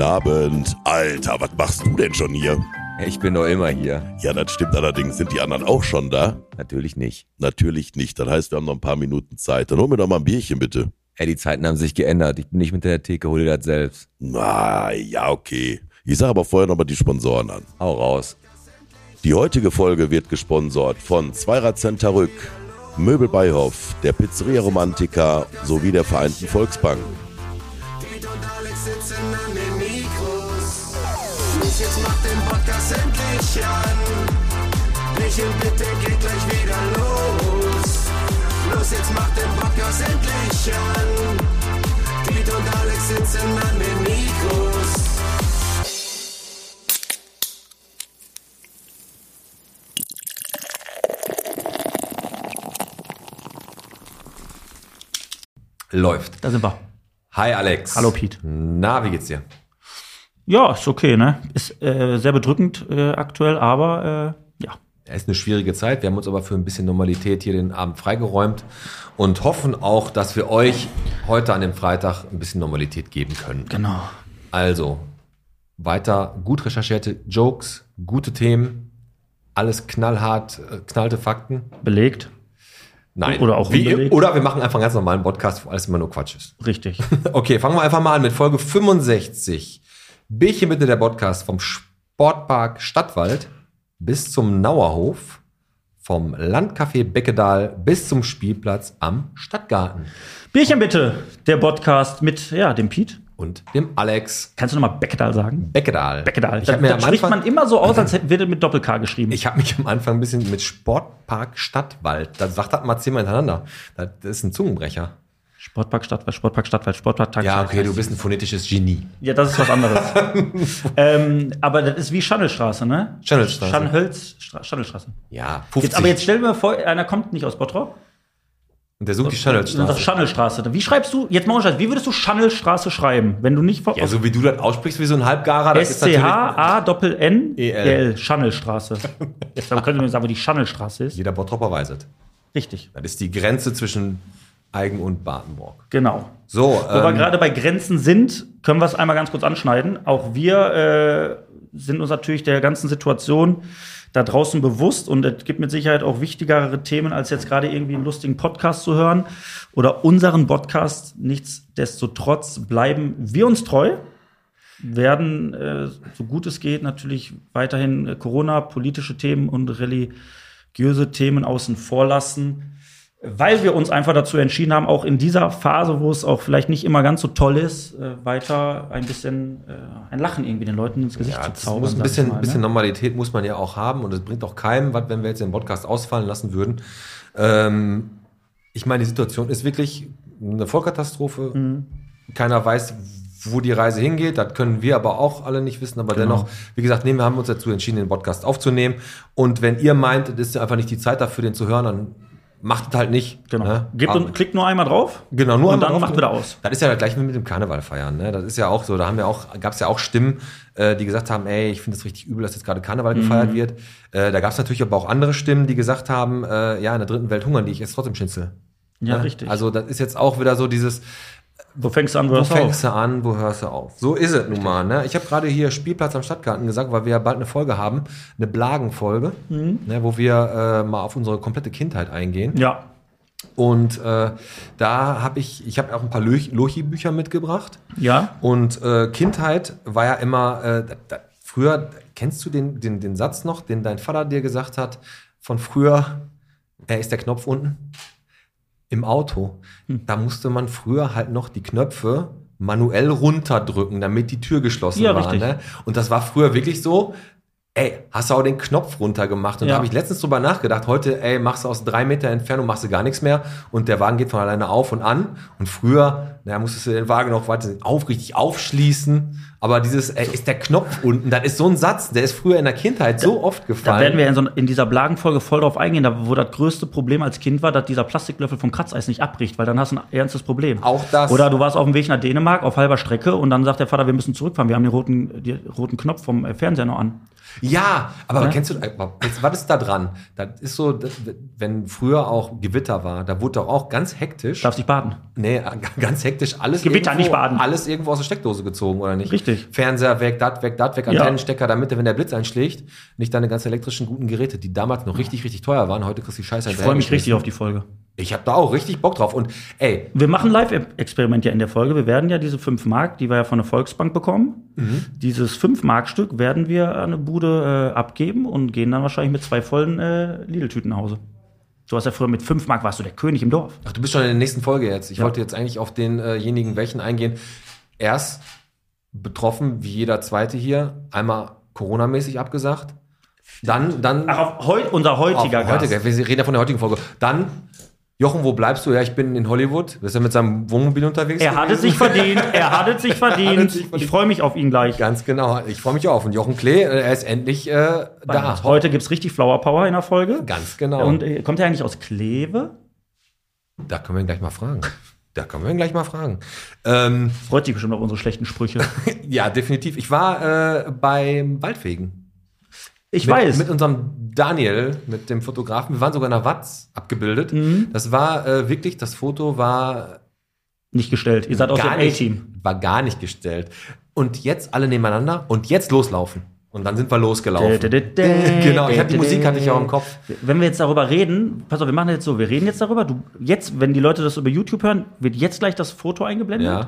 Abend. Alter, was machst du denn schon hier? Ich bin doch immer hier. Ja, das stimmt allerdings. Sind die anderen auch schon da? Natürlich nicht. Natürlich nicht. Das heißt, wir haben noch ein paar Minuten Zeit. Dann hol mir doch mal ein Bierchen, bitte. Ey, die Zeiten haben sich geändert. Ich bin nicht mit der Theke, hol dir das selbst. Na, ja, okay. Ich sag aber vorher nochmal die Sponsoren an. Hau raus. Die heutige Folge wird gesponsert von Zweirad Center Rück, Möbel Beihoff, der Pizzeria Romantica sowie der Vereinten Volksbank. jetzt mach den Podcast endlich an. Michel, bitte geht gleich wieder los. Los, jetzt mach den Podcast endlich an. Piet und Alex sitzen an den Mikros. Läuft. Da sind wir. Hi Alex. Hallo Piet. Na, wie geht's dir? Ja, ist okay, ne? Ist äh, sehr bedrückend äh, aktuell, aber äh, ja. Es ist eine schwierige Zeit. Wir haben uns aber für ein bisschen Normalität hier den Abend freigeräumt und hoffen auch, dass wir euch heute an dem Freitag ein bisschen Normalität geben können. Genau. Also, weiter gut recherchierte Jokes, gute Themen, alles knallhart, äh, knallte Fakten. Belegt. Nein. Oder auch Wie, unbelegt. Oder wir machen einfach einen ganz normalen Podcast, wo alles immer nur Quatsch ist. Richtig. Okay, fangen wir einfach mal an mit Folge 65. Bierchen bitte der Podcast vom Sportpark Stadtwald bis zum Nauerhof, vom Landcafé Beckedahl bis zum Spielplatz am Stadtgarten Bierchen bitte, der Podcast mit ja, dem Piet. und dem Alex Kannst du nochmal Beckedahl sagen? Beckedahl. Beckedahl. Ich Das, habe mir das am spricht Anfang, man immer so aus, als hätte- würde mit Doppel-K geschrieben. ich habe mich am Anfang ein bisschen mit Sportpark Stadtwald, da sagt das mal zehnmal hintereinander. Das ist ein Zungenbrecher. Sportpark Stadtwald, Sportpark Stadtwald, Sportpark Tag. Ja, okay, du bist ein phonetisches Genie. Ja, das ist was anderes. ähm, aber das ist wie Schandelstraße, ne? Schandelstraße. Schandelstraße. Schandelstraße. Ja, 50. Jetzt, aber jetzt stell dir mal vor, einer kommt nicht aus Bottrop. und der sucht die Das ist Schandelstraße. Schandelstraße. Wie schreibst du, jetzt mal ohne Scheiß, wie würdest du Schandelstraße schreiben, wenn du nicht vor. Ja, so wie du das aussprichst, wie so ein Halbgarer, das ist natürlich- E S-C-H-A-N-N-E-L, E Schandelstraße. Deshalb können wir mir sagen, wo die Schandelstraße ist. Jeder Bottropper weiß es. Richtig, Das ist die Grenze zwischen Eigen und Badenburg. genau. So, Wo wir ähm, gerade bei Grenzen sind, können wir es einmal ganz kurz anschneiden. Auch wir äh, sind uns natürlich der ganzen Situation da draußen bewusst und es gibt mit Sicherheit auch wichtigere Themen, als jetzt gerade irgendwie einen lustigen Podcast zu hören oder unseren Podcast. Nichtsdestotrotz bleiben wir uns treu, werden, äh, so gut es geht, natürlich weiterhin äh, Corona, politische Themen und religiöse Themen außen vor lassen weil wir uns einfach dazu entschieden haben, auch in dieser Phase, wo es auch vielleicht nicht immer ganz so toll ist, äh, weiter ein bisschen äh, ein Lachen irgendwie den Leuten ins Gesicht ja, zu das zaubern. muss ein sag ich bisschen, mal, ne? bisschen Normalität muss man ja auch haben und es bringt auch keinem was, wenn wir jetzt den Podcast ausfallen lassen würden. Ähm, ich meine, die Situation ist wirklich eine Vollkatastrophe. Mhm. Keiner weiß, wo die Reise hingeht. Das können wir aber auch alle nicht wissen. Aber Genau. dennoch, wie gesagt, nee, wir haben uns dazu entschieden, den Podcast aufzunehmen. Und wenn ihr meint, es ist einfach nicht die Zeit dafür, den zu hören, dann macht es halt nicht. Genau. ne? Gebt Aber- und, klickt nur einmal draf. Genau, nur und einmal dann drauf- macht wieder aus. Das ist ja das gleiche wie mit dem Karneval feiern. Ne? Das ist ja auch so. Da haben wir auch, gab es ja auch Stimmen, äh, die gesagt haben, ey, ich finde es richtig übel, dass jetzt gerade Karneval Mhm. gefeiert wird. Äh, da gab es natürlich aber auch andere Stimmen, die gesagt haben, äh, ja, in der dritten Welt hungern die ich jetzt trotzdem Schnitzel. Ja, Ne? richtig. Also das ist jetzt auch wieder so dieses, wo fängst du an, wo wo hörst du auf? fängst du an, wo hörst du auf? So ist es nun mal. Ne? Ich habe gerade hier Spielplatz am Stadtgarten gesagt, weil wir ja bald eine Folge haben, eine Blagenfolge, Mhm. ne, wo wir äh, mal auf unsere komplette Kindheit eingehen. Ja, Und äh, da habe ich, ich habe auch ein paar Loch- Lochi-Bücher mitgebracht. ja. Und äh, Kindheit war ja immer, äh, da, da, früher, kennst du den, den, den Satz noch, den dein Vater dir gesagt hat, von früher, er ist der Knopf unten im Auto. Hm. Da musste man früher halt noch die Knöpfe manuell runterdrücken, damit die Tür geschlossen Ja, war. richtig. Ne? Und das war früher wirklich so, ey, hast du auch den Knopf runtergemacht? Und Ja. da habe ich letztens drüber nachgedacht. Heute, ey, machst du aus drei Meter Entfernung, machst du gar nichts mehr. Und der Wagen geht von alleine auf und an. Und früher, naja, musstest du den Wagen noch weiter aufrichtig aufschließen. Aber dieses, äh, ist der Knopf unten, das ist so ein Satz, der ist früher in der Kindheit so oft gefallen. Da werden wir in, so, in dieser Blagenfolge voll drauf eingehen, da, wo das größte Problem als Kind war, dass dieser Plastiklöffel vom Kratzeis nicht abbricht, weil dann hast du ein ernstes Problem. Auch das. Oder du warst auf dem Weg nach Dänemark auf halber Strecke und dann sagt der Vater, wir müssen zurückfahren, wir haben den roten, den roten Knopf vom äh, Fernseher noch an. Ja, aber kennst du, jetzt, was ist da dran? Das ist so, das, wenn früher auch Gewitter war, da wurde doch auch ganz hektisch, Darfst dich baden. nee, ganz hektisch alles Gewitter, irgendwo, nicht baden. alles irgendwo aus der Steckdose gezogen, oder nicht? Richtig. Fernseher weg, dat weg, dat weg, Ja. Antennenstecker, damit, wenn der Blitz einschlägt, nicht deine ganzen elektrischen guten Geräte, die damals noch richtig, richtig teuer waren, heute kriegst du die Scheiße. Ich freue mich richtig auf die Folge. Ich habe da auch richtig Bock drauf und ey, Wir machen ein Live-Experiment ja in der Folge. Wir werden ja diese 5 Mark, die wir ja von der Volksbank bekommen, Mhm. dieses 5-Mark-Stück werden wir an eine Bude äh, abgeben und gehen dann wahrscheinlich mit zwei vollen äh, Lidl-Tüten nach Hause. Du hast ja früher mit 5 Mark warst du der König im Dorf. ach, du bist schon in der nächsten Folge jetzt. Ich wollte jetzt eigentlich auf denjenigen welchen eingehen. Erst betroffen, wie jeder zweite hier, einmal Corona-mäßig abgesagt. Dann, dann Ach, auf heu unser heutiger Auf Gast. heutiger, wir reden ja von der heutigen Folge. Dann, Jochen, wo bleibst du? Ja, ich bin in Hollywood. Bist du mit seinem Wohnmobil unterwegs? Er hat es sich verdient, er hat es sich verdient. sich verdient. Ich freue mich auf ihn gleich. Ganz genau. Ich freue mich auch. Und Jochen Klee, äh, er ist endlich äh, da. Heute gibt es richtig Flower Power in der Folge. Ganz genau. Und äh, kommt er eigentlich aus Kleve? da können wir ihn gleich mal fragen. Da können wir ihn gleich mal fragen. Ähm, Freut sich bestimmt auf unsere schlechten Sprüche. ja, definitiv. Ich war äh, beim Waldfegen. Ich mit, weiß. Mit unserem Daniel, mit dem Fotografen. Wir waren sogar in der Watz abgebildet. Mhm. Das war äh, wirklich, das Foto war nicht gestellt. Ihr seid aus dem gar nicht, A-Team. war gar nicht gestellt. Und jetzt alle nebeneinander und jetzt loslaufen. Und dann sind wir losgelaufen. genau, ich hatte die Musik hatte ich auch im Kopf. Wenn wir jetzt darüber reden, pass auf, wir machen das jetzt so, wir reden jetzt darüber. Du, jetzt, wenn die Leute das über YouTube hören, wird jetzt gleich das Foto eingeblendet. Ja.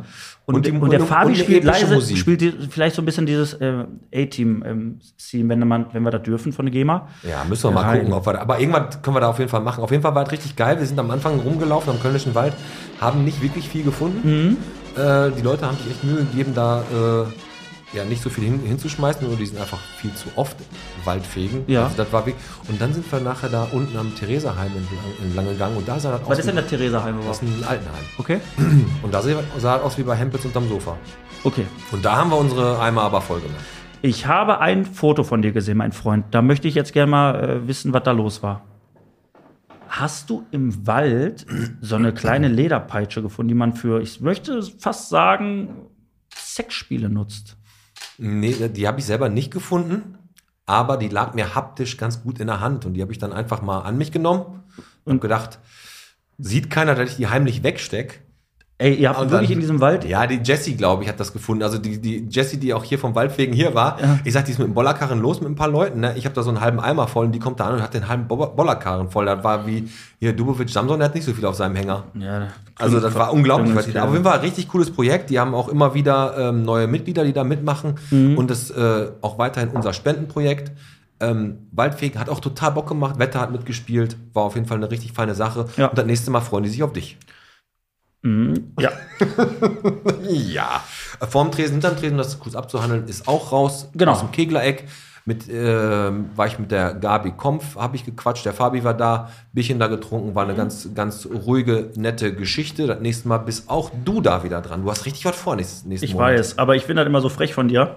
Und, Und und, die- der und- Fabi und eine spielt epische leise, Musik. spielt die, vielleicht so ein bisschen dieses äh, A-Team-Scene, wenn, man- wenn wir da dürfen von der GEMA. Ja, müssen wir mal Rein. gucken, ob wir da. Aber irgendwann können wir da auf jeden Fall machen. Auf jeden Fall war es richtig geil. Wir sind am Anfang rumgelaufen am Kölnischen Wald, haben nicht wirklich viel gefunden. Mhm. Äh, die Leute haben sich echt Mühe gegeben, da äh, ja nicht so viel hin, hinzuschmeißen, nur die sind einfach viel zu oft Waldfegen. Ja. Also das war wirklich. Und dann sind wir nachher da unten am Theresaheim entlang, entlang gegangen und da sah das Was aus ist denn der Theresa Heim überhaupt? aus einem Altenheim. Okay. Und da sah sah das aus wie bei Hempels unterm Sofa. Okay. Und da haben wir unsere einmal aber voll gemacht. Ich habe ein Foto von dir gesehen, mein Freund. Da möchte ich jetzt gerne mal äh, wissen, was da los war. Hast du im Wald so eine kleine Lederpeitsche gefunden, die man für, ich möchte fast sagen, Sexspiele nutzt? Nee, die habe ich selber nicht gefunden, aber die lag mir haptisch ganz gut in der Hand und die habe ich dann einfach mal an mich genommen und gedacht, sieht keiner, dass ich die heimlich wegstecke. Ey, ihr habt Und wirklich dann- in diesem Wald. Ja, die Jessie, glaube ich, hat das gefunden. Also die, die Jessie, die auch hier vom Waldwegen hier war, ich sag, die ist mit dem Bollerkarren los mit ein paar Leuten. Ne? Ich habe da so einen halben Eimer voll und die kommt da an und hat den halben Bo- Bollerkarren voll. Das war wie hier Dubowitsch Samson, der hat nicht so viel auf seinem Hänger. Ja, Also das war unglaublich. Was die, Ja. aber auf jeden Fall ein richtig cooles Projekt. Die haben auch immer wieder ähm, neue Mitglieder, die da mitmachen. Und das äh, auch weiterhin unser Spendenprojekt. Ähm, Waldfegen hat auch total Bock gemacht. Wetter hat mitgespielt. War auf jeden Fall eine richtig feine Sache. Ja. Und das nächste Mal freuen die sich auf dich. ja. Ja. Vorm Tresen, hinterm Tresen, das kurz abzuhandeln, ist auch raus. Genau. Aus dem Keglereck. Mit, ähm, war ich mit der Gabi Kompf, habe ich gequatscht, der Fabi war da, Bierchen da getrunken, war eine Mhm. ganz, ganz ruhige, nette Geschichte. Das nächste Mal bist auch du da wieder dran. Du hast richtig was vor nächstes, nächsten Ich Monat. weiß, aber ich finde das immer so frech von dir.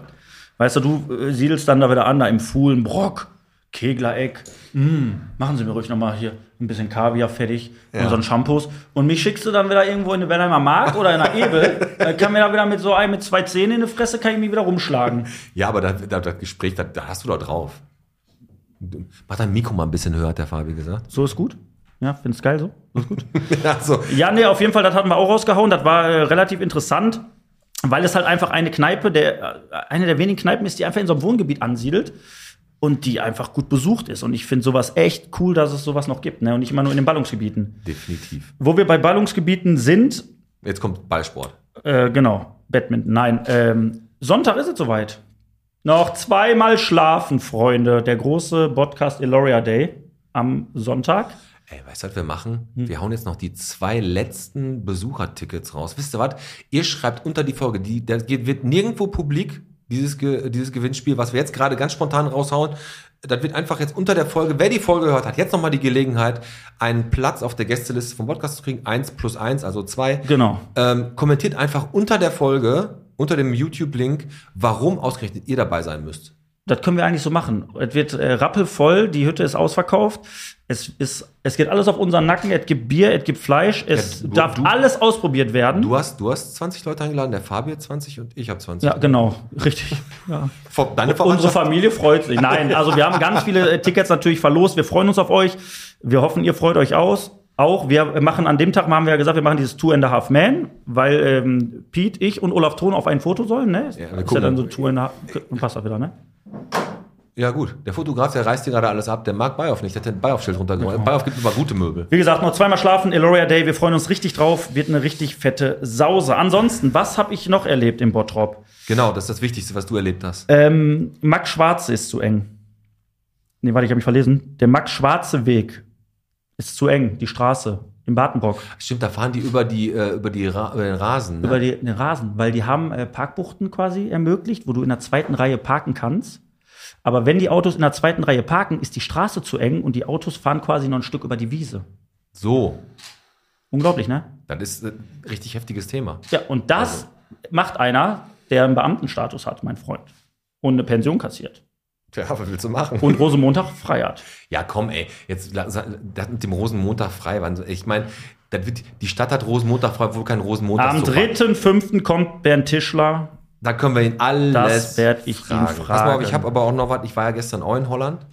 Weißt du, du äh, siedelst dann da wieder an, da im Fuhlen, Brock, Keglereck. Mm, machen Sie mir ruhig nochmal hier ein bisschen Kaviar fertig Ja. und so ein Shampoos. Und mich schickst du dann wieder irgendwo in den Wernheimer Markt oder in der Ebel. Äh, kann mir da wieder mit so einem mit zwei Zähnen in die Fresse, kann ich mich wieder rumschlagen. Ja, aber da, da, das Gespräch, da, da hast du doch drauf. Du- Mach dein Mikro mal ein bisschen höher, hat der Fabi gesagt. So ist gut. Ja, find's geil so. So ist gut. Also, Ja, nee, auf jeden Fall, das hatten wir auch rausgehauen. Das war äh, relativ interessant, weil es halt einfach eine Kneipe, der, äh, eine der wenigen Kneipen ist, die einfach in so einem Wohngebiet ansiedelt und die einfach gut besucht ist. Und ich finde sowas echt cool, dass es sowas noch gibt. Ne? Und nicht immer nur in den Ballungsgebieten. definitiv. Wo wir bei Ballungsgebieten sind, Jetzt kommt Ballsport. äh, genau, Badminton, nein, ähm, Sonntag ist es soweit. Noch zweimal schlafen, Freunde. Der große Podcast Eloria Day am Sonntag. Ey, weißt du, was wir machen? Hm. Wir hauen jetzt noch die zwei letzten Besuchertickets raus. Wisst ihr was? Ihr schreibt unter die Folge, die, da geht- wird nirgendwo publik, dieses, Ge dieses Gewinnspiel, was wir jetzt gerade ganz spontan raushauen. Das wird einfach jetzt unter der Folge, wer die Folge gehört hat, jetzt nochmal die Gelegenheit, einen Platz auf der Gästeliste vom Podcast zu kriegen. Eins plus eins, also zwei. Genau. Ähm, kommentiert einfach unter der Folge unter dem YouTube-Link, warum ausgerechnet ihr dabei sein müsst. Das können wir eigentlich so machen. Es wird äh, rappelvoll, die Hütte ist ausverkauft. Es, ist, es geht alles auf unseren Nacken. Es gibt Bier, es gibt Fleisch. Es Ja, du- darf du- alles ausprobiert werden. Du hast, du hast 20 Leute eingeladen, der Fabi hat 20 und ich habe 20. ja, genau. Richtig. Ja. Ver- Deine Unsere Verwandtschaft? Familie freut sich. Nein, also wir haben ganz viele äh, Tickets natürlich verlost. Wir freuen uns auf euch. Wir hoffen, ihr freut euch aus. Auch wir machen an dem Tag, haben wir ja gesagt, wir machen dieses Two and a Half Man, weil ähm, Pete, ich und Olaf Thon auf ein Foto sollen, ne? Ja, wir ist ja gucken. dann so Two and a Half, passt auch wieder, ne? Ja, gut. Der Fotograf, der reißt dir gerade alles ab. Der mag Bayoff nicht. Der hat den Bayoff-Schild runtergeholt. Bayoff gibt immer gute Möbel. Wie gesagt, noch zweimal schlafen, Eloria Day, wir freuen uns richtig drauf, wird eine richtig fette Sause. Ansonsten, was habe ich noch erlebt im Bottrop? Genau, das ist das Wichtigste, was du erlebt hast. Ähm, Max Schwarze ist zu eng. Nee, warte, ich habe mich verlesen. Der Max Schwarze Weg ist zu eng, die Straße im Badenbrock. Stimmt, da fahren die über die äh, über die Ra über den Rasen. Ne? über die, den Rasen, weil die haben äh, Parkbuchten quasi ermöglicht, wo du in der zweiten Reihe parken kannst. Aber wenn die Autos in der zweiten Reihe parken, ist die Straße zu eng und die Autos fahren quasi noch ein Stück über die Wiese. so, Unglaublich, ne? das ist ein richtig heftiges Thema. Ja, und Also. das macht einer, der einen Beamtenstatus hat, mein Freund. Und eine Pension kassiert. Ja, was willst du machen? Und Rosenmontag frei hat. Ja, komm, ey, jetzt la- sa- das mit dem Rosenmontag frei. wann- Ich meine, das wird- die Stadt hat Rosenmontag frei, obwohl kein Rosenmontag Am so war. 3.5. kommt Bernd Tischler. Da können wir ihn alles Das werd ich ihn fragen. Pass mal auf, ich habe aber auch noch was. Ich war ja gestern auch in Holland.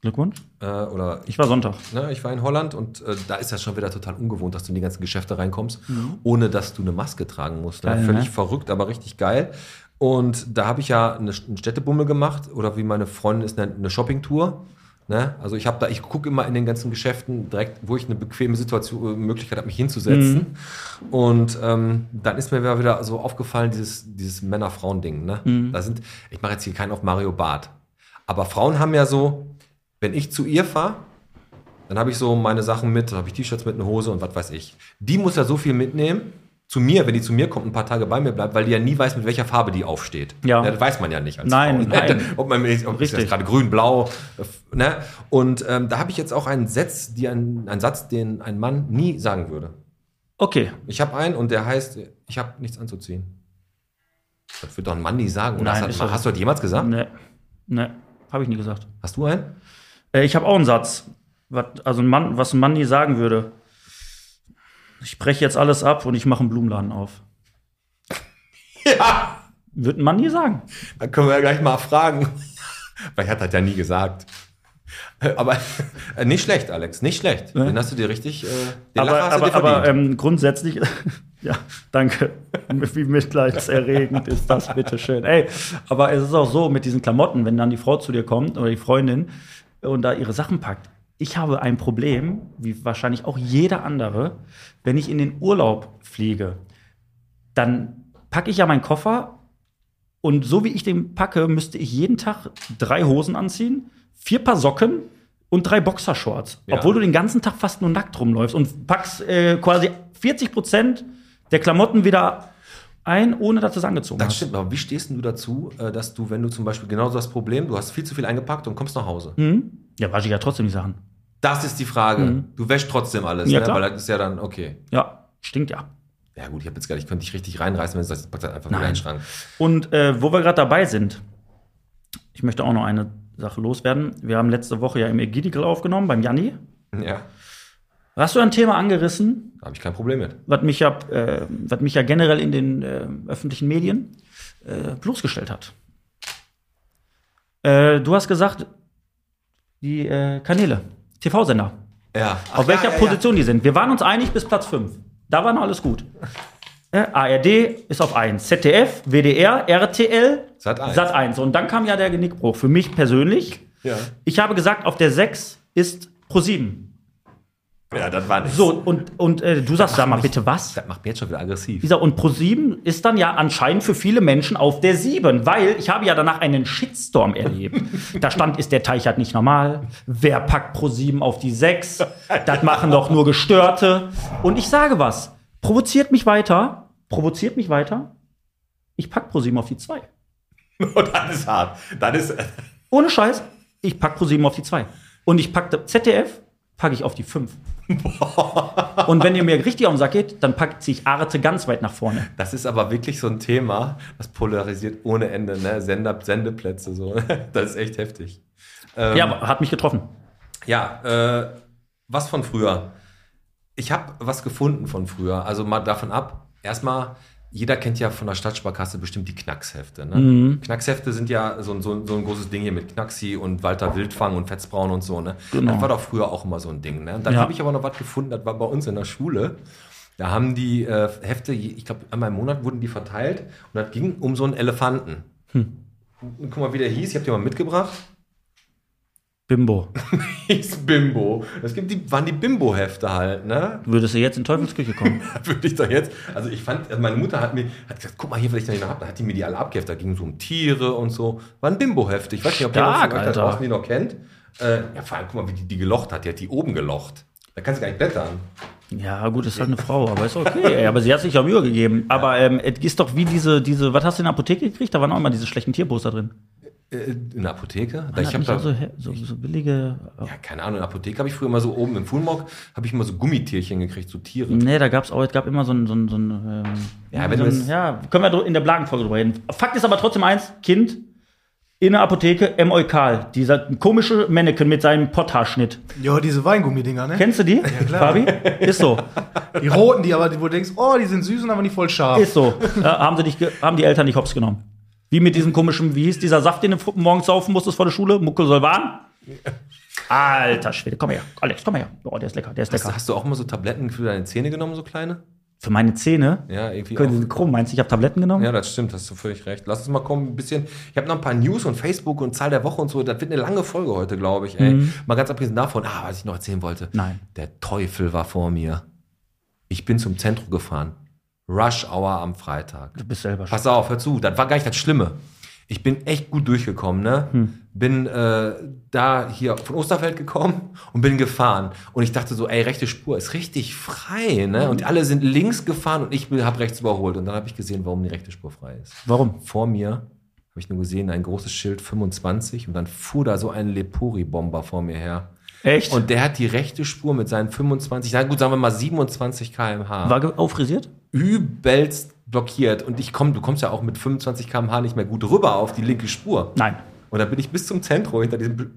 Glückwunsch. Äh, oder Ich war Sonntag. Ne, ich war in Holland und äh, da ist das schon wieder total ungewohnt, dass du in die ganzen Geschäfte reinkommst, ohne dass du eine Maske tragen musst. Ne? Geil, Völlig ne? verrückt, aber richtig geil. Und da habe ich ja eine, Sch- einen Städtebummel gemacht oder wie meine Freundin ist, eine, eine Shoppingtour. Ne? Also ich habe da, ich gucke immer in den ganzen Geschäften direkt, wo ich eine bequeme Situation, äh, Möglichkeit habe, mich hinzusetzen. Und ähm, dann ist mir wieder- wieder so aufgefallen, dieses, dieses Männer-Frauen-Ding. Ne? Da sind, ich mache jetzt hier keinen auf Mario Barth. Aber Frauen haben ja so, wenn ich zu ihr fahre, dann habe ich so meine Sachen mit, dann habe ich T-Shirts mit, eine Hose und was weiß ich. Die muss ja so viel mitnehmen zu mir, wenn die zu mir kommt, ein paar Tage bei mir bleibt, weil die ja nie weiß, mit welcher Farbe die aufsteht. Ja. das weiß man ja nicht als Nein, Frau. ne? nein. ob man ob ist das Richtig. gerade grün, blau, äh, ne? Und ähm, da habe ich jetzt auch einen Satz, die einen, einen Satz, den ein Mann nie sagen würde. Okay. Ich habe einen und der heißt, ich habe nichts anzuziehen. Das wird doch ein Mann nie sagen. Oder Nein, hast, ist du- doch- hast du das jemals gesagt? Ne. Ne. Habe ich nie gesagt. Hast du einen? Äh, ich habe auch einen Satz. Was, also ein Mann, was ein Mann nie sagen würde. Ich breche jetzt alles ab und ich mache einen Blumenladen auf. Ja! Wird ein Mann nie sagen. Dann können wir ja gleich mal fragen. Weil ich hat das ja nie gesagt. Aber äh, nicht schlecht, Alex, nicht schlecht. Den hast du dir richtig, äh, den aber Lacher hast du aber, dir verdient. aber ähm, grundsätzlich, ja, danke. Wie mitleidserregend ist das, bitteschön. Ey, aber es ist auch so mit diesen Klamotten, wenn dann die Frau zu dir kommt oder die Freundin und da ihre Sachen packt. Ich habe ein Problem, wie wahrscheinlich auch jeder andere, wenn ich in den Urlaub fliege, dann packe ich ja meinen Koffer und so wie ich den packe, müsste ich jeden Tag drei Hosen anziehen, vier Paar Socken und drei Boxershorts. Ja. Obwohl du den ganzen Tag fast nur nackt rumläufst und packst äh, quasi 40 Prozent der Klamotten wieder ein, ohne dass du es angezogen das hast. stimmt, aber wie stehst denn du dazu, äh, dass du, wenn du zum Beispiel genau das Problem, du hast viel zu viel eingepackt und kommst nach Hause? Mhm. Ja, wasche ich ja trotzdem die Sachen. Das ist die Frage. Du wäschst trotzdem alles, Mhm. Ja, ne? klar. weil das ist ja dann, okay. Ja, stinkt ja. Ja gut, ich habe jetzt gar nicht, ich könnte dich richtig reinreißen, wenn du sagst, ich pack das einfach wieder Nein. in den Schrank. Und äh, wo wir gerade dabei sind, ich möchte auch noch eine Sache loswerden. Wir haben letzte Woche ja im Ägidical aufgenommen, beim Janni. Ja, Hast du ein Thema angerissen, da habe ich kein Problem mit. was mich ja, äh, was mich ja generell in den äh, öffentlichen Medien äh, bloßgestellt hat. Äh, du hast gesagt, die äh, Kanäle, TV-Sender, Ja. auf welcher Position die sind. Wir waren uns einig bis Platz 5. Da war noch alles gut. Äh, ARD ist auf 1, ZDF, WDR, RTL, Sat.1. Sat 1. Und dann kam ja der Genickbruch. Für mich persönlich. Ja. Ich habe gesagt, auf der 6 ist Pro 7. Ja. ja, das war nichts. So, und, und äh, du sagst, sag mal mich- bitte was? Das macht mich jetzt schon wieder aggressiv. Dieser und Pro7 ist dann ja anscheinend für viele Menschen auf der 7, weil ich habe ja danach einen Shitstorm erlebt. da stand, ist der Teich halt nicht normal? Wer packt Pro7 auf die 6? Das machen doch nur Gestörte. Und ich sage was, provoziert mich weiter, provoziert mich weiter. Ich pack Pro7 auf die 2. das ist hart. Das ist, Ohne Scheiß, ich pack Pro7 auf die 2. Und ich packte ZDF, packe ich auf die 5. Und wenn ihr mir richtig auf den Sack geht, dann packt sich Arte ganz weit nach vorne. Das ist aber wirklich so ein Thema, das polarisiert ohne Ende, ne? Sender, Sendeplätze so. Das ist echt heftig. Ähm, Ja, aber hat mich getroffen. ja, äh, was von früher? Ich habe was gefunden von früher. Also mal davon ab. Erstmal, jeder kennt ja von der Stadtsparkasse bestimmt die Knackshefte. Ne? Mhm. Knackshefte sind ja so, ein- so, ein- so ein großes Ding hier mit Knacksi und Walter Wildfang und Fetzbraun und so. Ne? Genau. Das war doch früher auch immer so ein Ding. Ne? Und dann Ja. habe ich aber noch was gefunden, das war bei uns in der Schule. Da haben die äh, Hefte, je- ich glaube, einmal im Monat wurden die verteilt und das ging um so einen Elefanten. Hm. Und guck mal, wie der hieß. Ich habe den mal mitgebracht Bimbo. hieß Bimbo. Es gibt die, waren die Bimbo-Hefte halt, ne? Würdest du jetzt in Teufelsküche kommen? Da Würde ich doch jetzt. Also ich fand, also meine Mutter hat mir, hat gesagt, guck mal hier, vielleicht noch jemand hat. Dann hat die mir die alle abgeheftet. Da ging es um Tiere und so. Waren Bimbo-Hefte. Ich weiß nicht, ob Stark, jemand von euch da Alter. draußen die noch kennt. Äh, ja, vor allem, guck mal, wie die die gelocht hat. Die hat die oben gelocht. Da kannst du gar nicht blättern. ja, gut, ist halt eine Frau, aber ist okay. Ey, aber sie hat sich ja Mühe gegeben. Aber ähm, es ist doch wie diese, diese, was hast du in der Apotheke gekriegt? Da waren auch immer diese schlechten Tierposter drin. Äh, in der Apotheke? Da, Man ich hat hab mich da, auch so, hä- so, so billige. äh, ja, keine Ahnung, in der Apotheke habe ich früher immer so oben im Fulmog, habe ich immer so Gummitierchen gekriegt, so Tiere. Nee, da gab's auch, es gab immer so ein, so ein, so ein ähm, Ja, ja, wenn so du ein, es- ja, können wir dr- in der Blagenfolge drüber reden. Fakt ist aber trotzdem eins, Kind in der Apotheke, M. Eukal, dieser komische Mannequin mit seinem Potthaarschnitt. Ja, diese Weingummidinger, ne? Kennst du die, klar. Fabi? Ist so, Die roten, die aber, wo du denkst, oh, die sind süß und aber nicht voll scharf. ist so. Ja, Äh, haben, sie dich ge- haben die Eltern nicht hops genommen. Wie mit diesem komischen, wie hieß dieser Saft, den du fr- morgens saufen musstest vor der Schule? Muckelsolvan? Alter Schwede, komm her. Alex, komm her. Oh, der ist lecker, der ist Hast, du- lecker. hast du auch immer so Tabletten für deine Zähne genommen, so kleine? Für meine Zähne, Ja, irgendwie. können sie krumm, meinst du, ich habe Tabletten genommen? Ja, das stimmt, hast du völlig recht. Lass uns mal kommen, ein bisschen. Ich habe noch ein paar News und Facebook und Zahl der Woche und so. Das wird eine lange Folge heute, glaube ich. Ey. Mal ganz abgesehen davon, ah, was ich noch erzählen wollte. Nein. Der Teufel war vor mir. Ich bin zum Zentrum gefahren. Rush Hour am Freitag. Du bist selber Pass auf, hör zu, das war gar nicht das Schlimme. Ich bin echt gut durchgekommen, ne? Bin äh, da hier von Osterfeld gekommen und bin gefahren. Und ich dachte so, ey, rechte Spur ist richtig frei, ne? Und alle sind links gefahren und ich habe rechts überholt. Und dann habe ich gesehen, warum die rechte Spur frei ist. Warum? Vor mir habe ich nur gesehen, ein großes Schild 25 und dann fuhr da so ein Lepori-Bomber vor mir her. Echt? Und der hat die rechte Spur mit seinen 25, na gut, sagen wir mal 27 km/h War ge- auffrisiert? übelst blockiert und ich komm, du kommst ja auch mit 25 km/h nicht mehr gut rüber auf die linke Spur. Nein. Und da bin ich bis zum Zentrum hinter diesem bl-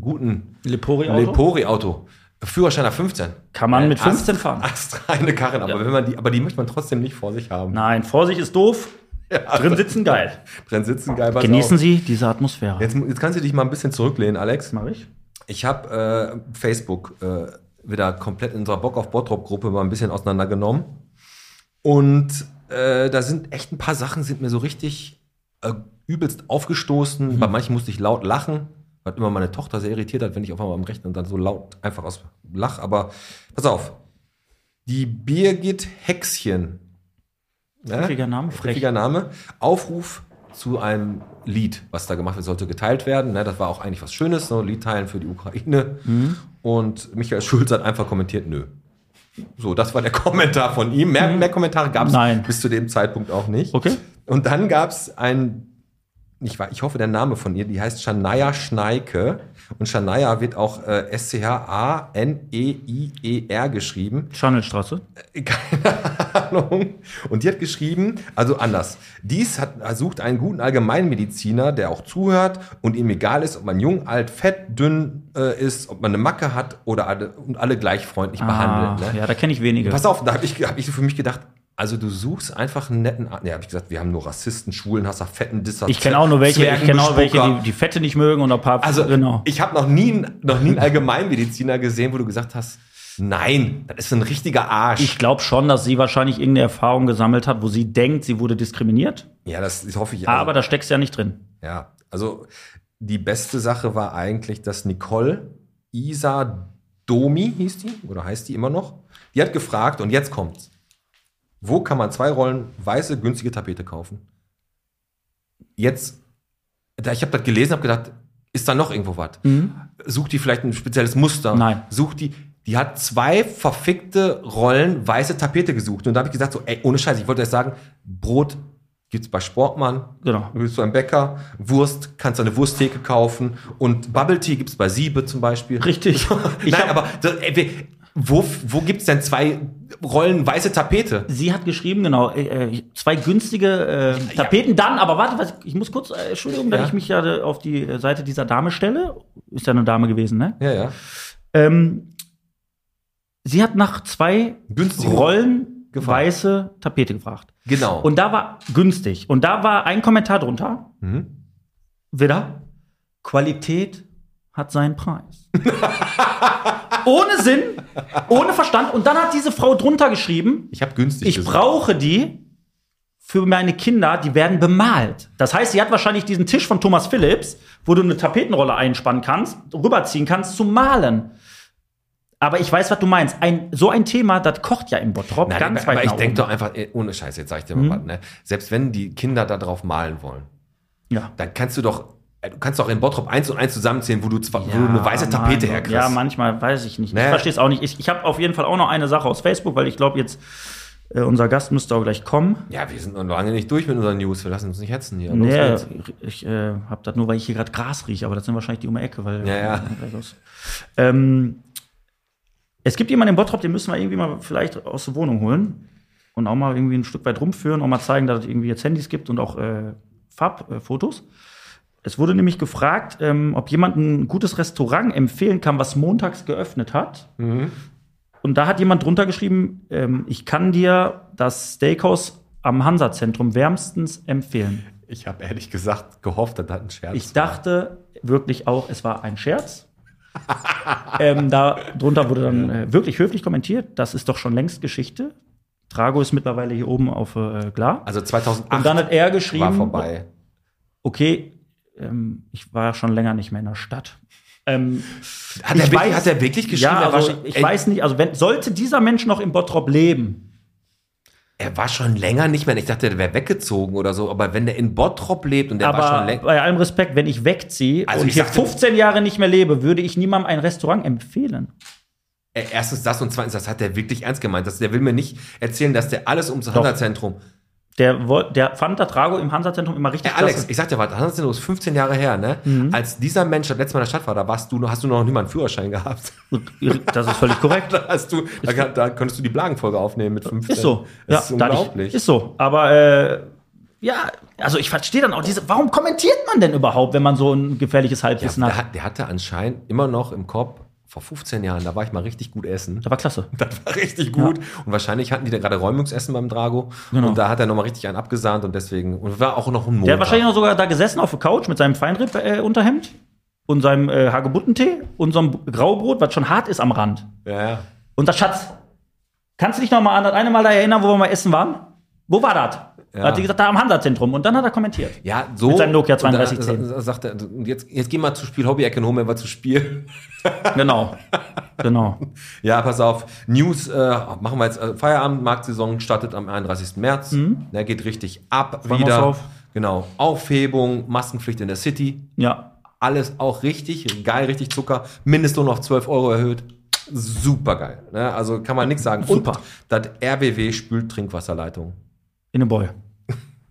guten Lepori-Auto? Lepori-Auto. Führerschein ab 15. Kann man mit 15 Astra, fahren. Astra eine Karren, aber wenn man die, aber die möchte man trotzdem nicht vor sich haben. Nein, Vorsicht ist doof. Drin sitzen geil. Drin sitzen geil. pass Genießen auf. Sie diese Atmosphäre. Jetzt, mu- jetzt kannst du dich mal ein bisschen zurücklehnen, Alex. mache ich. Ich habe äh, Facebook äh, wieder komplett in unserer Bock auf Bottrop-Gruppe mal ein bisschen auseinandergenommen. Und äh, da sind echt ein paar Sachen, sind mir so richtig äh, übelst aufgestoßen. Bei manchen musste ich laut lachen, was immer meine Tochter sehr irritiert hat, wenn ich auf einmal am Rechner und dann so laut einfach aus lach. Aber pass auf, die Birgit Hexchen. Ne? Pfiffiger Name, frech. Pfiffiger Name. Aufruf zu einem Lied, was da gemacht wird, sollte geteilt werden. Ne, das war auch eigentlich was Schönes, so Lied teilen für die Ukraine. Mhm. Und Michael Schulz hat einfach kommentiert, nö. So, das war der Kommentar von ihm. Mehr, mehr Kommentare gab Mhm. Nein. es bis zu dem Zeitpunkt auch nicht. Okay. Und dann gab es ein, ich, wa- ich hoffe, der Name von ihr, die heißt Shania Schneike. Und Shania wird auch äh, E S-C-H-A-N-E-I-E-R geschrieben. Channelstraße. Ahnung. Und die hat geschrieben, also anders. Dies hat, sucht einen guten Allgemeinmediziner, der auch zuhört und ihm egal ist, ob man jung, alt, fett, dünn äh, ist, ob man eine Macke hat oder alle, und alle gleich freundlich Ah, behandelt. Ne? Ja, da kenne ich wenige. Pass auf, da habe ich, hab ich so für mich gedacht, also du suchst einfach einen netten Arzt. Ne, habe ich gesagt, wir haben nur Rassisten, Schwulenhasser, fetten Disser. ich kenne auch nur welche, ich kenne auch welche, Zwergenbespucker. die, die Fette nicht mögen und ein paar. Also genau. ich habe noch nie, einen- noch nie einen Allgemeinmediziner gesehen, wo du gesagt hast, nein, das ist ein richtiger Arsch. Ich glaube schon, dass sie wahrscheinlich irgendeine Erfahrung gesammelt hat, wo sie denkt, sie wurde diskriminiert. ja, das hoffe ich. Ah, Aber da steckst du ja nicht drin. Ja, also die beste Sache war eigentlich, dass Nicole Isa Domi hieß die oder heißt die immer noch. Die hat gefragt und jetzt kommt's. Wo kann man zwei Rollen weiße günstige Tapete kaufen? Jetzt, da ich habe das gelesen, habe gedacht, ist da noch irgendwo was? Sucht die vielleicht ein spezielles Muster? Nein. Sucht die? Die hat zwei verfickte Rollen weiße Tapete gesucht und da habe ich gesagt so, ey, ohne Scheiß, ich wollte erst sagen, Brot gibt's bei Sportmann, Genau. Du bist du ein Bäcker, Wurst, kannst du eine Wursttheke kaufen und Bubble Tea gibt's bei Siebe zum Beispiel. Richtig. Ich Nein, hab- aber das, ey, wir- Wo, wo gibt es denn zwei Rollen weiße Tapete? Sie hat geschrieben, genau, äh, zwei günstige äh, Tapeten. Dann, aber warte, was, ich muss kurz, äh, Entschuldigung, dass Ja. ich mich ja äh, auf die äh, Seite dieser Dame stelle. Ist ja eine Dame gewesen, ne? Ja, ja. Ähm, sie hat nach zwei Günstige Rollen gefragt. weiße Tapete gefragt. Genau. Und da war günstig. Und da war ein Kommentar drunter. Mhm. Wieder. Qualität hat seinen Preis. ohne Sinn, ohne Verstand. Und dann hat diese Frau drunter geschrieben, ich habe günstig. ich gesagt. brauche die für meine Kinder, die werden bemalt. Das heißt, sie hat wahrscheinlich diesen Tisch von Thomas Phillips, wo du eine Tapetenrolle einspannen kannst, rüberziehen kannst, zum Malen. Aber ich weiß, was du meinst. Ein, so ein Thema, das kocht ja im Bottrop Nein, ganz aber, weit aber ich nach denke oben. Mhm. doch einfach, ey, ohne Scheiß, jetzt sag ich dir mal was, ne? Selbst wenn die Kinder da drauf malen wollen, Ja. dann kannst du doch, äh, du kannst doch in Bottrop eins und eins zusammenzählen, wo du, zwar, wo du eine weiße Ja, Tapete Mann. herkriegst. Ne? Ja, manchmal weiß ich nicht. Nee. Ich verstehe es auch nicht. Ich, ich habe auf jeden Fall auch noch eine Sache aus Facebook, weil ich glaube, jetzt äh, unser Gast müsste auch gleich kommen. ja, wir sind noch lange nicht durch mit unseren News, wir lassen uns nicht hetzen hier. Los Nee, geht's. ich äh, habe das nur, weil ich hier gerade Gras rieche, aber das sind wahrscheinlich die um die Ecke, weil. Ja, ja. Ähm, es gibt jemanden im Bottrop, den müssen wir irgendwie mal vielleicht aus der Wohnung holen und auch mal irgendwie ein Stück weit rumführen, auch mal zeigen, dass es irgendwie jetzt Handys gibt und auch äh, Farbfotos. Es wurde nämlich gefragt, ähm, ob jemand ein gutes Restaurant empfehlen kann, was montags geöffnet hat. Mhm. Und da hat jemand drunter geschrieben, ähm, ich kann dir das Steakhouse am Hansa-Zentrum wärmstens empfehlen. Ich habe ehrlich gesagt gehofft, das hat ein Scherz. Ich dachte wirklich auch, es war ein Scherz. ähm, da drunter wurde dann äh, wirklich höflich kommentiert, das ist doch schon längst Geschichte. Drago ist mittlerweile hier oben auf äh, Glar. Also 2008 Und dann hat er war geschrieben, vorbei. okay, ähm, ich war schon länger nicht mehr in der Stadt. Ähm, Hat ich er, wirklich, weiß- hat er wirklich geschrieben? ja, er, war also, schon, ich ey, weiß nicht, also wenn, sollte dieser Mensch noch im Bottrop leben, er war schon länger nicht mehr. Ich dachte, der wäre weggezogen oder so. Aber wenn der in Bottrop lebt und der war schon aber länger. bei allem Respekt, wenn ich wegziehe Also und ich hier sagte- 15 Jahre nicht mehr lebe, würde ich niemandem ein Restaurant empfehlen. Äh, Erstens das und zweitens, das hat er wirklich ernst gemeint. Das, der will mir nicht erzählen, dass der alles ums Handelszentrum. Der, woll- der fand der Drago im Hansa-Zentrum immer richtig Ey, Alex, klasse. ich sag dir was, Handelszentrum ist 15 Jahre her, ne? Mhm. Als dieser Mensch das letzte Mal in der Stadt war, da warst du, noch- hast du noch niemanden Führerschein gehabt. Das ist völlig korrekt. Da, hast du, da, da könntest du die Blagenfolge aufnehmen mit 15. Ist so. Das ist da hatte unglaublich. Ich, ist so. Aber äh, ja, also ich verstehe dann auch diese. Warum kommentiert man denn überhaupt, wenn man so ein gefährliches Ja, Halbwissen der, hat? hat, der hatte anscheinend immer noch im Kopf, vor 15 Jahren, da war ich mal richtig gut essen. Das war klasse. Das war richtig gut. Und wahrscheinlich hatten die da gerade Räumungsessen beim Drago. Genau. Und da hat er nochmal richtig einen abgesahnt und deswegen. Und war auch noch ein Montag. Der hat wahrscheinlich noch sogar da gesessen auf der Couch mit seinem Feinripp-Unterhemd und seinem äh, Hagebuttentee und so einem Graubrot, was schon hart ist am Rand. ja, ja. Und das Schatz, kannst du dich noch mal an das eine Mal da erinnern, wo wir mal essen waren? Wo war das? Ja. Da Hat die gesagt, da am Hansa-Zentrum. Und dann hat er kommentiert. Ja, so. Mit seinem Nokia Und da 3210. sa- Sagt er, und jetzt, jetzt geh mal zu Spiel Hobby-Ecke und hol mir was zu Spiel. Genau. genau. Ja, pass auf. News äh, machen wir jetzt. Äh, Feierabend, Marktsaison startet am 31. März. Mhm. Der geht richtig ab Freuen wir wieder. uns drauf. Genau. Aufhebung, Maskenpflicht in der City. Ja. Alles auch richtig, geil, richtig Zucker. Mindestlohn auf 12 Euro erhöht. Super geil. Ne? Also kann man nichts sagen. Super. Und das RWW spült Trinkwasserleitung. In den Boy.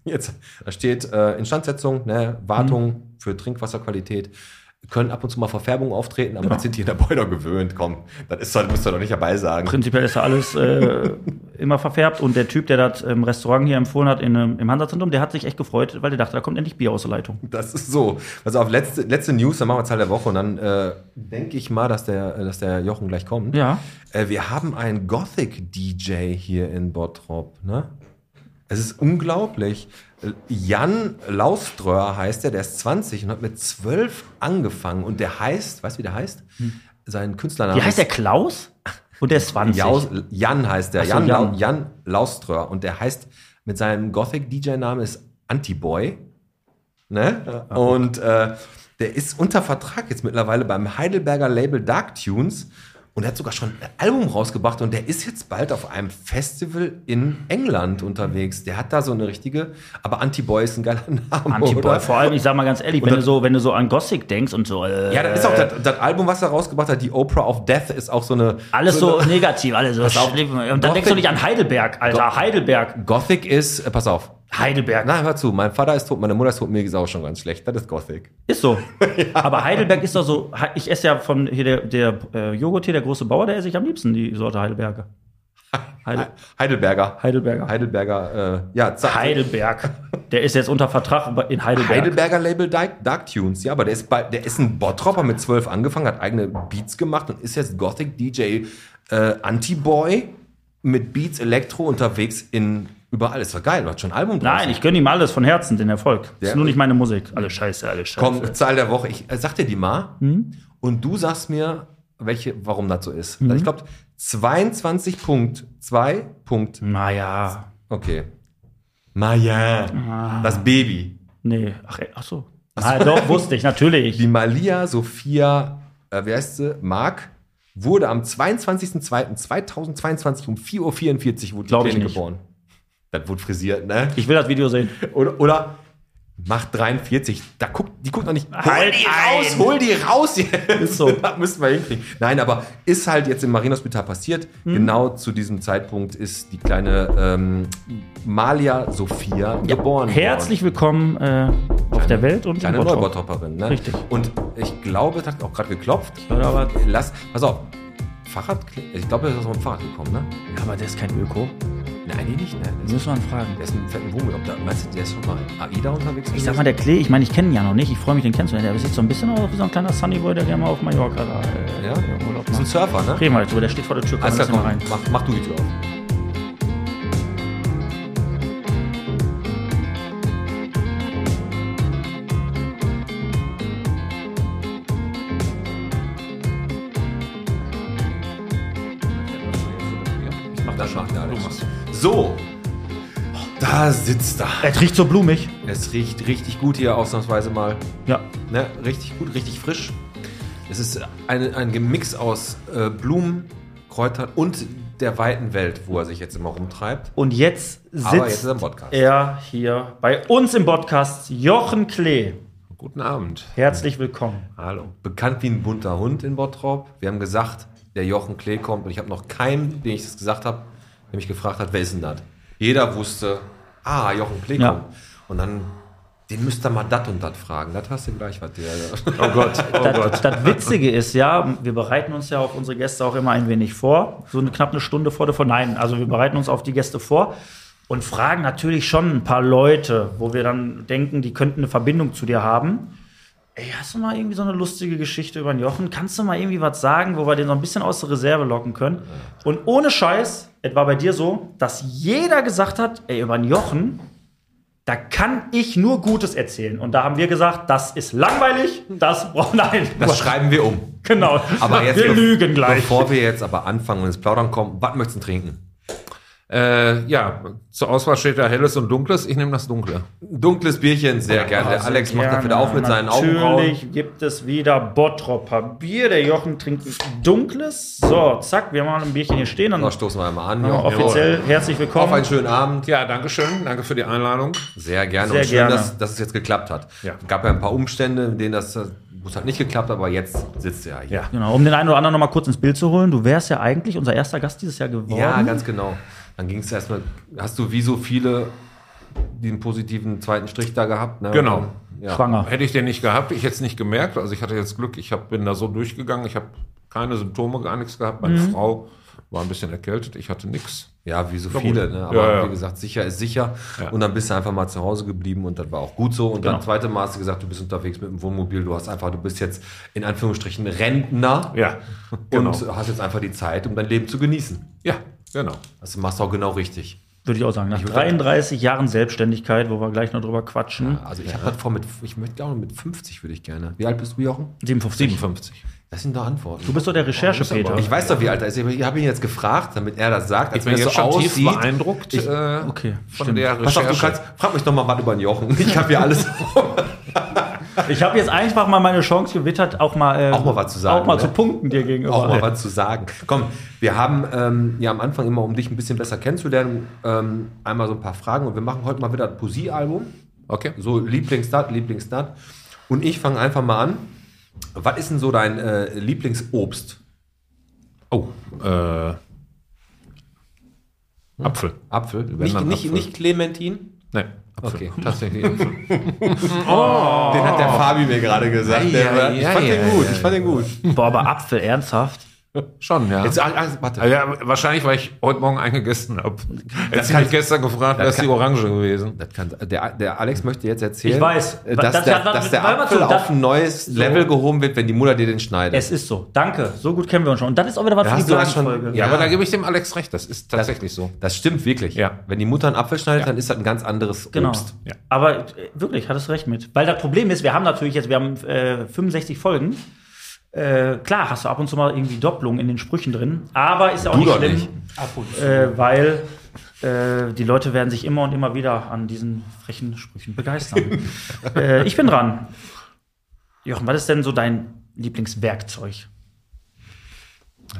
Jetzt, da steht äh, Instandsetzung, ne? Wartung für Trinkwasserqualität. Können ab und zu mal Verfärbungen auftreten, aber das sind die in der Beuler gewöhnt. Komm, das ist doch, müsst ihr doch nicht dabei sagen. Prinzipiell ist da alles äh, immer verfärbt und der Typ, der das im Restaurant hier empfohlen hat, in, einem- im Hansa-Zentrum, der hat sich echt gefreut, weil der dachte, da kommt endlich Bier aus der Leitung. Das ist so. Also auf letzte, letzte News, dann machen wir Zahl der Woche und dann äh, denke ich mal, dass der, dass der Jochen gleich kommt. Ja. Äh, wir haben einen Gothic-DJ hier in Bottrop, ne? Es ist unglaublich. Äh, Jan Lauströer heißt er, der ist 20 und hat mit 12 angefangen und der heißt, weißt du, wie der heißt? Sein Künstlername Hm. Wie heißt der Klaus? Und der ist 20. Jaus, Jan heißt der. Ach so, Jan, Jan. Jan. Jan Lauströer. Und der heißt mit seinem Gothic-DJ-Namen ist Antiboy. Ne? Und äh, der ist unter Vertrag jetzt mittlerweile beim Heidelberger Label Dark Tunes. Und er hat sogar schon ein Album rausgebracht und der ist jetzt bald auf einem Festival in England unterwegs. Der hat da so eine richtige, aber Antiboy ist ein geiler Name. Antiboy. oder? Vor allem, ich sag mal ganz ehrlich, wenn Und du, so, wenn du so an Gothic denkst und so. Äh, Ja, das ist auch das, das Album, was er rausgebracht hat, die Oprah of Death, ist auch so eine. alles so negativ, alles so. auf. schlimm. Und dann denkst du nicht an Heidelberg, Alter. Gothic- Heidelberg. Gothic ist, äh, pass auf, Heidelberg. Nein, hör zu, mein Vater ist tot, meine Mutter ist tot, mir ist auch schon ganz schlecht. Das ist Gothic. Ist so. Aber Heidelberg ist doch so. Ich esse ja von hier der, der äh, Joghurt hier, der große Bauer, der esse ich am liebsten, die Sorte Heidelberger. Heide, Heidelberger. Heidelberger. Heidelberger, äh, ja, zack. Heidelberg. Der ist jetzt unter Vertrag in Heidelberg. Heidelberger Label Dark, Dark Tunes, ja, aber der ist, bei, der ist ein Bottropper mit zwölf angefangen, hat eigene Beats gemacht und ist jetzt Gothic DJ äh, Anti-Boy mit Beats Elektro unterwegs in überall. Ist doch geil, du hast schon ein Album Nein, ich gönne ihm alles von Herzen, den Erfolg. Ja. Ist nur nicht meine Musik. Alle Scheiße, alle Scheiße. Komm, Zahl der Woche. Ich äh, sag dir die mal Hm? und du sagst mir, welche, warum das so ist. Mhm. Ich glaube, 22.2. Punkt. Naja. Okay. Maya. Ah. Das Baby. Nee. Ach, ey, ach so. Ah, doch, wusste ich, natürlich. Die Malia Sophia, äh, wie heißt sie? Mark, wurde am 22.02.2022 um 4.44 Uhr wurde die Glaub ich Kleine nicht. geboren. Das wurde frisiert, ne? ich will das Video sehen. Oder, oder macht 43. Da guckt, die guckt noch nicht. Hol Halt die ein! raus, hol die raus jetzt. Ist so. das müssen wir hinkriegen. Nein, aber ist halt jetzt im Marienhospital passiert. Hm. Genau zu diesem Zeitpunkt ist die kleine ähm, Malia Sophia geboren. worden. Herzlich willkommen äh, auf der Welt und Kleine in Bottrop. Neubotropperin, ne? Richtig. Und ich glaube, es hat auch gerade geklopft. Ich höre aber- Lass, pass auf. Fahrrad, ich glaube, er ist aus dem Fahrrad gekommen, ne? Ja, aber der ist kein Öko. Nein, die nicht, ne? Der ist, Müssen wir ihn fragen. der ist ein fetten Wohnmobil. Ob da, meinst du, der ist schon mal AIDA unterwegs? Ich sag mal, der Klee, ich meine, ich kenne ihn ja noch nicht. Ich freue mich, den kennenzulernen. Aber Der sieht so ein bisschen aus wie so ein kleiner Sunnyboy, der gerne mal auf Mallorca da äh, Ja? im Urlaub Ist ein macht. Surfer, ne? Reden wir drüber, der steht vor der Tür. Kann Alles man klar, mal komm, rein. mach, mach du die Tür auf. Ich mach das macht der Alex. So, da sitzt er. Er riecht so blumig. Es riecht richtig gut hier ausnahmsweise mal. Ja. Ne, richtig gut, richtig frisch. Es ist ein, ein Gemix aus äh, Blumen, Kräutern und der weiten Welt, wo er sich jetzt immer rumtreibt. Und jetzt sitzt Aber jetzt ist er im Podcast. er hier bei uns im Podcast, Jochen Klee. Guten Abend. Herzlich willkommen. Hallo. Bekannt wie ein bunter Hund in Bottrop. Wir haben gesagt, der Jochen Klee kommt und ich habe noch keinen, den ich das gesagt habe, der mich gefragt hat, wer ist denn das? Jeder wusste, ah, Jochen Klee Ja. kommt. Und dann, den müsst ihr mal dat und dat fragen. Das hast du gleich was. Der, Oh Gott, oh das, Gott. Das Witzige ist ja, wir bereiten uns ja auf unsere Gäste auch immer ein wenig vor. So eine knapp eine Stunde vor der vor Nein. Also wir bereiten uns auf die Gäste vor und fragen natürlich schon ein paar Leute, wo wir dann denken, die könnten eine Verbindung zu dir haben. Ey, hast du mal irgendwie so eine lustige Geschichte über den Jochen? Kannst du mal irgendwie was sagen, wo wir den so ein bisschen aus der Reserve locken können? Und ohne Scheiß, es war bei dir so, dass jeder gesagt hat, ey, über den Jochen, da kann ich nur Gutes erzählen. Und da haben wir gesagt, das ist langweilig, das braucht nein. das schreiben wir um. genau. Aber jetzt wir be- lügen gleich. Bevor wir jetzt aber anfangen und ins Plaudern kommen, was möchtest du trinken? Äh, ja, zur Auswahl steht da helles und dunkles. Ich nehme das dunkle. also Dunkles Bierchen, sehr gerne. Der Alex macht das wieder auf mit seinen Augenbrauen. Also Natürlich gibt es wieder Bottropper Bier. Der Jochen trinkt ein dunkles. So, zack, wir haben mal ein Bierchen hier stehen. Dann Da stoßen wir mal an. machen wir Jochen. offiziell herzlich Auf einen willkommen. schönen Abend. Ja, danke schön. Danke für die Einladung. Sehr gerne. Sehr und schön, gerne. Dass, dass es jetzt geklappt hat. Ja. Gab ja ein paar Umstände, in denen das, das es hat nicht geklappt, aber jetzt sitzt er hier. Ja. Genau, um den einen oder anderen noch mal kurz ins Bild zu holen. Du wärst ja eigentlich unser erster Gast dieses Jahr geworden. Ja, ganz genau. Dann ging es erstmal, hast du wie so viele den positiven zweiten Strich da gehabt? Ne? Genau. Ja. Schwanger. Hätte ich den nicht gehabt, ich hätte es nicht gemerkt. Also ich hatte jetzt Glück, ich hab, bin da so durchgegangen. Ich habe keine Symptome, gar nichts gehabt. Meine Mhm. Frau war ein bisschen erkältet. Ich hatte nichts. Ja, wie so gut. viele. Ne? Aber Ja, ja. wie gesagt, sicher ist sicher. Ja. Genau. Und dann bist du einfach mal zu Hause geblieben und das war auch gut so. Und dann zweite Mal hast du gesagt, du bist unterwegs mit dem Wohnmobil. Du hast einfach, du bist jetzt in Anführungsstrichen Rentner Ja, genau. und hast jetzt einfach die Zeit, um dein Leben zu genießen. ja, genau. Das machst du auch genau richtig. Würde ich auch sagen. Nach 33 Jahren Selbstständigkeit, wo wir gleich noch drüber quatschen. Also ich habe das vor mit, ich möchte glaube mit 50 würde ich gerne. Wie alt bist du, Jochen? 57. 57. Das sind doch Antworten. Du bist doch der Recherche-Peter. ich weiß doch, wie alt er ist. Ich habe ihn jetzt gefragt, damit er das sagt. Ich bin wenn jetzt das schon tief aussieht. beeindruckt Ich- äh, okay, von stimmt. der Pass Recherche. auf, du kannst, frag mich doch mal was über den Jochen. Ich habe hier alles. Ich habe jetzt einfach mal meine Chance gewittert, auch mal, äh, Auch mal was zu sagen, auch mal ne? zu punkten dir gegenüber. auch mal was zu sagen. Komm, wir haben ähm, ja am Anfang immer, um dich ein bisschen besser kennenzulernen, ähm, einmal so ein paar Fragen und wir machen heute mal wieder das Poesie-Album. okay. So Lieblingsdat, Lieblingsdat. Und ich fange einfach mal an. Was ist denn so dein äh, Lieblingsobst? Oh, äh, Apfel. Apfel? Wenn Nicht, dann nicht, Apfel. nicht Clementin? Nee, Apfel. Okay. Tatsächlich Apfel. Den hat der Fabi mir gerade gesagt. Ei, der, ei, ich ei, fand den ei, gut, ei, ich fand den gut. Boah, aber Apfel, ernsthaft? Schon, ja. Jetzt, ah, ah, warte. Also, ja, wahrscheinlich, weil ich heute Morgen eingegessen habe. Hätte ich kann- mich gestern gefragt, wäre das es die kann- Orange gewesen. Das kann, der, der Alex möchte jetzt erzählen, Ich weiß. dass, Das- der, das- dass der warte mal Apfel zu, das- auf ein neues Level gehoben wird, wenn die Mutter dir den schneidet. Es ist so. Danke. So gut kennen wir uns schon. Und das ist auch wieder was für Da die hast du das schon- Blasenfolge. Ja, Ja. aber da gebe ich dem Alex recht. Das ist tatsächlich so. das stimmt wirklich. Ja. Wenn die Mutter einen Apfel schneidet, Ja. dann ist das ein ganz anderes Genau. Obst. Ja. Aber äh, wirklich, hattest recht mit. Weil das Problem ist, wir haben natürlich jetzt, wir haben äh, 65 Folgen. Äh, klar, hast du ab und zu mal irgendwie Doppelungen in den Sprüchen drin. Aber ist ja auch Du nicht doch schlimm, nicht. Äh, weil äh, die Leute werden sich immer und immer wieder an diesen frechen Sprüchen begeistern. äh, ich bin dran. Jochen, was ist denn so dein Lieblingswerkzeug?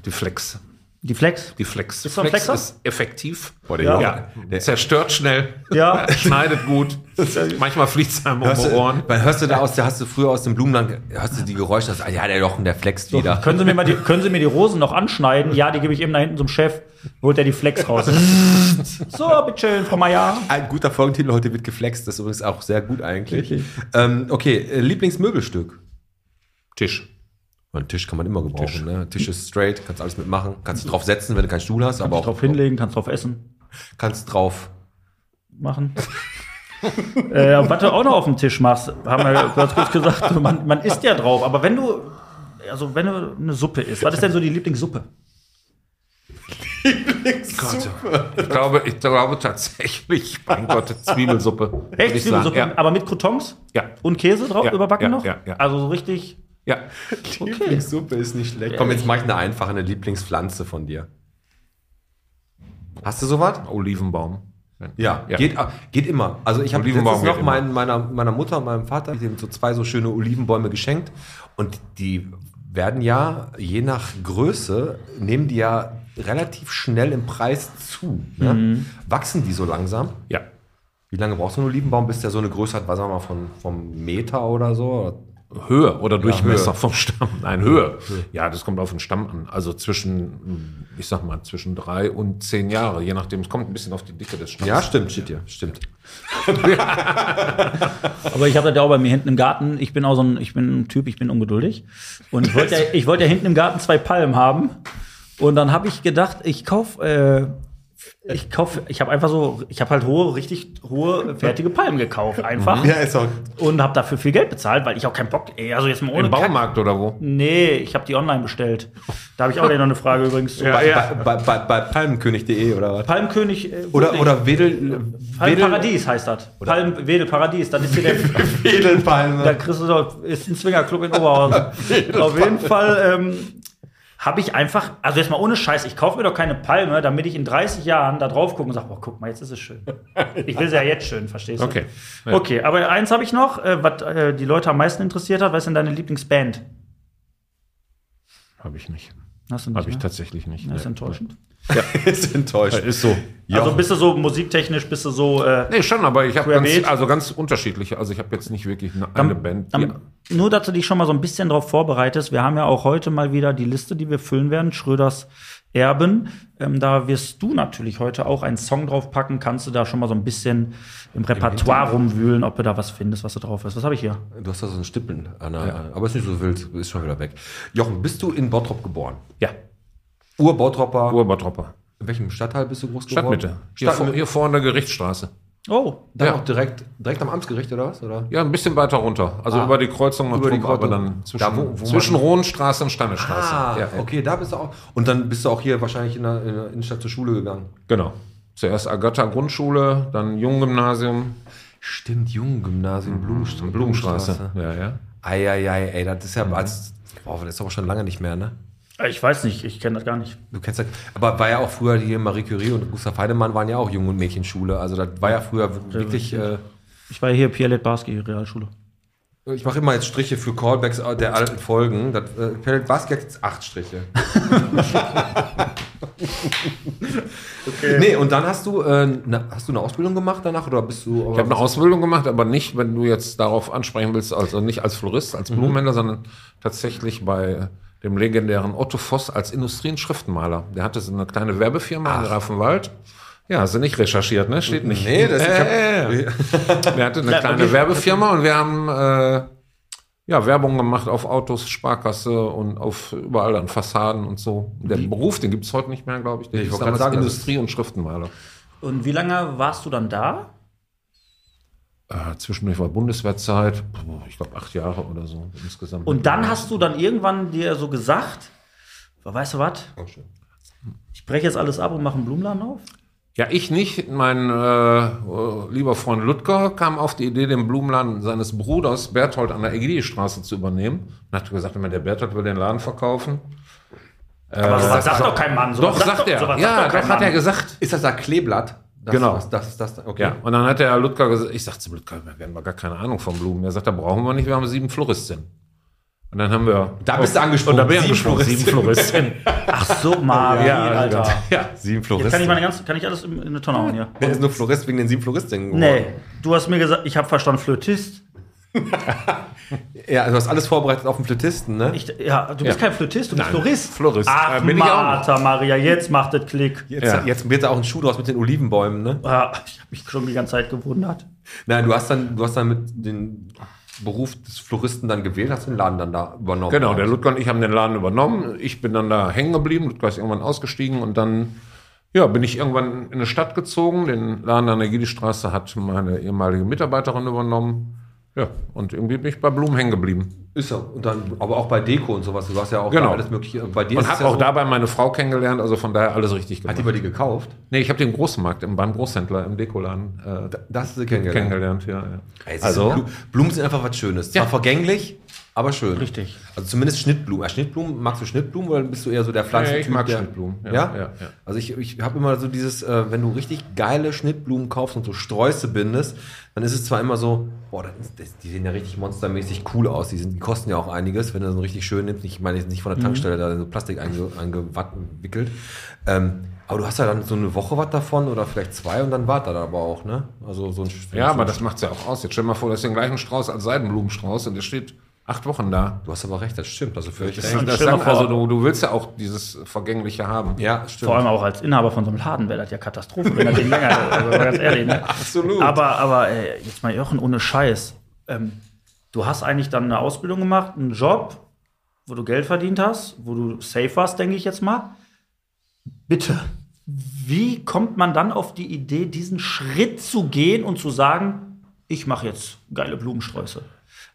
Die Flex. Die Flex? Die Flex. du ein Flexer? ist effektiv. Boah, der Ja. Jochen, Ja, der zerstört schnell, Ja. schneidet gut. Manchmal fliegt es einem um Hörst die Ohren. du, weil hörst du da aus, der hast du früher aus dem Blumenland, hörst du die Geräusche, dass, ah ja, der Jochen, der flext wieder. Können Sie, mir mal die, können Sie mir die Rosen noch anschneiden? Ja, die gebe ich eben da hinten zum Chef. Holt er die Flex raus. so, bitteschön, Frau Meier. Ein guter Folgentitel heute wird geflext, das ist übrigens auch sehr gut eigentlich. Ähm, okay, äh, Lieblingsmöbelstück. Tisch. Und Tisch kann man immer gebrauchen. Tisch, ne? Tisch ist straight, kannst alles mitmachen. Kannst du drauf setzen, wenn du keinen Stuhl hast, aber Kannst auch drauf hinlegen, kannst drauf essen kannst drauf. machen. äh, und was du auch noch auf dem Tisch machst, haben wir ganz kurz gesagt, man, man isst ja drauf. Aber wenn du, also wenn du eine Suppe isst, was ist denn so die Lieblingssuppe? Ich glaube, ich glaube tatsächlich, mein Gott, Zwiebelsuppe. würd ich sagen. Zwiebelsuppe, aber mit Croutons Ja, ja, und Käse drauf, Ja, überbacken ja, noch? ja, ja. Also so richtig. ja. Lieblingssuppe ist nicht schlecht. Komm, jetzt mach ich eine einfache, eine Lieblingspflanze von dir. Hast du sowas? Olivenbaum. Ja, Ja. Geht, geht immer. Also ich habe Olivenbaum letztens noch geht mein, immer. meiner, meiner Mutter und meinem Vater die haben so zwei so schöne Olivenbäume geschenkt und die werden ja je nach Größe nehmen die ja relativ schnell im Preis zu. Ne? Mhm. Wachsen die so langsam? Ja. Wie lange brauchst du einen Olivenbaum, bis der so eine Größe hat, was sagen wir mal, von, vom Meter oder so? Höhe oder Durchmesser Höhe. vom Stamm. Nein, Höhe. Ja, das kommt auf den Stamm an. Also zwischen, ich sag mal, zwischen drei und zehn Jahre, je nachdem. Es kommt ein bisschen auf die Dicke des Stamms. Ja, stimmt, steht hier. Stimmt. Aber ich habe das ja auch bei mir hinten im Garten. Ich bin auch so ein, ich bin ein Typ, ich bin ungeduldig. Und ich wollte ja, ich wollte ja hinten im Garten zwei Palmen haben. Und dann habe ich gedacht, ich kaufe, äh, ich kaufe, ich habe einfach so, ich habe halt hohe, richtig hohe, fertige Palmen gekauft, einfach. Mhm. ist auch. Und habe dafür viel Geld bezahlt, weil ich auch keinen Bock, ey, also jetzt mal ohne Im Kack- Baumarkt oder wo? Nee, ich habe die online bestellt. Da habe ich auch gleich noch eine Frage übrigens. zu. Ja, ja. Bei, bei, bei palmenkönig.de oder was? Palmkönig. äh, Oder, wirklich. oder Wedel. Palmparadies heißt das. Palm, Wedelparadies, dann ist hier der Wedelpalme. Da kriegst du doch, ist ein Swingerclub in Oberhausen. Auf jeden Fall ähm, habe ich einfach, also jetzt mal ohne Scheiß, ich kaufe mir doch keine Palme, damit ich in 30 Jahren da drauf gucke und sage, boah, guck mal, jetzt ist es schön. Ich will sie ja jetzt schön, verstehst du? Okay. Ja. Okay, aber eins habe ich noch, äh, was äh, die Leute am meisten interessiert hat, was ist denn deine Lieblingsband? Habe ich nicht. Hast du nicht, Habe ich ne? tatsächlich nicht. Das ist Nee. enttäuschend. ist enttäuscht. Ist so. Also bist du so musiktechnisch, bist du so. Äh, Nee, schon, aber ich habe Querbeet. ganz, also ganz unterschiedliche. Also ich habe jetzt nicht wirklich eine, eine Band. Dann, die- Nur, dass du dich schon mal so ein bisschen drauf vorbereitest. Wir haben ja auch heute mal wieder die Liste, die wir füllen werden. Schröders Erben. Ähm, da wirst du natürlich heute auch einen Song draufpacken. Kannst du da schon mal so ein bisschen im Repertoire rumwühlen, ob du da was findest, was da drauf ist. Was habe ich hier? Du hast da so einen Stippeln an der, aber ist nicht so wild, ist schon wieder weg. Jochen, bist du in Bottrop geboren? ja, Urbautropper. Urbertropper. in welchem Stadtteil bist du groß geworden? Stadtmitte. Hier, vor, Stadtmitte. hier vorne der Gerichtsstraße. Oh, Dann Ja. auch direkt, direkt am Amtsgericht oder was? Oder? Ja, ein bisschen weiter runter. Also über die Kreuzung nach Über die drüben, aber Kreuzung. dann zwischen, Da, wo- wo zwischen man- Rohenstraße und Stannestraße. Ah, ja, okay, da bist du auch. Und dann bist du auch hier wahrscheinlich in der, in der Innenstadt zur Schule gegangen. Genau. Zuerst Agatha Grundschule, dann Junggymnasium, Stimmt, Junggymnasium, Mhm. Blumenstraße. Blumenstraße. Ja, ja. Mhm. Eieiei, ey, das ist ja als. Boah, das ist aber schon lange nicht mehr, ne? Äh, ich weiß nicht. Ich kenne das gar nicht. Du kennst das. Aber war ja auch früher hier Marie Curie und Gustav Heidemann waren ja auch Jung- und Mädchenschule. Also das war ja früher wirklich. Äh, Ich war hier Pierlet Barski, Realschule. Ich mache immer jetzt Striche für Callbacks äh, der alten Folgen. Das, äh, Planet Basket hat jetzt acht Striche. Nee, und dann hast du, äh, ne- hast du eine Ausbildung gemacht danach oder bist du. Ich habe eine Ausbildung gemacht, aber nicht, wenn du jetzt darauf ansprechen willst, also nicht als Florist, Mhm. als Blumenhändler, sondern tatsächlich bei dem legendären Otto Voss als Industrie- und Schriftenmaler. Der hatte so eine kleine Werbefirma in Grafenwald, Ja, hast du nicht recherchiert, ne? Steht nicht. Nee, das- ich hab- äh, äh. Wir hatten eine Ja, kleine okay. Werbefirma und wir haben äh, ja, Werbung gemacht auf Autos, Sparkasse und auf überall an Fassaden und so. Der Beruf, den gibt es heute nicht mehr, glaube ich. Der Ich hieß wollte gerade damals sagen, das- Industrie- und Schriftenmaler. Und wie lange warst du dann da? Äh, zwischendurch war Bundeswehrzeit, puh, ich glaube acht Jahre oder so insgesamt. Und dann hast du dann irgendwann dir so gesagt, weißt du was, ich breche jetzt alles ab und mache einen Blumenladen auf? Ja, ich nicht. Mein äh, äh, lieber Freund Ludger kam auf die Idee, den Blumenladen seines Bruders Berthold an der Egidistraße zu übernehmen. Und hat gesagt, wenn der Berthold will den Laden verkaufen. Äh, Aber sowas sagt doch kein Mann. Doch, Sowas sagt er. sowas ja, sagt doch das kein hat er Mann. gesagt. Ist das da Kleeblatt? Das, Genau. Das, das, das, das, okay. Ja, Mhm. und dann hat der Ludger gesagt, ich sagte zu Ludger, wir haben gar keine Ahnung von Blumen. Er sagt, da brauchen wir nicht, wir haben sieben Floristen. Und dann haben wir... Da bist du angesprungen. Und da bin ich Sieben angesprungen. Sieben Floristen. Ach so, Marie, Ja, also, Alter. ja. Sieben Jetzt kann ich, Floristen. meine ganze, kann ich alles in in eine Tonne hauen hier. Er ist nur Florist wegen den sieben Floristen Nee, du hast mir gesagt, ich habe verstanden, Flötist. Nee. Ja, also du hast alles vorbereitet auf den Flötisten, ne? Ich, ja, du bist Ja. kein Flötist, du bist Nein, Florist. Florist. Ach, Äh, bin ich auch noch. Martha, Maria, jetzt macht das Klick. jetzt, Ja. jetzt wird da auch ein Schuh draus mit den Olivenbäumen, ne? Ah, ich habe mich schon die ganze Zeit gewundert. Nein, du hast dann, du hast dann mit den Beruf des Floristen dann gewählt, hast den Laden dann da übernommen. Genau, der Ludger und ich haben den Laden übernommen. Ich bin dann da hängen geblieben. Ludger ist irgendwann ausgestiegen und dann ja, bin ich irgendwann in eine Stadt gezogen. Den Laden an der Gidestraße hat meine ehemalige Mitarbeiterin übernommen. Ja, und irgendwie bin ich bei Blumen hängen geblieben. ist ja, und dann, aber auch bei Deko und sowas. Du hast ja auch Genau. da alles mögliche. Bei dir ist Und es habe ja auch so- dabei meine Frau kennengelernt, also von daher alles richtig Hat gemacht. die bei dir gekauft? nee, ich habe den Großmarkt im, beim Großhändler im Dekoladen äh, Das hast du kennengelernt. kennengelernt. Ja, ja. Ey, es ist- Also, Blu- Blumen sind einfach was Schönes. Zwar Ja. vergänglich, aber schön. Richtig. Also zumindest Schnittblumen. Ja, Schnittblumen, magst du Schnittblumen oder bist du eher so der Pflanzentyp? ich mag der, Schnittblumen. Ja? Ja, Ja, ja, ja. Also ich, ich habe immer so dieses, äh, wenn du richtig geile Schnittblumen kaufst und so Sträuße bindest, dann ist es zwar immer so, boah, das ist, das, die sehen ja richtig monstermäßig cool aus. Die, sind, die kosten ja auch einiges, wenn du so einen richtig schön nimmst. Ich meine, jetzt nicht von Mhm. der Tankstelle da in so Plastik einge, eingewickelt. Ähm, aber du hast ja dann so eine Woche was davon oder vielleicht zwei und dann war da aber auch, ne? Also so ein ja, so ein aber das macht's ja auch aus. Jetzt stell dir mal vor, du hast den gleichen Strauß als Seidenblumenstrauß und der steht acht Wochen da. Du hast aber recht, das stimmt. Also für euch. Das ist Und stell dir interessant. mal vor- Also du, du willst ja auch dieses Vergängliche haben. Ja, stimmt. Vor allem auch als Inhaber von so einem Laden wäre das ja Katastrophe, wenn er den länger hält. Also ganz ehrlich. Ne? Absolut. Aber, aber ey, jetzt mal Jochen, ohne Scheiß. Ähm, du hast eigentlich dann eine Ausbildung gemacht, einen Job, wo du Geld verdient hast, wo du safe warst, denke ich jetzt mal. Bitte, wie kommt man dann auf die Idee, diesen Schritt zu gehen und zu sagen, ich mache jetzt geile Blumensträuße?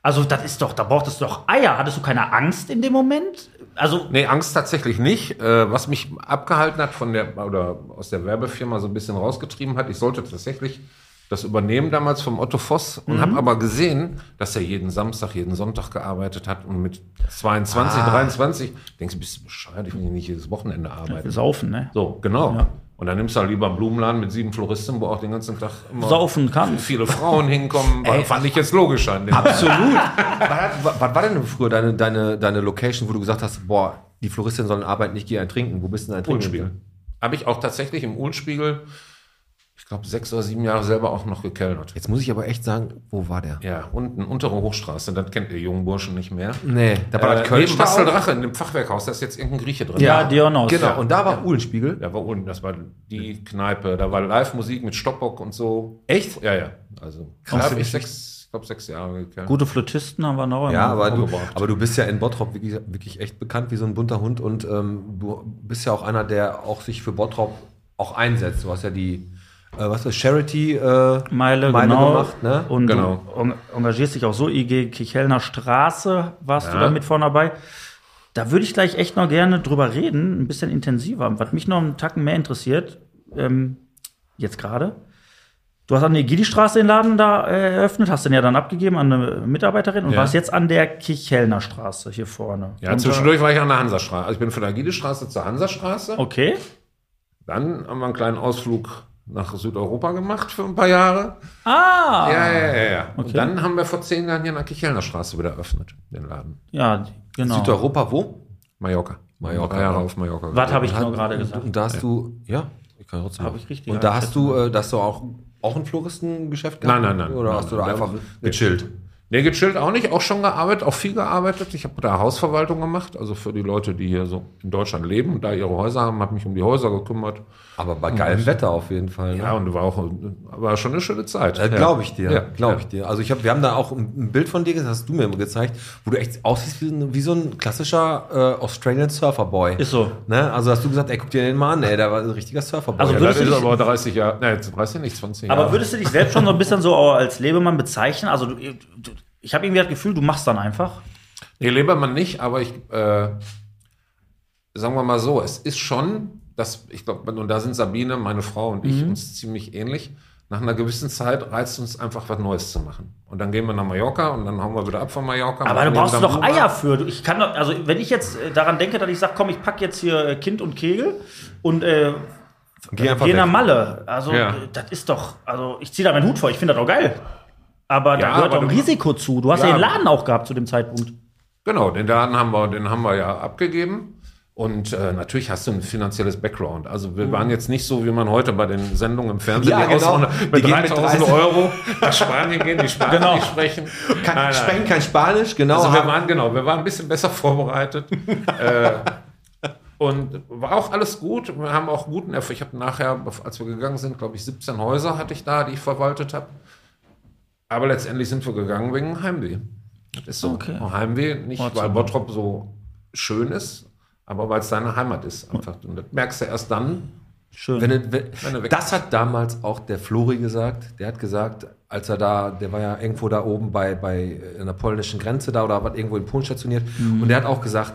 Also, das ist doch, da brauchtest du doch Eier. Hattest du keine Angst in dem Moment? Also, Nee, Angst tatsächlich nicht. Äh, was mich abgehalten hat von der oder aus der Werbefirma so ein bisschen rausgetrieben hat, ich sollte tatsächlich das übernehmen damals vom Otto Voss und habe aber gesehen, dass er jeden Samstag, jeden Sonntag gearbeitet hat und mit 22, 23 denkst du, bist du bescheuert, ich will hier nicht jedes Wochenende arbeiten. saufen, ne? So, genau. Ja. Und dann nimmst du halt lieber einen Blumenladen mit sieben Floristen, wo auch den ganzen Tag immer Saufen kann. viele Frauen hinkommen. fand ich jetzt logisch an dem Absolut. was, was, was war denn früher deine, deine, deine Location, wo du gesagt hast, boah, die Floristin sollen arbeiten, ich gehe ein Trinken. Wo bist du denn ein Trinken? Uhlenspiegel. Habe ich auch tatsächlich im Uhlenspiegel, ich glaube, sechs oder sieben Jahre selber auch noch gekellnert. Jetzt muss ich aber echt sagen, wo war der? Ja, unten, untere Hochstraße, das kennt ihr jungen Burschen nicht mehr. Nee, da war das Äh, neben Kölsch. Bastel Drache in dem Fachwerkhaus, da ist jetzt irgendein Grieche drin. Ja, Dionos. Genau, und da war Uhlenspiegel. Da war unten, das war die Kneipe, da war Live-Musik mit Stockbock und so. Echt? Ja, ja. Also, da habe ich sechs, ich glaube, sechs Jahre gekellnert. Gute Flötisten haben wir noch. Ja, aber du, Umgebracht. aber du bist ja in Bottrop wirklich, wirklich echt bekannt wie so ein bunter Hund und ähm, du bist ja auch einer, der auch sich für Bottrop auch einsetzt. Du hast ja die, äh, was ist das, Charity äh, Meile, genau. gemacht, ne? Und Genau. du en- engagierst dich auch so. IG Kichelner Straße warst du Ja. da mit vorne dabei. Da würde ich gleich echt noch gerne drüber reden, ein bisschen intensiver. Was mich noch einen Tacken mehr interessiert, ähm, jetzt gerade. Du hast an der Gidi-Straße den Laden da äh, eröffnet, hast den ja dann abgegeben an eine Mitarbeiterin und Ja. warst jetzt an der Kichelner Straße hier vorne. Ja, äh, Und, zwischendurch war ich an der Hansastraße. Also ich bin von der Gidestraße zur Hansastraße. Oh. äh, Okay. Dann haben wir einen kleinen Ausflug nach Südeuropa gemacht für ein paar Jahre. Ah! Ja, ja, ja. ja. Okay. Und dann haben wir vor zehn Jahren hier in der Kichelner Straße wieder eröffnet, den Laden. Ja, genau. Südeuropa, wo? Mallorca. Mallorca, Drei Jahre ja. auf Mallorca. Was habe ich Und nur hat- gerade und- gesagt? Und da hast du, ja, ich kann trotzdem. Hab machen. ich richtig Und da eingeschätzt. hast du, äh, da hast du auch, auch ein Floristengeschäft Nein, nein, nein. Oder Nein, hast du da nein. einfach Nein. gechillt? Nee, gechillt auch nicht, auch schon gearbeitet, auch viel gearbeitet. Ich habe da Hausverwaltung gemacht, also für die Leute, die hier so in Deutschland leben und da ihre Häuser haben, habe mich um die Häuser gekümmert. Aber bei geilem Wetter auf jeden Fall. Ne? Ja, und war auch war schon eine schöne Zeit. Äh, Ja. Glaube ich dir, Ja. glaube ich dir. Also ich hab, wir haben da auch ein ein Bild von dir, das hast du mir immer gezeigt, wo du echt aussiehst wie, ein- wie so ein klassischer äh, Australian Surfer Boy. Ist so. Ne? Also hast du gesagt, ey, guck dir den mal an, ey, da war ein richtiger Surfer Boy. Also Ja, das würdest du ist dich- aber 30 Jahre, nein, 30 nicht, 20 Jahre. Aber würdest du dich selbst schon so ein bisschen so als Lebemann bezeichnen? Also, du, du, ich habe irgendwie das Gefühl, du machst dann einfach. Nee, Lebermann nicht, aber ich, äh, sagen wir mal so, es ist schon, dass, ich glaube, und da sind Sabine, meine Frau und Mhm. ich uns ziemlich ähnlich. Nach einer gewissen Zeit reizt uns einfach was Neues zu machen. Und dann gehen wir nach Mallorca und dann hauen wir wieder ab von Mallorca. Aber du machen brauchst den doch Sambuca. Eier für. Du- Ich kann doch, also wenn ich jetzt äh, daran denke, dass ich sage, komm, ich pack jetzt hier äh, Kind und Kegel und äh, Geh einfach geh nach weg. Malle. Also Ja. äh, das ist doch, also ich ziehe da meinen Hut vor. Ich finde das auch geil. Aber da Ja, gehört aber doch ein du- Risiko zu. Du hast ja, Ja. den Laden auch gehabt zu dem Zeitpunkt. Genau, den Laden haben wir, den haben wir ja abgegeben. Und äh, natürlich hast du ein finanzielles Background. Also wir waren jetzt nicht so, wie man heute bei den Sendungen im Fernsehen Mhm. Ja, genau. aushauen, Die mit gehen mit 3000 30. Euro nach Spanien gehen, die Spanier Genau. nicht sprechen. Kann, Nein, nein. Sprechen kein Spanisch, genau. Also wir haben- waren genau, wir waren ein bisschen besser vorbereitet. äh, und war auch alles gut. Wir haben auch guten Erfolg. Ich habe nachher, als wir gegangen sind, glaube ich, 17 Häuser hatte ich da, die ich verwaltet habe. Aber letztendlich sind wir gegangen wegen Heimweh. Das ist so. Okay. Heimweh, nicht Bottrop. weil Bottrop so schön ist, aber weil es deine Heimat ist einfach. Und das merkst du erst dann. Schön. Wenn du, wenn, Wenn du weg das hat damals auch der Flori gesagt. Der hat gesagt, als er da, der war ja irgendwo da oben bei, bei einer polnischen Grenze da oder was irgendwo in Polen stationiert. Und der hat auch gesagt,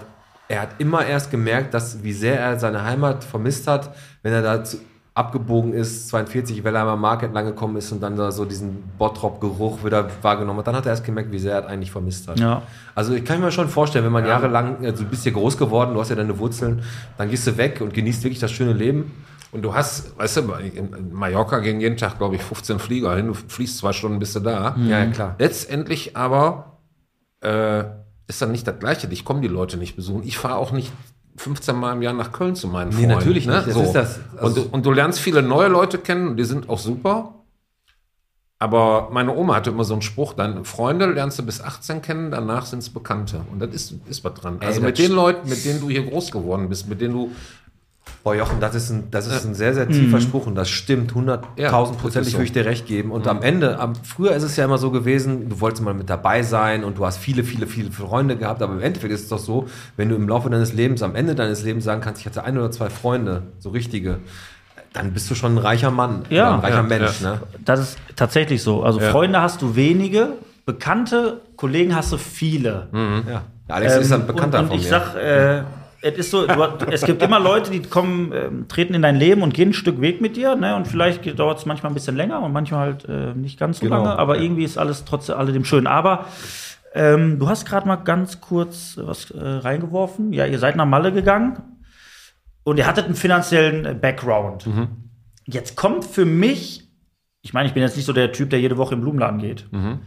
er hat immer erst gemerkt, dass wie sehr er seine Heimat vermisst hat, wenn er da zu, abgebogen ist, 42 Wellheimer Markt entlang gekommen ist und dann da so diesen Bottrop-Geruch wieder wahrgenommen hat. Dann hat er erst gemerkt, wie sehr er es eigentlich vermisst hat. Ja. Also ich kann mir schon vorstellen, wenn man jahrelang, also äh, so bist hier groß geworden, du hast ja deine Wurzeln, dann gehst du weg und genießt wirklich das schöne Leben. Und du hast, weißt du, in in Mallorca gehen jeden Tag, glaube ich, 15 Flieger hin. Du fliegst zwei Stunden, bist du da. Mhm. Ja, ja, klar. Letztendlich aber äh, ist dann nicht das Gleiche. Dich kommen die Leute nicht besuchen. Ich fahre auch nicht 15 Mal im Jahr nach Köln zu meinen Freunden. ne? natürlich nicht. Das So. ist das. Also- und, du, und du lernst viele neue Leute kennen und die sind auch super. Aber meine Oma hatte immer so einen Spruch, deine Freunde lernst du bis 18 kennen, danach sind es Bekannte. Und das ist, ist was dran. Also das mit den Leuten, mit denen du hier groß geworden bist, mit denen du Boah, Jochen, das ist ein, das ist ein sehr, sehr Mhm. tiefer Spruch und das stimmt Ja, das hunderttausendprozentig, ist so. Mhm. würde ich dir recht geben. Und am Ende, am, früher ist es ja immer so gewesen, du wolltest mal mit dabei sein und du hast viele, viele, viele Freunde gehabt, aber im Endeffekt ist es doch so, wenn du im Laufe deines Lebens, am Ende deines Lebens sagen kannst, ich hatte ein oder zwei Freunde, so richtige, dann bist du schon ein reicher Mann, Ja. oder ein reicher Ja, Mensch. ja. Ne? Das ist tatsächlich so. Also Freunde hast du wenige, Bekannte, Kollegen hast du Mhm. viele. Ja. Alex ist ein Bekannter Ähm, und, und von mir. ich sag, äh, es ist so, du, es gibt immer Leute, die kommen, ähm, treten in dein Leben und gehen ein Stück Weg mit dir, ne? Und vielleicht dauert es manchmal ein bisschen länger und manchmal halt äh, nicht ganz so Genau. lange, aber irgendwie ist alles trotz alledem schön. Aber ähm, du hast gerade mal ganz kurz was äh, reingeworfen. Ja, ihr seid nach Malle gegangen und ihr hattet einen finanziellen äh, Background. Mhm. Jetzt kommt für mich, ich meine, ich bin jetzt nicht so der Typ, der jede Woche im Blumenladen geht. Mhm.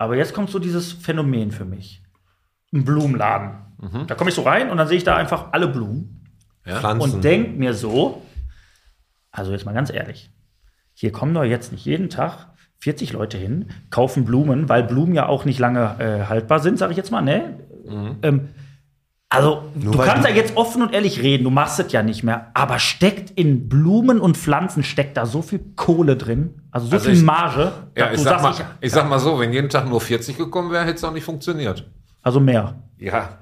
Aber jetzt kommt so dieses Phänomen für mich. Ein Blumenladen. Mhm. Da komme ich so rein und dann sehe ich da einfach alle Blumen Pflanzen. und denke mir so, also jetzt mal ganz ehrlich, hier kommen doch jetzt nicht jeden Tag 40 Leute hin, kaufen Blumen, weil Blumen ja auch nicht lange äh, haltbar sind, sage ich jetzt mal, ne? Mhm. Ähm, also, du weil kannst die- ja jetzt offen und ehrlich reden, du machst es ja nicht mehr, aber steckt in Blumen und Pflanzen steckt da so viel Kohle drin, also so Also viel ich- Marge, Ja, dass ich du sag, mal, sagst, ich sag mal so, wenn jeden Tag nur 40 gekommen wäre, hätte es auch nicht funktioniert. also mehr. Ja.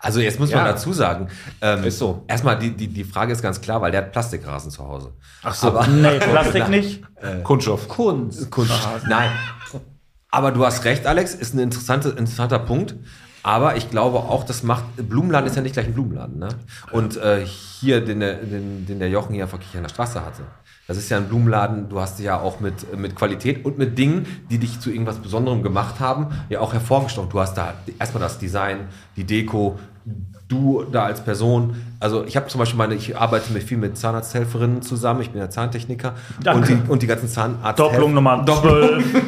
Also jetzt muss man Ja. dazu sagen, ähm, Ist so. erstmal die, die, die Frage ist ganz klar, weil der hat Plastikrasen zu Hause. Ach so, Nee, Plastik nicht. Kunststoff. Kunst. Äh, Kunst. Nein. Aber du hast recht, Alex, ist ein interessanter, interessanter Punkt. Aber ich glaube auch, das macht. Blumenladen ist ja nicht gleich ein Blumenladen, ne? Und äh, hier, den, der- den, den der Jochen hier auf der Kirchheimer Straße hatte. Das ist ja ein Blumenladen, du hast dich ja auch mit, mit Qualität und mit Dingen, die dich zu irgendwas Besonderem gemacht haben, ja auch hervorgestochen. Du hast da erstmal das Design, die Deko, du da als Person. Also ich habe zum Beispiel meine, ich arbeite mit viel mit Zahnarzthelferinnen zusammen, ich bin ja Zahntechniker. Und Danke. die, und die ganzen Zahnarzt. Doppelung Nummer Doppelung 12.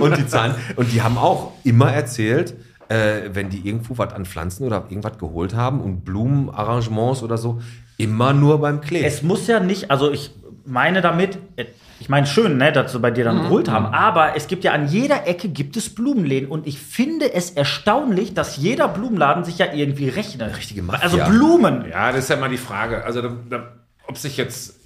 und die Zahlen. Und die haben auch immer erzählt, äh, wenn die irgendwo was an Pflanzen oder irgendwas geholt haben und Blumenarrangements oder so, immer nur beim Klee. Es muss ja nicht, also ich meine damit, äh, Ich meine, schön, ne, dass sie bei dir dann geholt haben. Aber es gibt ja an jeder Ecke gibt es Blumenläden und ich finde es erstaunlich, dass jeder Blumenladen sich ja irgendwie rechnet. Richtige Mafia. Also Blumen. Ja, das ist ja mal die Frage. Also, da, da, ob sich jetzt,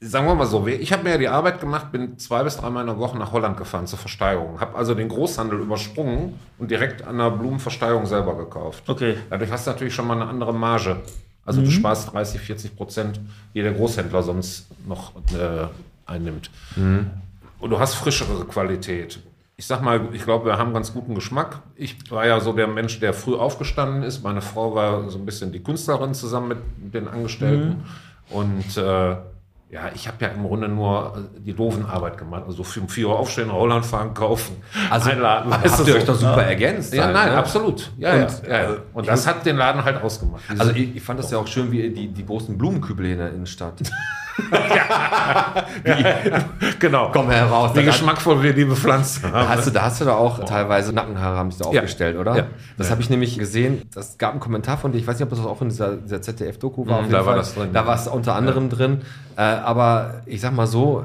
sagen wir mal so, ich habe mir ja die Arbeit gemacht, bin zwei bis dreimal in der Woche nach Holland gefahren zur Versteigerung. Habe also den Großhandel übersprungen und direkt an der Blumenversteigerung selber gekauft. Okay. Dadurch hast du natürlich schon mal eine andere Marge. Also, du sparst 30, 40 Prozent, die der Großhändler sonst noch äh, einnimmt. Und du hast frischere Qualität. Ich sag mal, ich glaube, wir haben ganz guten Geschmack. Ich war ja so der Mensch, der früh aufgestanden ist. Meine Frau war so ein bisschen die Künstlerin zusammen mit den Mhm. Angestellten. Und äh, ja, ich habe ja im Grunde nur äh, die doofen Arbeit gemacht. Also für um 4 Uhr aufstehen, nach Holland fahren, kaufen. Also einladen, weißt habt du ihr euch so. doch super ergänzt. Ja, halt, nein, ne? absolut. Ja, Und, äh, ja, ja. Und das hat den Laden halt ausgemacht. Also ich, ich fand das ja auch schön, wie die, die großen Blumenkübel hier in der Innenstadt. genau. Komm heraus. Wie da hat- geschmackvoll wir die bepflanzt haben. Hast du, da hast du da auch teilweise Nackenhaare haben sich da Ja. aufgestellt, oder? Ja. Das habe ich nämlich gesehen. Das gab einen Kommentar von dir. Ich weiß nicht, ob das auch in dieser, dieser ZDF-Doku war. Mhm, auf jeden da war Fall. das drin. Da war es unter anderem drin. Äh, aber ich sag mal so,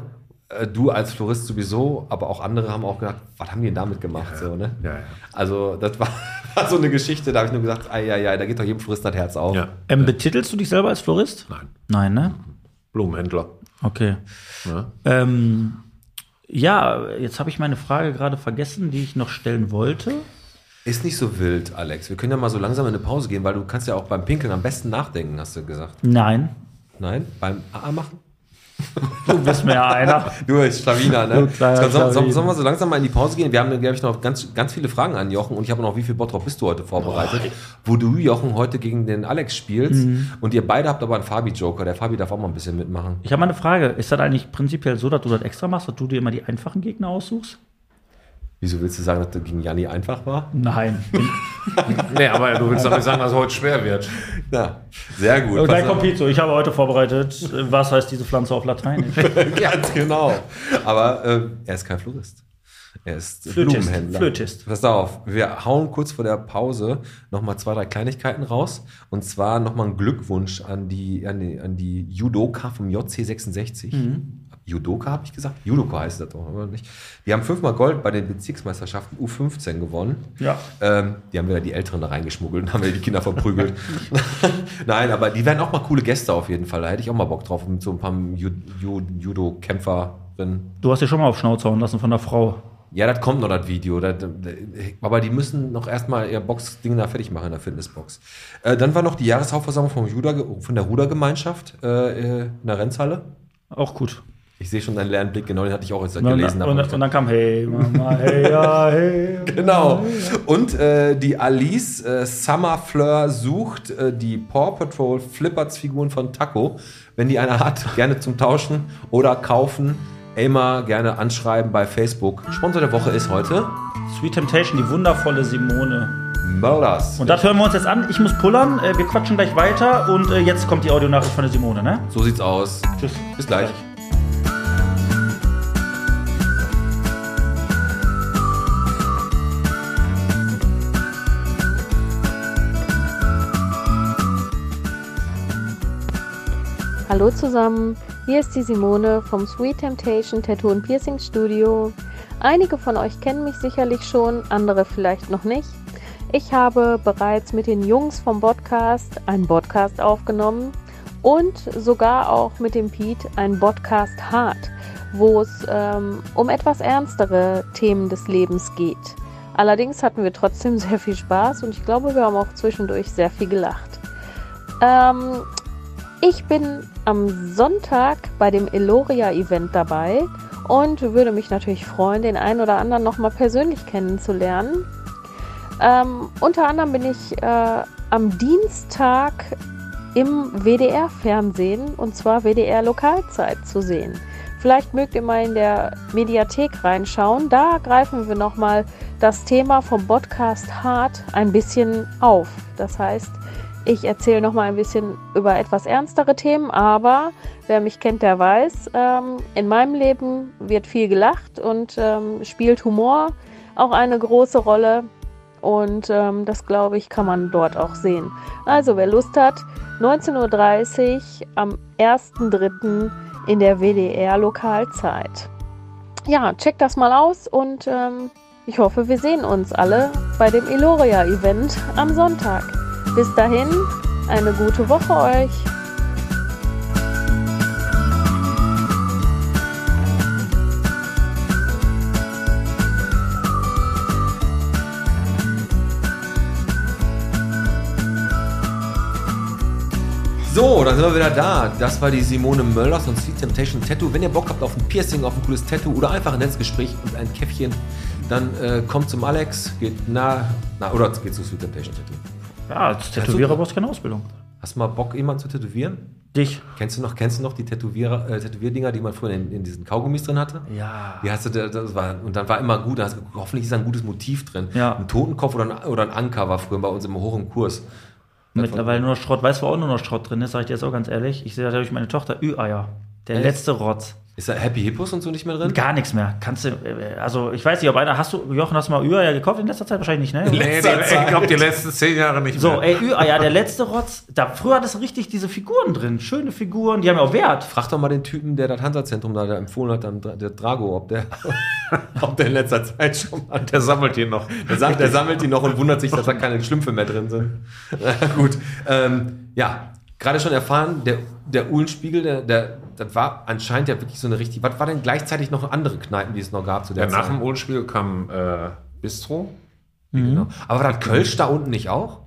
äh, du als Florist sowieso, aber auch andere haben auch gedacht, was haben die denn damit gemacht? so, ne? Ja, ja. Also das war, war so eine Geschichte, da habe ich nur gesagt, ei, ei, ei, da geht doch jedem Florist das Herz auf. Ja, Ähm, betitelst du dich selber als Florist? nein. Nein, ne? Blumenhändler. Okay. Ne? Ähm, ja, jetzt habe ich meine Frage gerade vergessen, die ich noch stellen wollte. Ist nicht so wild, Alex. Wir können ja mal so langsam in eine Pause gehen, weil du kannst ja auch beim Pinkeln am besten nachdenken, hast du gesagt. Nein. Nein? Beim AA machen? Du bist mir ja einer. Du bist Schlawiner, ne? Du kleiner Sollen soll, soll Schlawiner. sollen wir so langsam mal in die Pause gehen? Wir haben, glaube ich, noch ganz, ganz viele Fragen an Jochen und ich habe noch, wie viel Bottrop bist du heute vorbereitet? wo du, Jochen, heute gegen den Alex spielst und ihr beide habt aber einen Fabi-Joker. Der Fabi darf auch mal ein bisschen mitmachen. Ich habe mal eine Frage. Ist das eigentlich prinzipiell so, dass du das extra machst, dass du dir immer die einfachen Gegner aussuchst? Wieso willst du sagen, dass das gegen Janni einfach war? Nein. Nee, aber du willst doch nicht sagen, dass es heute schwer wird. Ja, sehr gut. Und dann Pass auf. kommt Pizzo. Ich habe heute vorbereitet, äh, was heißt diese Pflanze auf Lateinisch? Ganz genau. Aber äh, er ist kein Florist. Er ist Flötist, Blumenhändler. Flötist. Pass auf, wir hauen kurz vor der Pause nochmal zwei, drei Kleinigkeiten raus. Und zwar nochmal ein Glückwunsch an die, an die, an die Judoka vom JC66. Mhm. Judoka habe ich gesagt? Judoka heißt das doch, oder nicht? Die haben fünfmal Gold bei den Bezirksmeisterschaften U15 gewonnen. Ja. Ähm, die haben wieder die Älteren da reingeschmuggelt und haben wieder die Kinder verprügelt. Nein, aber die wären auch mal coole Gäste auf jeden Fall. Da hätte ich auch mal Bock drauf mit so ein paar Ju Ju Judo-Kämpferinnen. Du hast dich schon mal auf Schnauze hauen lassen von der Frau. Ja, das kommt noch, das Video. Das, aber die müssen noch erstmal ihr Boxding da fertig machen in der Fitnessbox. Äh, dann war noch die Jahreshauptversammlung vom Juda, von der Rudergemeinschaft äh, in der Renzhalle. Auch gut. Ich sehe schon deinen leeren Blick, genau den hatte ich auch jetzt Und, dann- gelesen. aber und, ich dann- und dann kam, hey, Mama, hey, ja, hey. Genau. Und äh, die Alice äh, Summerfleur sucht äh, die Paw Patrol Flippers Figuren von Taco. Wenn die eine hat, gerne zum Tauschen oder kaufen. Elmar gerne anschreiben bei Facebook. Sponsor der Woche ist heute Sweet Temptation, die wundervolle Simone. Mörders. Und das hören wir uns jetzt an. Ich muss pullern, äh, wir quatschen gleich weiter und äh, jetzt kommt die Audionachricht von der Simone, ne? So sieht's aus. Tschüss. Bis gleich. Hallo zusammen, hier ist die Simone vom Sweet Temptation Tattoo und Piercing Studio. Einige von euch kennen mich sicherlich schon, andere vielleicht noch nicht. Ich habe bereits mit den Jungs vom Podcast einen Podcast aufgenommen und sogar auch mit dem Pete einen Podcast Hard, wo es ähm, um etwas ernstere Themen des Lebens geht. Allerdings hatten wir trotzdem sehr viel Spaß und ich glaube, wir haben auch zwischendurch sehr viel gelacht. Ähm, ich bin am Sonntag bei dem Eloria-Event dabei und würde mich natürlich freuen, den einen oder anderen nochmal persönlich kennenzulernen. Ähm, unter anderem bin ich äh, am Dienstag im WDR-Fernsehen und zwar WDR-Lokalzeit zu sehen. Vielleicht mögt ihr mal in der Mediathek reinschauen. Da greifen wir nochmal das Thema vom Podcast Hart ein bisschen auf. Das heißt, ich erzähle noch mal ein bisschen über etwas ernstere Themen, aber wer mich kennt, der weiß, ähm, in meinem Leben wird viel gelacht und ähm, spielt Humor auch eine große Rolle. Und ähm, das, glaube ich, kann man dort auch sehen. Also, wer Lust hat, 19.30 Uhr am 1.3. in der WDR-Lokalzeit. Ja, checkt das mal aus und ähm, ich hoffe, wir sehen uns alle bei dem Eloria-Event am Sonntag. Bis dahin, eine gute Woche euch. So, dann sind wir wieder da. Das war die Simone Möllers von Sweet Temptation Tattoo. Wenn ihr Bock habt auf ein Piercing, auf ein cooles Tattoo oder einfach ein Netzgespräch und ein Käffchen, dann äh, kommt zum Alex, geht nah, na, oder geht zu Sweet Temptation Tattoo. Ja, als Tätowierer brauchst du keine Ausbildung. Hast du mal Bock, jemanden zu tätowieren? Dich? Kennst du noch, kennst du noch die Tätowierer, äh, Tätowierdinger, die man früher in, in diesen Kaugummis drin hatte? Ja. Die hast du, da- das war, und dann war immer gut, da hast du, geguckt, hoffentlich ist da ein gutes Motiv drin. Ja. Ein Totenkopf oder ein, oder ein Anker war früher bei uns im hohen Kurs. Mittlerweile nur noch Schrott. Weißt du, wo auch nur noch Schrott drin ist? Sag ich dir jetzt auch ganz ehrlich. Ich sehe dadurch meine Tochter Ü-Eier. Der Echt? letzte Rotz. Ist da Happy Hippos und so nicht mehr drin? Gar nichts mehr. Kannst du, äh, also ich weiß nicht, ob einer, hast du, Jochen, hast du mal Ü-Eier gekauft in letzter Zeit? Wahrscheinlich nicht, ne? Nee, Letzter die- Zeit. ich glaube, die letzten zehn Jahre nicht So, mehr. ey, Ü-Eier, der letzte Rotz. Da, früher hattest du richtig diese Figuren drin. Schöne Figuren, die haben ja auch Wert. Frag doch mal den Typen, der das Hansa-Zentrum da der empfohlen hat, dann Dra- der Drago, ob der, ob der in letzter Zeit schon mal. Der sammelt hier noch. Der, sam der sammelt die noch und wundert sich, dass da keine Schlümpfe mehr drin sind. Na Gut. Ähm, ja, gerade schon erfahren, der, der Uhlenspiegel, der, der, das war anscheinend ja wirklich so eine richtige. Was war denn gleichzeitig noch andere Kneipen, die es noch gab zu der Ja, nach Zeit? dem Ohlenspiel kam äh, Bistro. ne? Genau. Aber war das Kölsch da unten nicht auch?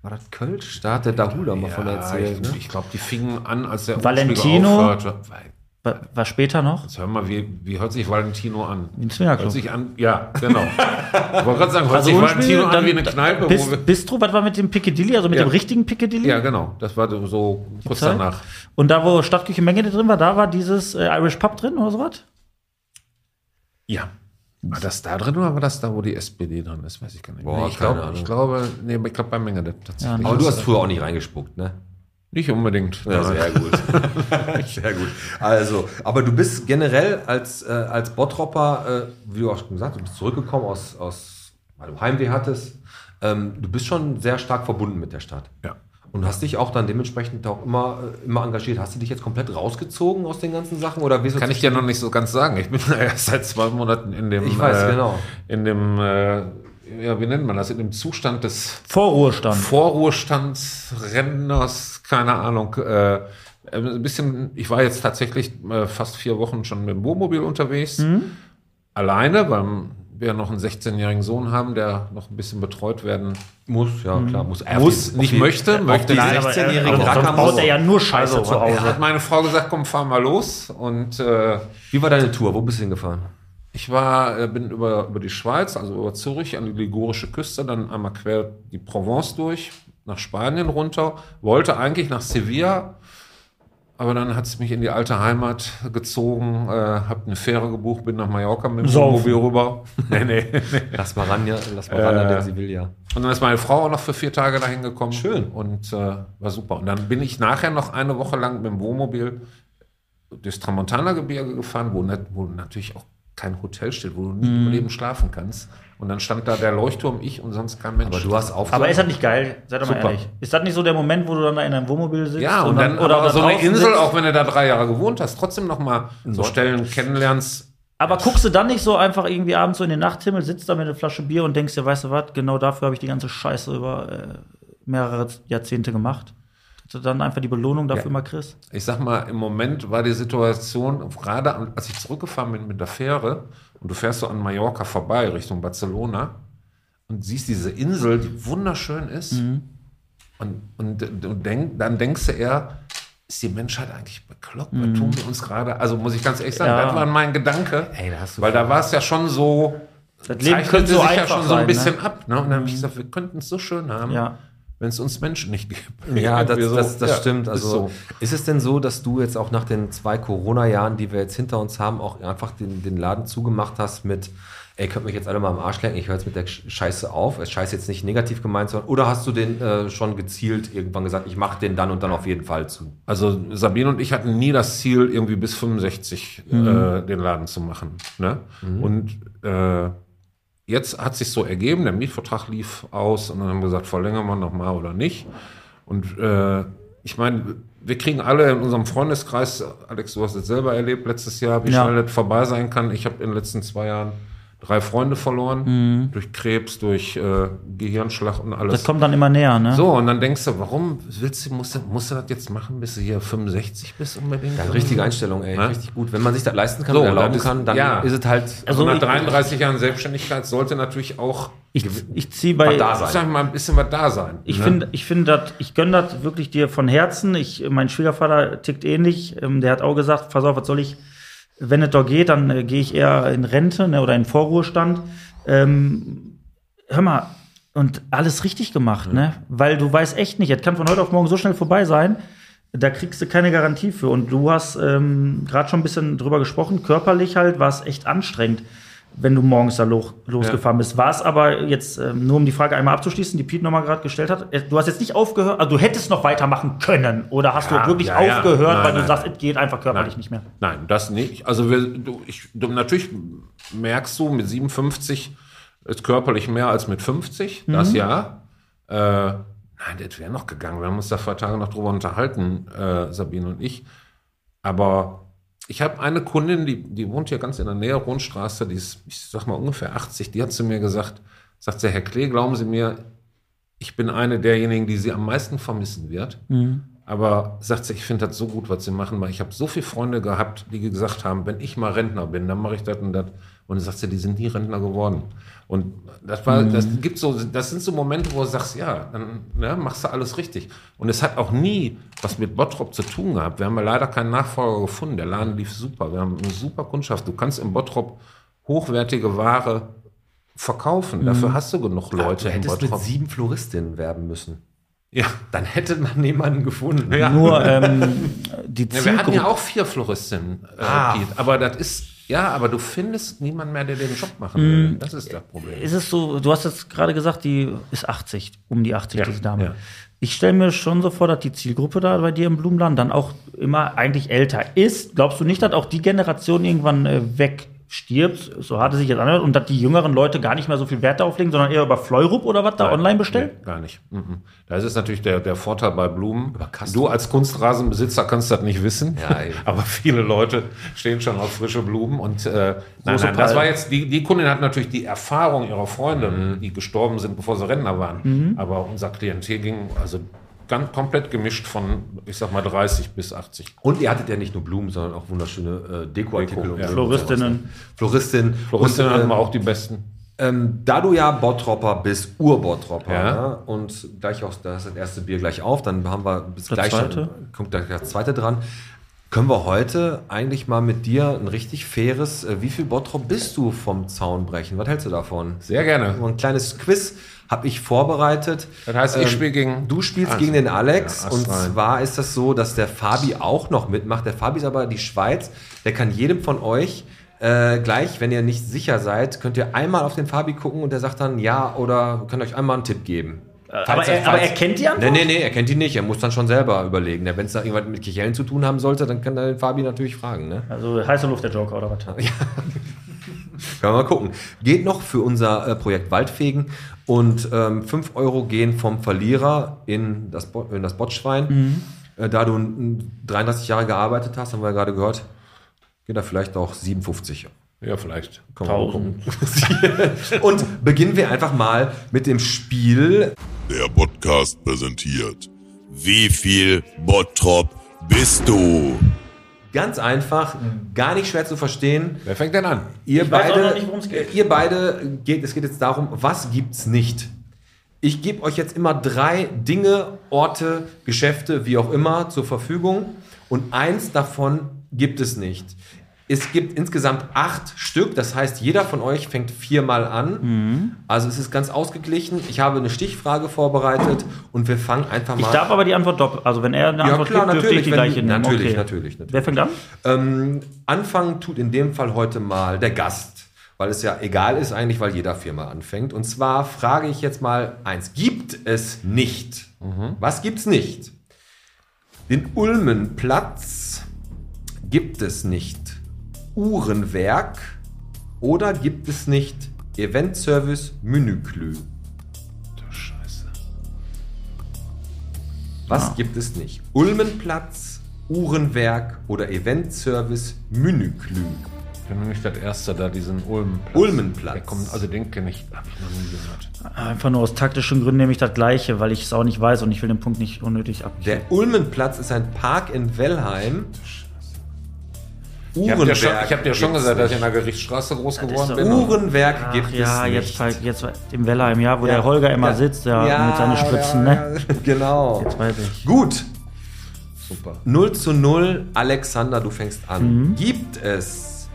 War das Kölsch? Da hat der Dahula mal von erzählt. ich Ne? ich glaube, die fingen an, als der Valentino? Ohlenspiegel aufhörte. Wa- War später noch? Jetzt hör mal, wie, wie hört sich Valentino an? Im Swingerclub. Hört sich an, ja, genau. Ich wollte gerade Also sagen, hört sich Ohlenspiegel, Valentino an wie eine Kneipe, Also Bis, wo wir. Bistro, was war mit dem Piccadilly, also mit Ja. dem richtigen Piccadilly? Ja, genau. Das war so kurz Zeit. danach. Und da, wo Stadtküche Menge drin war, da war dieses äh, Irish Pub drin oder sowas? Ja. War das da drin oder war das da, wo die SPD drin ist? Weiß ich gar nicht. Boah, ich, keine glaube, Ahnung. ich glaube, nee, ich glaube bei Menge tatsächlich. Ja, ne. Aber du hast früher auch nicht reingespuckt, ne? nicht unbedingt. Ja, Nein. sehr gut. sehr gut. Also, aber du bist generell als, äh, als Bottropper, äh, wie du auch schon gesagt hast, du bist zurückgekommen aus, aus weil du Heimweh hattest. Ähm, du bist schon sehr stark verbunden mit der Stadt. Ja. Und hast dich auch dann dementsprechend auch immer, äh, immer engagiert. Hast du dich jetzt komplett rausgezogen aus den ganzen Sachen? Oder wie Kann ich dir noch nicht so ganz sagen. Ich bin ja erst seit zwei Monaten in dem. äh, Ich weiß, genau. In dem, äh, ja, wie nennt man das? In dem Zustand des Vorruhestand. Vorruhestandsrentners, keine Ahnung. Äh, ein bisschen, ich war jetzt tatsächlich äh, fast vier Wochen schon mit dem Wohnmobil unterwegs. Mhm. Alleine, weil wir noch einen 16-jährigen Sohn haben, der noch ein bisschen betreut werden muss, ja klar, muss. Mhm. muss, nicht möchte, möchte die nicht. aber, äh, 16-jährige aber Racker sonst baut muss- er ja nur Scheiße Also, zu Da Hause. hat meine Frau gesagt, komm, fahr mal los. Und äh, Wie war deine Tour? Wo bist du hingefahren? Ich war, äh, bin über, über die Schweiz, also über Zürich an die ligurische Küste, dann einmal quer die Provence durch, nach Spanien runter, wollte eigentlich nach Sevilla, aber dann hat es mich in die alte Heimat gezogen, äh, hab eine Fähre gebucht, bin nach Mallorca mit dem Saufen. Wohnmobil rüber. nee, nee. Lass mal ran, ja, lass mal ran an den Äh, Sevilla. Und dann ist meine Frau auch noch für vier Tage dahin gekommen. Schön. Und äh, war super. Und dann bin ich nachher noch eine Woche lang mit dem Wohnmobil durchs Tramontana-Gebirge gefahren, wo, nat- wo natürlich auch kein Hotel steht, wo du nie im Leben schlafen kannst. Und dann stand da der Leuchtturm, ich und sonst kein Mensch. Aber du hast auf. Aber ist das nicht geil? Seid doch mal Super. ehrlich. Ist das nicht so der Moment, wo du dann da in deinem Wohnmobil sitzt? ja, und dann, oder da aber so eine draußen Insel, sitzt? auch wenn du da drei Jahre gewohnt hast, trotzdem noch mal so Stellen kennenlernst. Aber guckst du dann nicht so einfach irgendwie abends so in den Nachthimmel, sitzt da mit einer Flasche Bier und denkst dir, weißt du was, genau dafür habe ich die ganze Scheiße über äh, mehrere Jahrzehnte gemacht. Dass du dann einfach die Belohnung dafür mal kriegst. Ich sag mal, im Moment war die Situation, gerade an- als ich zurückgefahren bin mit der Fähre und du fährst so an Mallorca vorbei Richtung Barcelona und siehst diese Insel, die wunderschön ist Mhm. und, und, und denk, dann denkst du eher, ist die Menschheit eigentlich bekloppt? Was tun wir uns gerade? Also muss ich ganz ehrlich sagen, Mhm. Ja. das war mein Gedanke, Ey, da hast du weil da war es ja schon so, Das Leben zeichnete könnte so sich einfach ja schon sein, so ein bisschen ne? ab. Ne? Und dann habe ich gesagt, wir könnten es so schön haben, Ja. wenn es uns Menschen nicht gibt. Ja, das, Irgendwie so. das, das Ja, stimmt. ist Also ist, so. es denn so, dass du jetzt auch nach den zwei Corona-Jahren, die wir jetzt hinter uns haben, auch einfach den, den Laden zugemacht hast mit, ey, könnt mich jetzt alle mal am Arsch lecken, ich höre jetzt mit der Sch- Scheiße auf. Es scheiße jetzt nicht negativ gemeint, sondern oder hast du den äh, schon gezielt irgendwann gesagt, ich mache den dann und dann auf jeden Fall zu? Also Sabine und ich hatten nie das Ziel, irgendwie bis 65 äh, Mhm. den Laden zu machen. Ne? Und äh, jetzt hat sich so ergeben, der Mietvertrag lief aus und dann haben wir gesagt, verlängern wir nochmal oder nicht. Und äh, ich meine, wir kriegen alle in unserem Freundeskreis, Alex, du hast es selber erlebt letztes Jahr, wie Ja. schnell das vorbei sein kann. Ich habe in den letzten zwei Jahren drei Freunde verloren, durch Krebs, durch äh, Gehirnschlag und alles. Mhm. Das kommt dann immer näher, ne? so, und dann denkst du, warum willst du, musst, du, musst du das jetzt machen, bis du hier 65 bist unbedingt? Ja, richtige Einstellung, ey. Ne? Richtig gut. Wenn man sich das leisten kann So, und erlauben dann ist- kann, dann ja. ist es halt. Also nach ich- 33 Jahren Selbstständigkeit sollte natürlich auch, Ich, ich ziehe bei. da sein. sag ich mal, ein bisschen was da sein. Ich ne? finde, ich finde das, ich gönne das wirklich dir von Herzen. Ich, mein Schwiegervater tickt ähnlich. Ähm, der hat auch gesagt, pass auf, was soll ich, wenn es doch geht, dann äh, gehe ich eher in Rente ne, oder in Vorruhestand. Ähm, hör mal, und alles richtig gemacht, ne? Weil du weißt echt nicht, es kann von heute auf morgen so schnell vorbei sein. Da kriegst du keine Garantie für. Und du hast ähm, gerade schon ein bisschen drüber gesprochen, körperlich halt war es echt anstrengend, wenn du morgens da lo losgefahren bist. War es aber jetzt, ähm, nur um die Frage einmal abzuschließen, die Pete nochmal gerade gestellt hat, äh, du hast jetzt nicht aufgehört, also du hättest noch weitermachen können oder hast Ja, du wirklich ja, ja. aufgehört, Nein, weil du nein. sagst, es geht einfach körperlich Nein. nicht mehr. Nein, das nicht. Also wir, du, ich, du, natürlich merkst du, mit 57 ist körperlich mehr als mit 50, das ja. Äh, nein, das wäre noch gegangen. Wir haben uns da vor Tagen noch drüber unterhalten, äh, Sabine und ich. Aber ich habe eine Kundin, die, die wohnt hier ganz in der Nähe, Rundstraße, die ist, ich sag mal, ungefähr 80, die hat zu mir gesagt, sagt sie, Herr Klee, glauben Sie mir, ich bin eine derjenigen, die sie am meisten vermissen wird. Aber sagt sie, ich finde das so gut, was sie machen, weil ich habe so viele Freunde gehabt, die gesagt haben, wenn ich mal Rentner bin, dann mache ich das und das. Und sagt sie, die sind nie Rentner geworden. Und das war, das gibt so, das sind so Momente, wo du sagst, ja, dann ne, machst du alles richtig. Und es hat auch nie was mit Bottrop zu tun gehabt. Wir haben ja leider keinen Nachfolger gefunden. Der Laden lief super. Wir haben eine super Kundschaft. Du kannst in Bottrop hochwertige Ware verkaufen. Dafür hast du genug Leute Mhm. du in hättest mit Bottrop. sieben Floristinnen werben müssen. Ja. Dann hätte man jemanden gefunden. Ja. Nur ähm, die Ja, wir hatten Zielgruppe. ja auch vier Floristinnen, äh, Ah. Piet. aber das ist, ja, aber du findest niemanden mehr, der den Job machen Mhm. will. Das ist das Problem. ist es so, du hast jetzt gerade gesagt, die ist 80, um die 80, diese Dame. ja. Ich stelle mir schon so vor, dass die Zielgruppe da bei dir im Blumenladen dann auch immer eigentlich älter ist. Glaubst du nicht, dass auch die Generation irgendwann äh, wegstirbt, so hart es sich jetzt anhört, und dass die jüngeren Leute gar nicht mehr so viel Wert darauf legen, sondern eher über Fleurup oder was da online bestellen? Nee, gar nicht. Mhm. Da ist es natürlich der, der Vorteil bei Blumen. Kasten. Du als Kunstrasenbesitzer kannst das nicht wissen. Ja, eben. aber viele Leute stehen schon auf frische Blumen. Und äh, nein, nein, das Palmen. war jetzt, die, die Kundin hat natürlich die Erfahrung ihrer Freunde, Mhm. die gestorben sind, bevor sie Rentner waren. Aber unser Klientel ging also ganz komplett gemischt von, ich sag mal, 30 bis 80. Und ihr hattet ja nicht nur Blumen, sondern auch wunderschöne äh, Dekoartikel. Deko, und ja. so. Floristinnen. Floristinnen. Floristinnen Und, hatten ähm, wir auch die besten. Ähm, da du ja Bottropper bist, Urbottropper, Ja. ne? und gleich auch da ist das erste Bier gleich auf, dann haben wir bis Das gleich zweite? schon, kommt gleich das zweite dran. Können wir heute eigentlich mal mit dir ein richtig faires, äh, wie viel Bottrop bist du vom Zaun brechen? Was hältst du davon? Sehr gerne. So ein kleines Quiz habe ich vorbereitet. Ähm, Das heißt, ich spiel gegen- Du spielst Also, gegen den Alex. ja, und Astral. zwar ist das so, dass der Fabi auch noch mitmacht. Der Fabi ist aber die Schweiz. Der kann jedem von euch äh, gleich, wenn ihr nicht sicher seid, könnt ihr einmal auf den Fabi gucken und der sagt dann ja oder kann euch einmal einen Tipp geben. Äh, aber er- aber er kennt die Antwort? Nee, nee, nee, er kennt die nicht. Er muss dann schon selber überlegen. Wenn es da irgendwas mit Kichellen zu tun haben sollte, dann kann er den Fabi natürlich fragen. Ne? Also heiße Luft der Joker oder was? Können wir mal gucken. Geht noch für unser äh, Projekt Waldfegen und ähm, 5 Euro gehen vom Verlierer in das, Bo in das Botschwein. Äh, da du n- 33 Jahre gearbeitet hast, haben wir ja gerade gehört, geht da vielleicht auch 57. Ja, vielleicht. Können wir mal gucken. und beginnen wir einfach mal mit dem Spiel. Der Podcast präsentiert. Wie viel Bottrop bist du? Ganz einfach, gar nicht schwer zu verstehen. Wer fängt denn an? Ihr Ich weiß auch beide, noch nicht, worum's geht. ihr beide geht, es geht jetzt darum, was gibt's nicht? Ich gebe euch jetzt immer drei Dinge, Orte, Geschäfte, wie auch immer zur Verfügung und eins davon gibt es nicht. Es gibt insgesamt acht Stück, das heißt, jeder von euch fängt viermal an. Mhm. Also es ist ganz ausgeglichen. Ich habe eine Stichfrage vorbereitet und wir fangen einfach mal Ich darf aber die Antwort doppelt. Also wenn er eine Ja, Antwort klar, gibt, dürfte ich die natürlich, wenn- gleiche nehmen. natürlich, natürlich, natürlich. Wer fängt an? Ähm, anfangen tut in dem Fall heute mal der Gast, weil es ja egal ist eigentlich, weil jeder Firma anfängt. Und zwar frage ich jetzt mal eins. Gibt es nicht? Mhm. Was gibt's nicht? Den Ulmenplatz gibt es nicht. Uhrenwerk oder gibt es nicht Eventservice Menüklü? Scheiße. Was gibt es nicht? Ulmenplatz, Uhrenwerk oder Eventservice Müniklü. Ich bin nämlich das erste da, diesen Ulmenplatz. Ulmenplatz. Der kommt, also den kenne ich, habe ich noch nie gehört. Einfach nur aus taktischen Gründen nehme ich das gleiche, weil ich es auch nicht weiß und ich will den Punkt nicht unnötig ab. Der Ulmenplatz ist ein Park in Wellheim. Ich habe dir schon, ich hab dir schon gibt's gesagt, dass ich nicht. in der Gerichtsstraße groß ist geworden doch- bin. und- Uhrenwerk Ach, gibt ja, es jetzt, nicht. halt, jetzt war- im Wellerheim, ja, wo Ja. der Holger immer sitzt, ja, mit seinen Spritzen, ne? ja, genau. Jetzt weiß ich. Gut, Super. 0 zu 0. Alexander, du fängst Mhm. an. Gibt es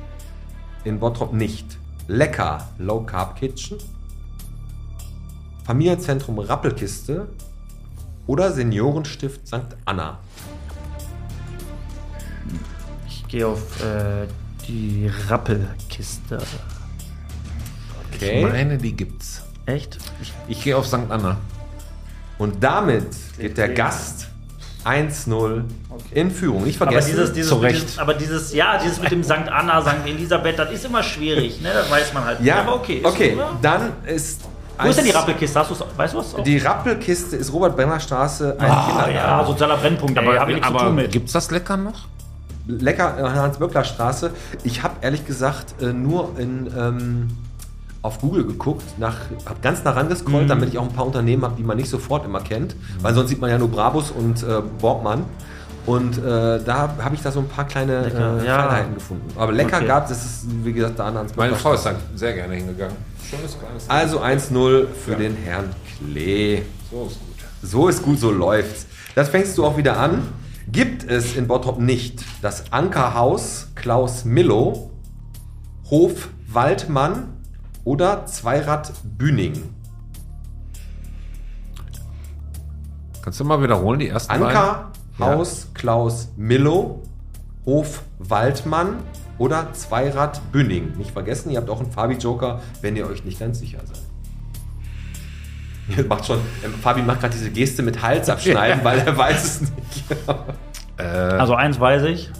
in Bottrop nicht lecker Low Carb Kitchen, Familienzentrum Rappelkiste oder Seniorenstift St. Anna? Ich gehe auf äh, die Rappelkiste. Ich Okay. meine, die gibt's. Echt? Ich, Ich gehe auf St. Anna. Und damit geht der Gast 1-0 in Führung. Nicht vergessen, zu Recht. aber dieses, ja, dieses mit dem St. Anna, St. Elisabeth, das ist immer schwierig, ne? Das weiß man halt. ja, aber okay. ist okay, super. dann ist Wo ist denn die Rappelkiste? Hast du's, weißt du was? Die Rappelkiste ist Robert Brenner Straße ein Ah, Kindergarten. ja, sozialer Brennpunkt, aber habe ich nichts zu tun mit. gibt's das lecker noch? lecker an der Hans-Böckler-Straße. Ich habe ehrlich gesagt äh, nur in, ähm, auf Google geguckt, nach, hab ganz nah Mhm. rangescrollt, damit ich auch ein paar Unternehmen habe, die man nicht sofort immer kennt, weil sonst sieht man ja nur Brabus und äh, Borgmann. Und äh, da habe ich da so ein paar kleine Lecker, äh, ja. Feinheiten gefunden. Aber lecker Okay. gab es, das ist wie gesagt da an der hans Meine böckler Frau ist da sehr gerne hingegangen. Schönes kleines. Also 1-0 für den Herrn Klee. So ist gut. So ist gut, so läuft's. Das fängst du auch wieder an. Gibt es in Bottrop nicht das Ankerhaus Klaus Millow, Hof Waldmann oder Zweirad Bühning? Kannst du mal wiederholen, die ersten beiden? Ankerhaus Klaus Millow, Hof Waldmann oder Zweirad Bühning? Nicht vergessen, ihr habt auch einen Fabi-Joker, wenn ihr euch nicht ganz sicher seid. Ihr Macht schon, ähm, Fabi macht gerade diese Geste mit Hals abschneiden, weil er weiß es nicht. äh, Also eins weiß ich.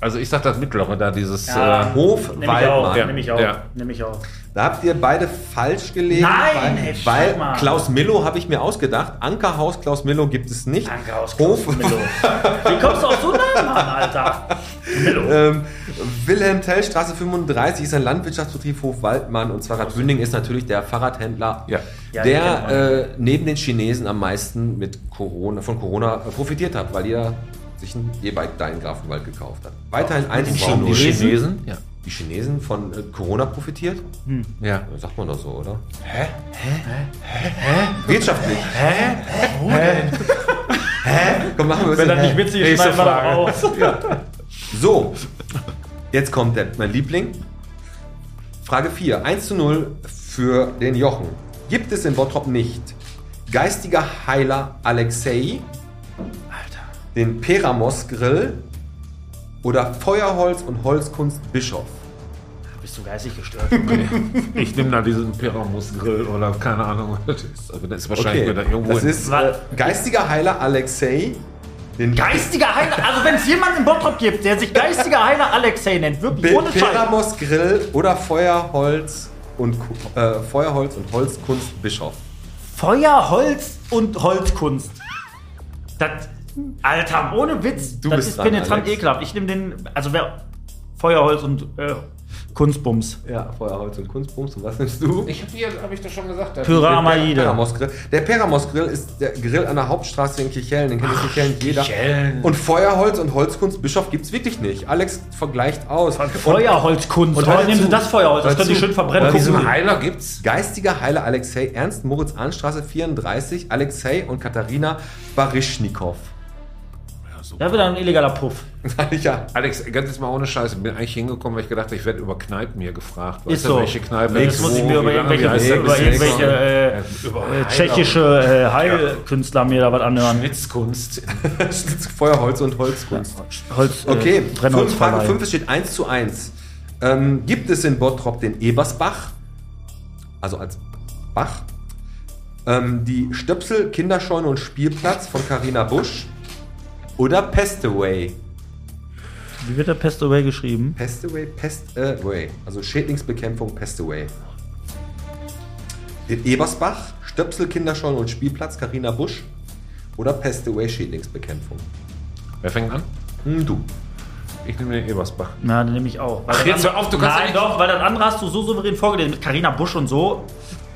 Also ich sag das mittlere da, dieses. Ja. Äh, Hof Nimm ich auch, Waldmann. Ja. nimm ich auch, Ja. nimm ich auch. Da habt ihr beide falsch gelegen. Nein, weil, ey, schau weil mal. Klaus Millow habe ich mir ausgedacht. Ankerhaus Klaus Millow gibt es nicht. Ankerhaus Hof Klaus Millo. Wie kommst du auf so einen Namen an, Alter? Millo. ähm, Wilhelm Tell Straße 35 ist ein Landwirtschaftsbetrieb Hof Waldmann und Fahrrad Bünding ist natürlich der Fahrradhändler, Ja. Ja, den der äh, neben den Chinesen am meisten mit Corona, von Corona äh, profitiert hat, weil ihr sich ein E-Bike da in Grafenwald gekauft habt. Weiterhin 1 zu die 0. Chinesen? Ja. Die Chinesen von äh, Corona profitiert? Hm. ja. Sagt man doch so, oder? Hä? Hä? Hä? Wirtschaftlich. Hä? Hä? Hä? Komm, machen wir Wenn das ein nicht Hä. witzig ist, Nächste schneiden wir doch auf. So, jetzt kommt der, mein Liebling. Frage 4. 1 zu 0 für den Jochen. Gibt es in Bottrop nicht geistiger Heiler Alexei, den Peramos Grill oder Feuerholz und Holzkunst Bischof? Bist du geistig gestört? Ich nehme da diesen Pyramus-Grill oder keine Ahnung, was das ist. Aber das ist wahrscheinlich wieder irgendwo. das in- ist äh, geistiger Heiler Alexei, den Geistiger Heiler, also wenn es jemanden in Bottrop gibt, der sich geistiger Heiler Alexei nennt, wirklich Be- ohne Scheiß. Peramos Grill oder Feuerholz und Ku- äh, Feuerholz und Holzkunst Bischof. Feuer, Holz und Holzkunst. Das, Alter, ohne Witz, Du das bist ist dran, penetrant Alex. ekelhaft. Ich nehme den, also wer, Feuer, Holz und äh, Kunstbums. Ja, Feuerholz und Kunstbums. Und was nimmst du? Ich habe hier, habe ich das schon gesagt. da- Pyramaide. Peramos Grill. Der Peramos Grill ist der Grill an der Hauptstraße in Kichellen. Den kennt in Kichellen jeder. Kichellen. Und Feuerholz und Holzkunst Bischof gibt's wirklich nicht. Alex vergleicht aus. Feuer, Holz, Kunst. Und hör Oh, nehmen zu. Sie das Feuerholz, das Hör könnt ihr zu. schön Bei verbrennen. diesem Gucken. Heiler gibt's. Geistiger Heiler Alexei Ernst Moritz Ahnstraße 34, Alexei und Katharina Barischnikow. Da wird dann ein illegaler Puff. ja. Alex, ganz jetzt mal ohne Scheiße, bin eigentlich hingekommen, weil ich gedacht habe, ich werde über Kneipen hier gefragt. Ist so. welche Kneipe? Jetzt muss ich mir über irgendwelche, über irgendwelche äh, äh, tschechische äh, Heilkünstler mir da was anhören. Schnitzkunst. Feuerholz und Holzkunst. Äh, Holz, äh, Okay, fünf, Frage Brennholzverleih. 5, es steht 1 zu 1. Ähm, gibt es in Bottrop den Ebersbach? Also als Bach. Ähm, die Stöpsel, Kinderscheune und Spielplatz von Carina Busch. Oder Pestaway. Wie wird der Pesto Away geschrieben? Pestaway, Pestaway. Also Schädlingsbekämpfung, Pestaway. Den Ebersbach, Stöpsel, Kinderscheune und Spielplatz, Carina Busch. Oder Pest-Away-Schädlingsbekämpfung. Wer fängt an? Hm, du. Ich nehme den Ebersbach. Na, den nehme ich auch. Weil Ach, das jetzt andere- hör auf, du kannst Nein, ja nicht- doch, weil das andere hast du so souverän vorgelesen mit Carina Busch und so.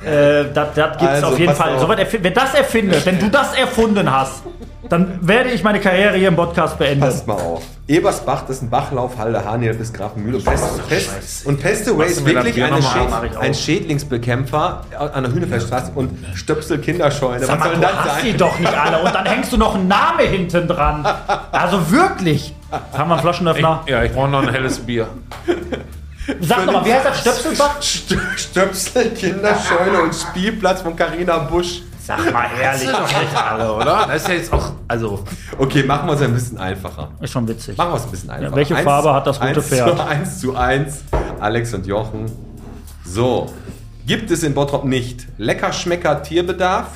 Äh, das das gibt es Also, auf jeden pass Fall. auf. Soweit erfi- wenn das erfindet, wenn du das erfunden hast, dann werde ich meine Karriere hier im Podcast beenden. Passt mal auf. Ebersbach, das ist ein Bachlauf, Halde, Haniel bis Grafenmühle. Pest, Pest, und Pestaway Machst du ist mir das wirklich Bier eine noch mal Schä- auf? Mach ich auch. ein Schädlingsbekämpfer an der Hühnefeldstraße und Stöpsel Kinderscheune. Sag Was mal, soll denn du das hast die sein? doch nicht alle und dann hängst du noch einen Name hinten dran. Also wirklich. Haben wir einen Flaschenöffner? Ja, ich brauche noch ein helles Bier. äh, Sag doch mal, wie heißt das Stöpselbach? Stö- Stöpsel, Kinderscheune und Spielplatz von Carina Busch. Sag mal ehrlich. alle, oder? Das ist ja jetzt auch. Also. Okay, machen wir es ein bisschen einfacher. Ist schon witzig. Machen wir es ein bisschen einfacher. welche Farbe hat das rote eins Pferd? Zu, eins zu eins. Alex und Jochen. So. Gibt es in Bottrop nicht. Leckerschmecker Tierbedarf.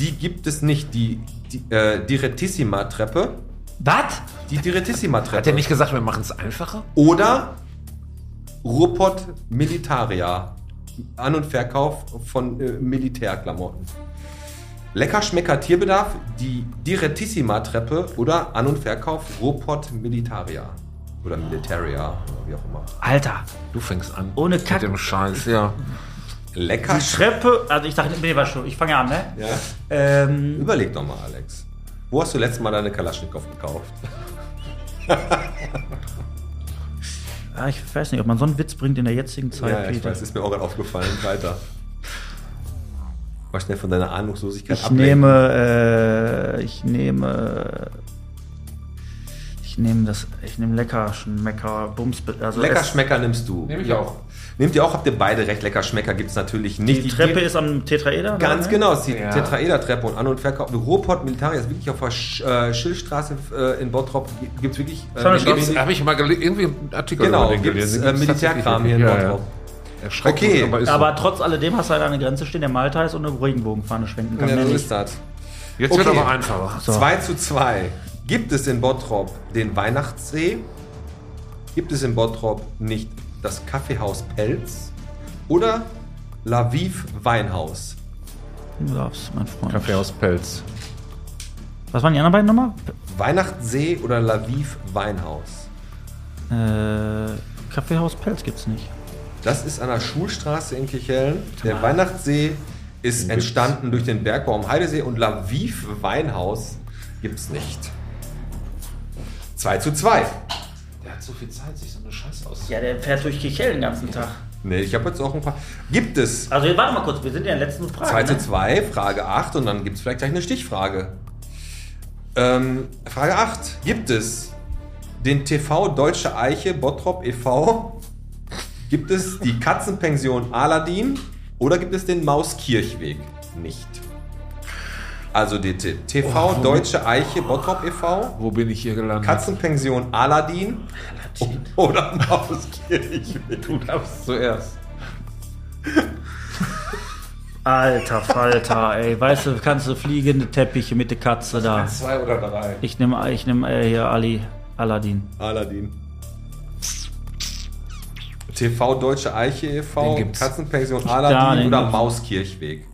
Die gibt es nicht. Die, die äh, Direttissima-Treppe. Was? Die Direttissima-Treppe. Hat er nicht gesagt, wir machen es einfacher? Oder Ruhrpott Militaria. An- und Verkauf von äh, Militärklamotten. Leckerschmecker Tierbedarf, die Direttissima-Treppe oder An- und Verkauf Ruhrpott Militaria. Oder Militaria, oder wie auch immer. Alter, Du fängst an. Ohne Kack- Kack. Mit dem Scheiß, ja. Lecker. die Treppe. Also ich dachte, nee, war schon. Ich fange an, ne? Ja. Ähm, Überleg doch mal, Alex. Wo hast du letztes Mal deine Kalaschnikow gekauft? ah, ich weiß nicht, ob man so einen Witz bringt in der jetzigen Zeit, Ja, ja, ich Peter. weiß, Ich, ist mir auch gerade aufgefallen. Weiter. Mal schnell von deiner Ahnungslosigkeit nehme, äh, ich nehme, ich nehme das, ich nehme lecker Schmecker, Bums, also es- Leckerschmecker nimmst du. Nehm ich auch. Nehmt ihr auch, habt ihr beide recht. Leckerschmecker gibt es natürlich nicht. Die Treppe die- ist am Tetraeder? Ganz ne? genau, es ist die Ja. Tetraedertreppe und An- und Verkauf. Ruhrpott Militaria ist wirklich auf der Sch äh, Schildstraße äh, in Bottrop. Gibt es wirklich. Äh, Sondern Mil- Habe ich mal gele- irgendwie einen Artikel genau, darüber gibt es gelesen. äh, Gibt's Militärkram hier in tatsächlich. Bottrop. Erschreckend, Okay. ist Aber so. trotz alledem hast du halt an der Grenze stehen, der Malta ist und eine Regenbogenfahne schwenken kann. Ja, mehr so nicht. ist das. jetzt wird okay. aber einfacher. 2 zu 2. Gibt es in Bottrop den Weihnachtssee? Gibt es in Bottrop nicht das Kaffeehaus Pelz? Oder Laviv Weinhaus? Du darfst, mein Freund. Kaffee aus Pelz. Was waren die anderen beiden nochmal? Weihnachtssee oder Laviv Weinhaus? Äh, Kaffeehaus Pelz gibt's nicht. Das ist an der Schulstraße in Kichellen. Der Weihnachtssee ist entstanden durch den Bergbau am Heidesee und Laviv Weinhaus gibt es nicht. 2 zu 2. Der hat so viel Zeit, sich so eine Scheiße aus. Ja, der fährt durch Kichel den ganzen Tag. Nee, ich habe jetzt auch ein paar. Gibt es Also, warte mal kurz, wir sind ja in der letzten Frage. 2 zu ne? 2, Frage 8 und dann gibt es vielleicht gleich eine Stichfrage. Ähm, Frage 8. Gibt es den TV Deutsche Eiche Bottrop e.V.? Gibt es die Katzenpension Aladdin oder gibt es den Mauskirchweg nicht? Also die T- TV Deutsche Eiche Bottrop e.V., Wo bin ich hier gelandet? Katzenpension Aladdin oder Mauskirchweg? du darfst zuerst. Alter Falter, ey. Weißt du, kannst du fliegende Teppiche mit der Katze da. Zwei oder drei? Ich nehme ich nehm, äh, hier Ali, Aladdin. Aladdin. TV Deutsche Eiche e e.V., Den gibt's. Katzenpension Da, Aladdin den oder gibt's. Mauskirchweg.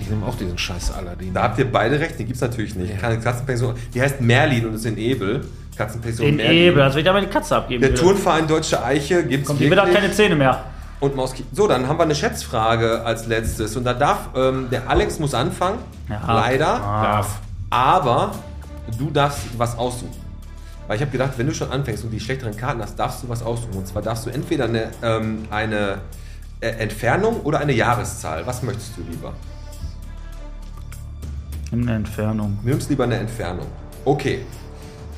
Ich nehme auch diesen Scheiß Aladdin. Da habt ihr beide recht, den gibt's natürlich nicht. Keine Katzenpension, die heißt Merlin und ist in Ebel. Katzenpension Den Merlin. Ebel, als wenn ich da meine Katze abgeben Der würde. Turnverein Deutsche Eiche gibt's Kommt, die hat keine Zähne mehr. und Mauskirchweg. So, dann haben wir eine Schätzfrage als letztes und da darf ähm, der Alex muss anfangen. Ja. Ah. Leider. Darf. Aber du darfst was aussuchen. Weil ich habe gedacht, wenn du schon anfängst und die schlechteren Karten hast, darfst du was aussuchen. Und zwar darfst du entweder eine, ähm, eine äh, Entfernung oder eine Jahreszahl. Was möchtest du lieber? In der Entfernung. Du nimmst lieber eine Entfernung. Okay.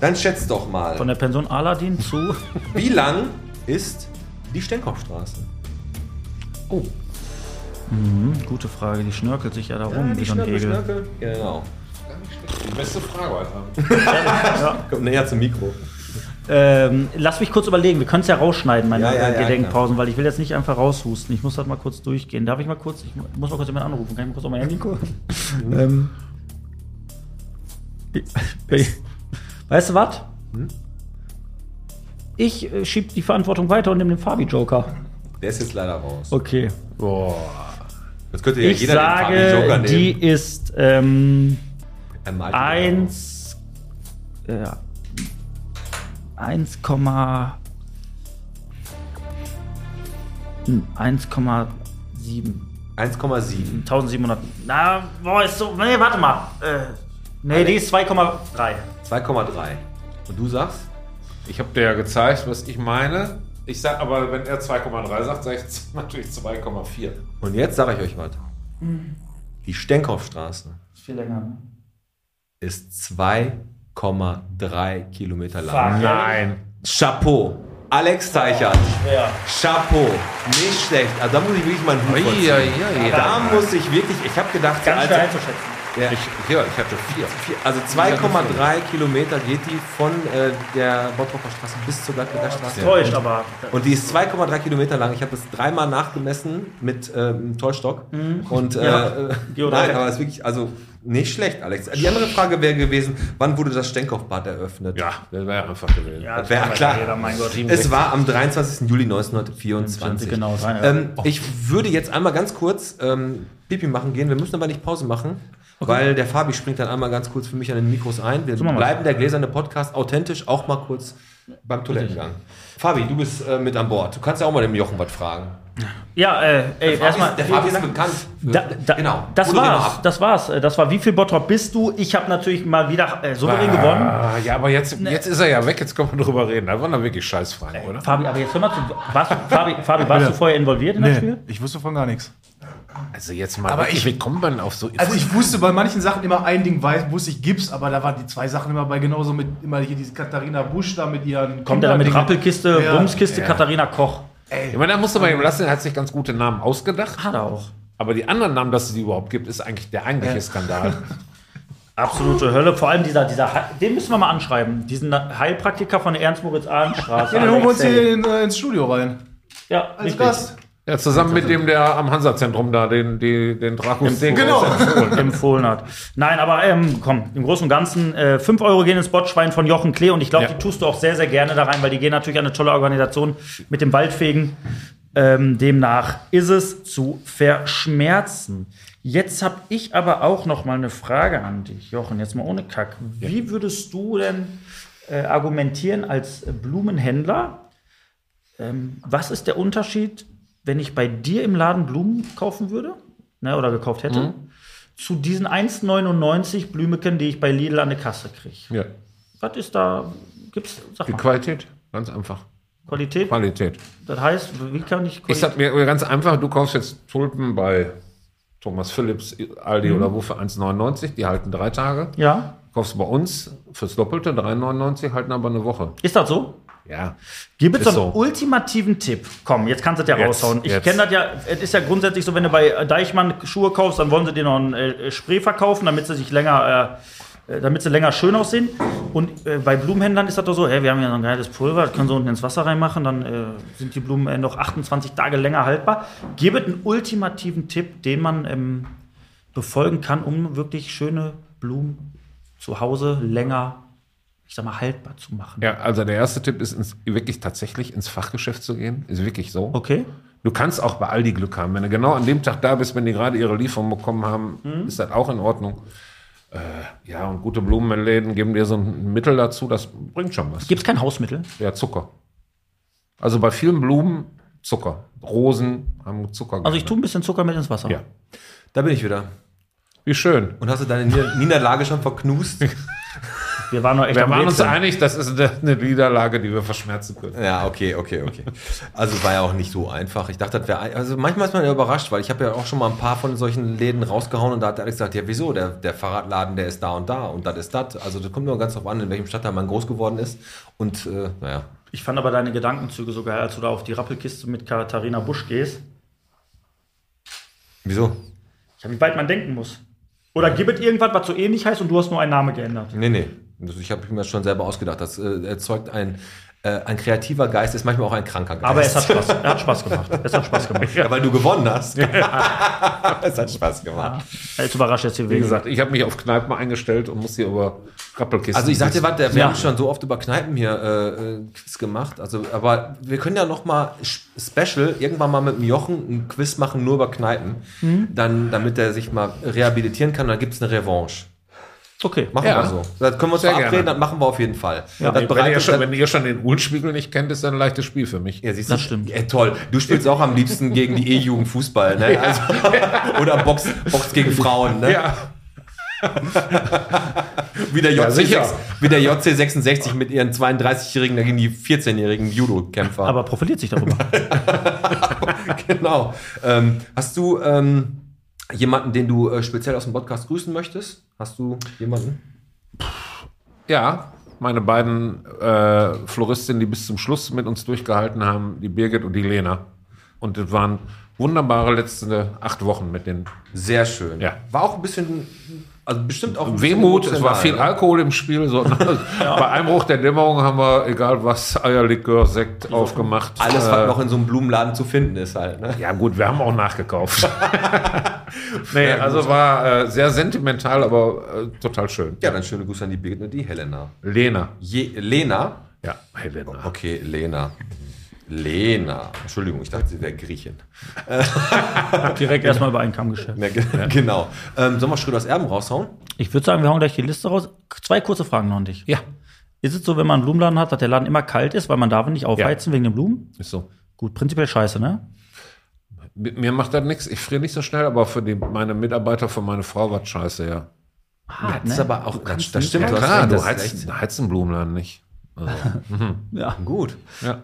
Dann schätz doch mal, Von der Person Aladdin zu. wie lang ist die Stenkopfstraße? Gute Frage, die schnörkelt sich ja da rum wie so ein Egel. Genau. Die beste Frage heute. Kommt näher zum Mikro. Ähm, lass mich kurz überlegen, wir können es ja rausschneiden, meine Ja, ja, ja, Gedenkpausen, weil ich will jetzt nicht einfach raushusten. Ich muss das mal kurz durchgehen. Darf ich mal kurz, ich mu- muss mal kurz jemanden anrufen. Kann ich mal kurz auf mein Handy gucken? ähm, Ich- weißt du was? Ich äh, schieb die Verantwortung weiter und nehme den Fabi-Joker. Der ist jetzt leider raus. Okay. Boah. Jetzt könnte ja Ich jeder den Fabi Joker sage, die nehmen. ist ähm, Er malt ihn auf. 1. Äh, 1, hm, 1,7. 1,7. 1700. hm, Na, boah, ist so. Nee, warte mal. Äh, nee, die ist 2,3. 2,3. Und du sagst? Ich habe dir ja gezeigt, was ich meine. Ich sag aber, wenn er 2,3 sagt, sage ich natürlich 2,4. Und jetzt sage ich euch was. Hm. Die Stenkopfstraße Ist viel länger. ne? ist 2,3 Kilometer lang. Fuck. Nein. Chapeau. Alex Teichert. Ja. Chapeau. Nicht schlecht. Also da muss ich wirklich meinen Hut vorziehen. Eieiei. Da muss ich wirklich, ich habe gedacht, Ganz schwer also, einzuschätzen. ja, Ich, hier, ich hatte 4. also 2,3 Kilometer geht die von äh, der Bottroper Straße bis zur Gladbecker Straße. Täuscht, aber. Und die ist 2,3 Kilometer lang. Ich habe das dreimal nachgemessen mit ähm, Zollstock. Und äh, Mhm. Ja. äh, Geodreieck. nein, aber es ist wirklich, also nicht schlecht, Alex. Die andere Frage wäre gewesen, wann wurde das Stenkopfbad eröffnet? Ja, das wäre einfach gewesen. Ja, das wär kann klar. Jeder, mein Gott. Es war am 23. Juli 1924. Genau, rein, ja. Ähm, ich würde jetzt einmal ganz kurz ähm, Pipi machen gehen. Wir müssen aber nicht Pause machen, weil der Fabi springt dann einmal ganz kurz für mich an den Mikros ein. Wir machen wir's. bleiben der gläserne Podcast authentisch, auch mal kurz beim Toilettengang. Fabi, du bist äh, mit an Bord. Du kannst ja auch mal dem Jochen was fragen. Ja, äh, ey, Fabi erstmal. ist, der Fabi ist bekannt. für- Ne? Da, da, genau. Das Hol ihn mal war's, ab. das war's. Äh, Das war, wie viel Bottrop bist du? Ich habe natürlich mal wieder äh, souverän gewonnen. Ah, ja, aber jetzt, jetzt ist er ja weg, jetzt können wir drüber reden. Da waren da wirklich Scheißfragen, oder? Fabi, aber jetzt hör mal zu. Warst, du- Fabi, Fabi, warst du vorher involviert in das Spiel? ich wusste von gar nichts. Also jetzt mal, Aber wirklich, ich- wie kommt man auf so Also ich wusste bei manchen Sachen immer ein Ding weiß, wusste ich gibt's, aber da waren die zwei Sachen immer bei genauso mit immer hier diese Katharina Busch da mit ihren Kommt er da mit Kindern- Rappelkiste, Ja. Bumskiste, Katharina Koch? Ich meine, da musst du mal eben lassen, er hat sich ganz gute Namen ausgedacht. Hat er auch. Aber die anderen Namen, dass es die überhaupt gibt, ist eigentlich der eigentliche Skandal. Absolute Hölle. Vor allem dieser, dieser, He- den müssen wir mal anschreiben. Diesen Heilpraktiker von der Ernst-Moritz-Ahlen-Straße. Ja, den holen wir uns Alex, hier ey. in, äh, ins Studio rein. ja, Als richtig. Gast. Ja, zusammen mit dem, der am Hansa-Zentrum da den, die, den Dracus den Genau. empfohlen hat. Nein, aber ähm, komm, im Großen und Ganzen, äh, 5 Euro gehen ins Botschwein von Jochen Klee und ich glaube, Ja. die tust du auch sehr, sehr gerne da rein, weil die gehen natürlich an eine tolle Organisation mit dem Waldfegen. Ähm, demnach ist es zu verschmerzen. Jetzt habe ich aber auch noch mal eine Frage an dich, Jochen, jetzt mal ohne Kack. Wie würdest du denn äh, argumentieren als Blumenhändler? Ähm, was ist der Unterschied, wenn ich bei dir im Laden Blumen kaufen würde ne, oder gekauft hätte, zu diesen 1,99 Blümeken, die ich bei Lidl an der Kasse kriege? Ja, Was ist da? Gibt's, sag die mal, Qualität, ganz einfach. Qualität? Qualität. Das heißt, wie kann ich Ich sag mir ganz einfach, du kaufst jetzt Tulpen bei Thomas Phillips, Aldi oder wo für 1,99, die halten drei Tage. Ja, Kaufst du bei uns fürs Doppelte, 3,99, halten aber eine Woche. ist das so? Ja. Gib jetzt Ist einen so. ultimativen Tipp. Komm, jetzt kannst du das ja Jetzt, raushauen. Ich jetzt. kenne das ja, es ist ja grundsätzlich so, wenn du bei Deichmann Schuhe kaufst, dann wollen sie dir noch ein äh, Spray verkaufen, damit sie sich länger, äh, äh, damit sie länger schön aussehen. Und äh, bei Blumenhändlern ist das doch so, hey, wir haben ja so ein geiles Pulver, das können sie unten ins Wasser reinmachen, dann äh, sind die Blumen äh, noch 28 Tage länger haltbar. Gib es einen ultimativen Tipp, den man ähm, befolgen kann, um wirklich schöne Blumen zu Hause länger, ich sag mal, haltbar zu machen. Ja, also der erste Tipp ist, ins, wirklich tatsächlich ins Fachgeschäft zu gehen. Ist wirklich so. Okay? Du kannst auch bei Aldi Glück haben. Wenn du genau an dem Tag da bist, wenn die gerade ihre Lieferung bekommen haben, ist das auch in Ordnung. Äh, ja, und gute Blumenläden geben dir so ein Mittel dazu, das bringt schon was. Gibt es kein Hausmittel? Ja, Zucker. Also bei vielen Blumen Zucker. Rosen haben Zucker. Also ich gerne. tue ein bisschen Zucker mit ins Wasser. Ja. Da bin ich wieder. Wie schön. Und hast du deine Nieder- Niederlage schon verknust? Wir waren noch echt Wir am waren uns Rätseln. einig, das ist eine eine Niederlage, die wir verschmerzen können. Ja, okay, okay, okay. Also war ja auch nicht so einfach. Ich dachte, das wäre. ein- Also manchmal ist man ja überrascht, weil ich habe ja auch schon mal ein paar von solchen Läden rausgehauen und da hat Alex gesagt, ja, wieso? Der, der Fahrradladen, der ist da und da und das ist das. Also das kommt nur ganz drauf an, in welchem Stadtteil man groß geworden ist. Und äh, naja. Ich fand aber deine Gedankenzüge so geil, als du da auf die Rappelkiste mit Katharina Busch gehst. Wieso? Ich habe, wie weit man denken muss. Oder gibt es irgendwas, was so ähnlich heißt und du hast nur einen Namen geändert. Nee, nee. Also ich habe mir das schon selber ausgedacht. Das äh, erzeugt ein äh, ein kreativer Geist ist manchmal auch ein kranker Geist. Aber es hat Spaß. Er hat Spaß gemacht. Es hat Spaß gemacht. ja, weil du gewonnen hast. es hat Spaß gemacht. Jetzt überrascht jetzt hier Wie Mhm. weniger. gesagt, ich habe mich auf Kneipen eingestellt und muss hier über Rappelkisten. Also ich sag dir was, der- wir Ja. haben schon so oft über Kneipen hier äh, äh, Quiz gemacht. Also, aber wir können ja noch mal sch- special irgendwann mal mit dem Jochen ein Quiz machen, nur über Kneipen. Hm? Dann, damit er sich mal rehabilitieren kann, dann gibt es eine Revanche. Okay. Machen Ja. wir so. Das können wir uns Sehr verabreden, gerne. das machen wir auf jeden Fall. Ja, das wenn, ihr bereitet, schon, schon, wenn ihr schon den Uhlenspiegel nicht kennt, ist das ein leichtes Spiel für mich. ja, siehst Das stimmt. Ja, toll. Du spielst auch am liebsten gegen die E-Jugend Fußball, ne? Also, oder Box, Box gegen Frauen, ne? Ja, Wie der, Ja, JC, sicher. wie der JC 66 mit ihren 32-Jährigen gegen die 14-Jährigen Judo-Kämpfer. Aber profiliert sich darüber. genau. Ähm, hast du ähm, jemanden, den du äh, speziell aus dem Podcast grüßen möchtest? Hast du jemanden? ja. Meine beiden äh, Floristinnen, die bis zum Schluss mit uns durchgehalten haben, die Birgit und die Lena. Und das waren wunderbare letzte acht Wochen mit den Sehr schön. Ja. War auch ein bisschen, also bestimmt auch ein Wehmut, bisschen es war emotional, viel ne? Alkohol im Spiel. So. Bei Einbruch der Dämmerung haben wir, egal was, Eierlikör, Sekt aufgemacht. Alles, Äh, was noch in so einem Blumenladen zu finden ist halt. Ne? Ja, gut, wir haben auch nachgekauft. nee, Ja, also war äh, sehr sentimental, aber äh, total schön. Ja, dann schöne Grüße an die Birgit und die Helena. Lena. Je, Lena? Ja, Helena. Okay, Lena. Lena. Entschuldigung, ich dachte, sie wäre Griechin. Direkt erstmal über einen Kamm geschert. Ja, ge- Genau. Ähm, sollen wir Schröders Erben raushauen? Ich würde sagen, wir hauen gleich die Liste raus. Zwei kurze Fragen noch an dich. Ja, Ist es so, wenn man einen Blumenladen hat, dass der Laden immer kalt ist, weil man darf ihn nicht aufheizen wegen den Blumen? ist so. Gut, prinzipiell scheiße, ne? Mit mir macht das nichts. Ich friere nicht so schnell, aber für die, meine Mitarbeiter, für meine Frau war scheiße, ja. Ah, Hart, Das ist aber auch, das, das stimmt, ja, hast klar, recht, du das ist heizt, heizt den Blumenladen nicht. ja. echt Gut.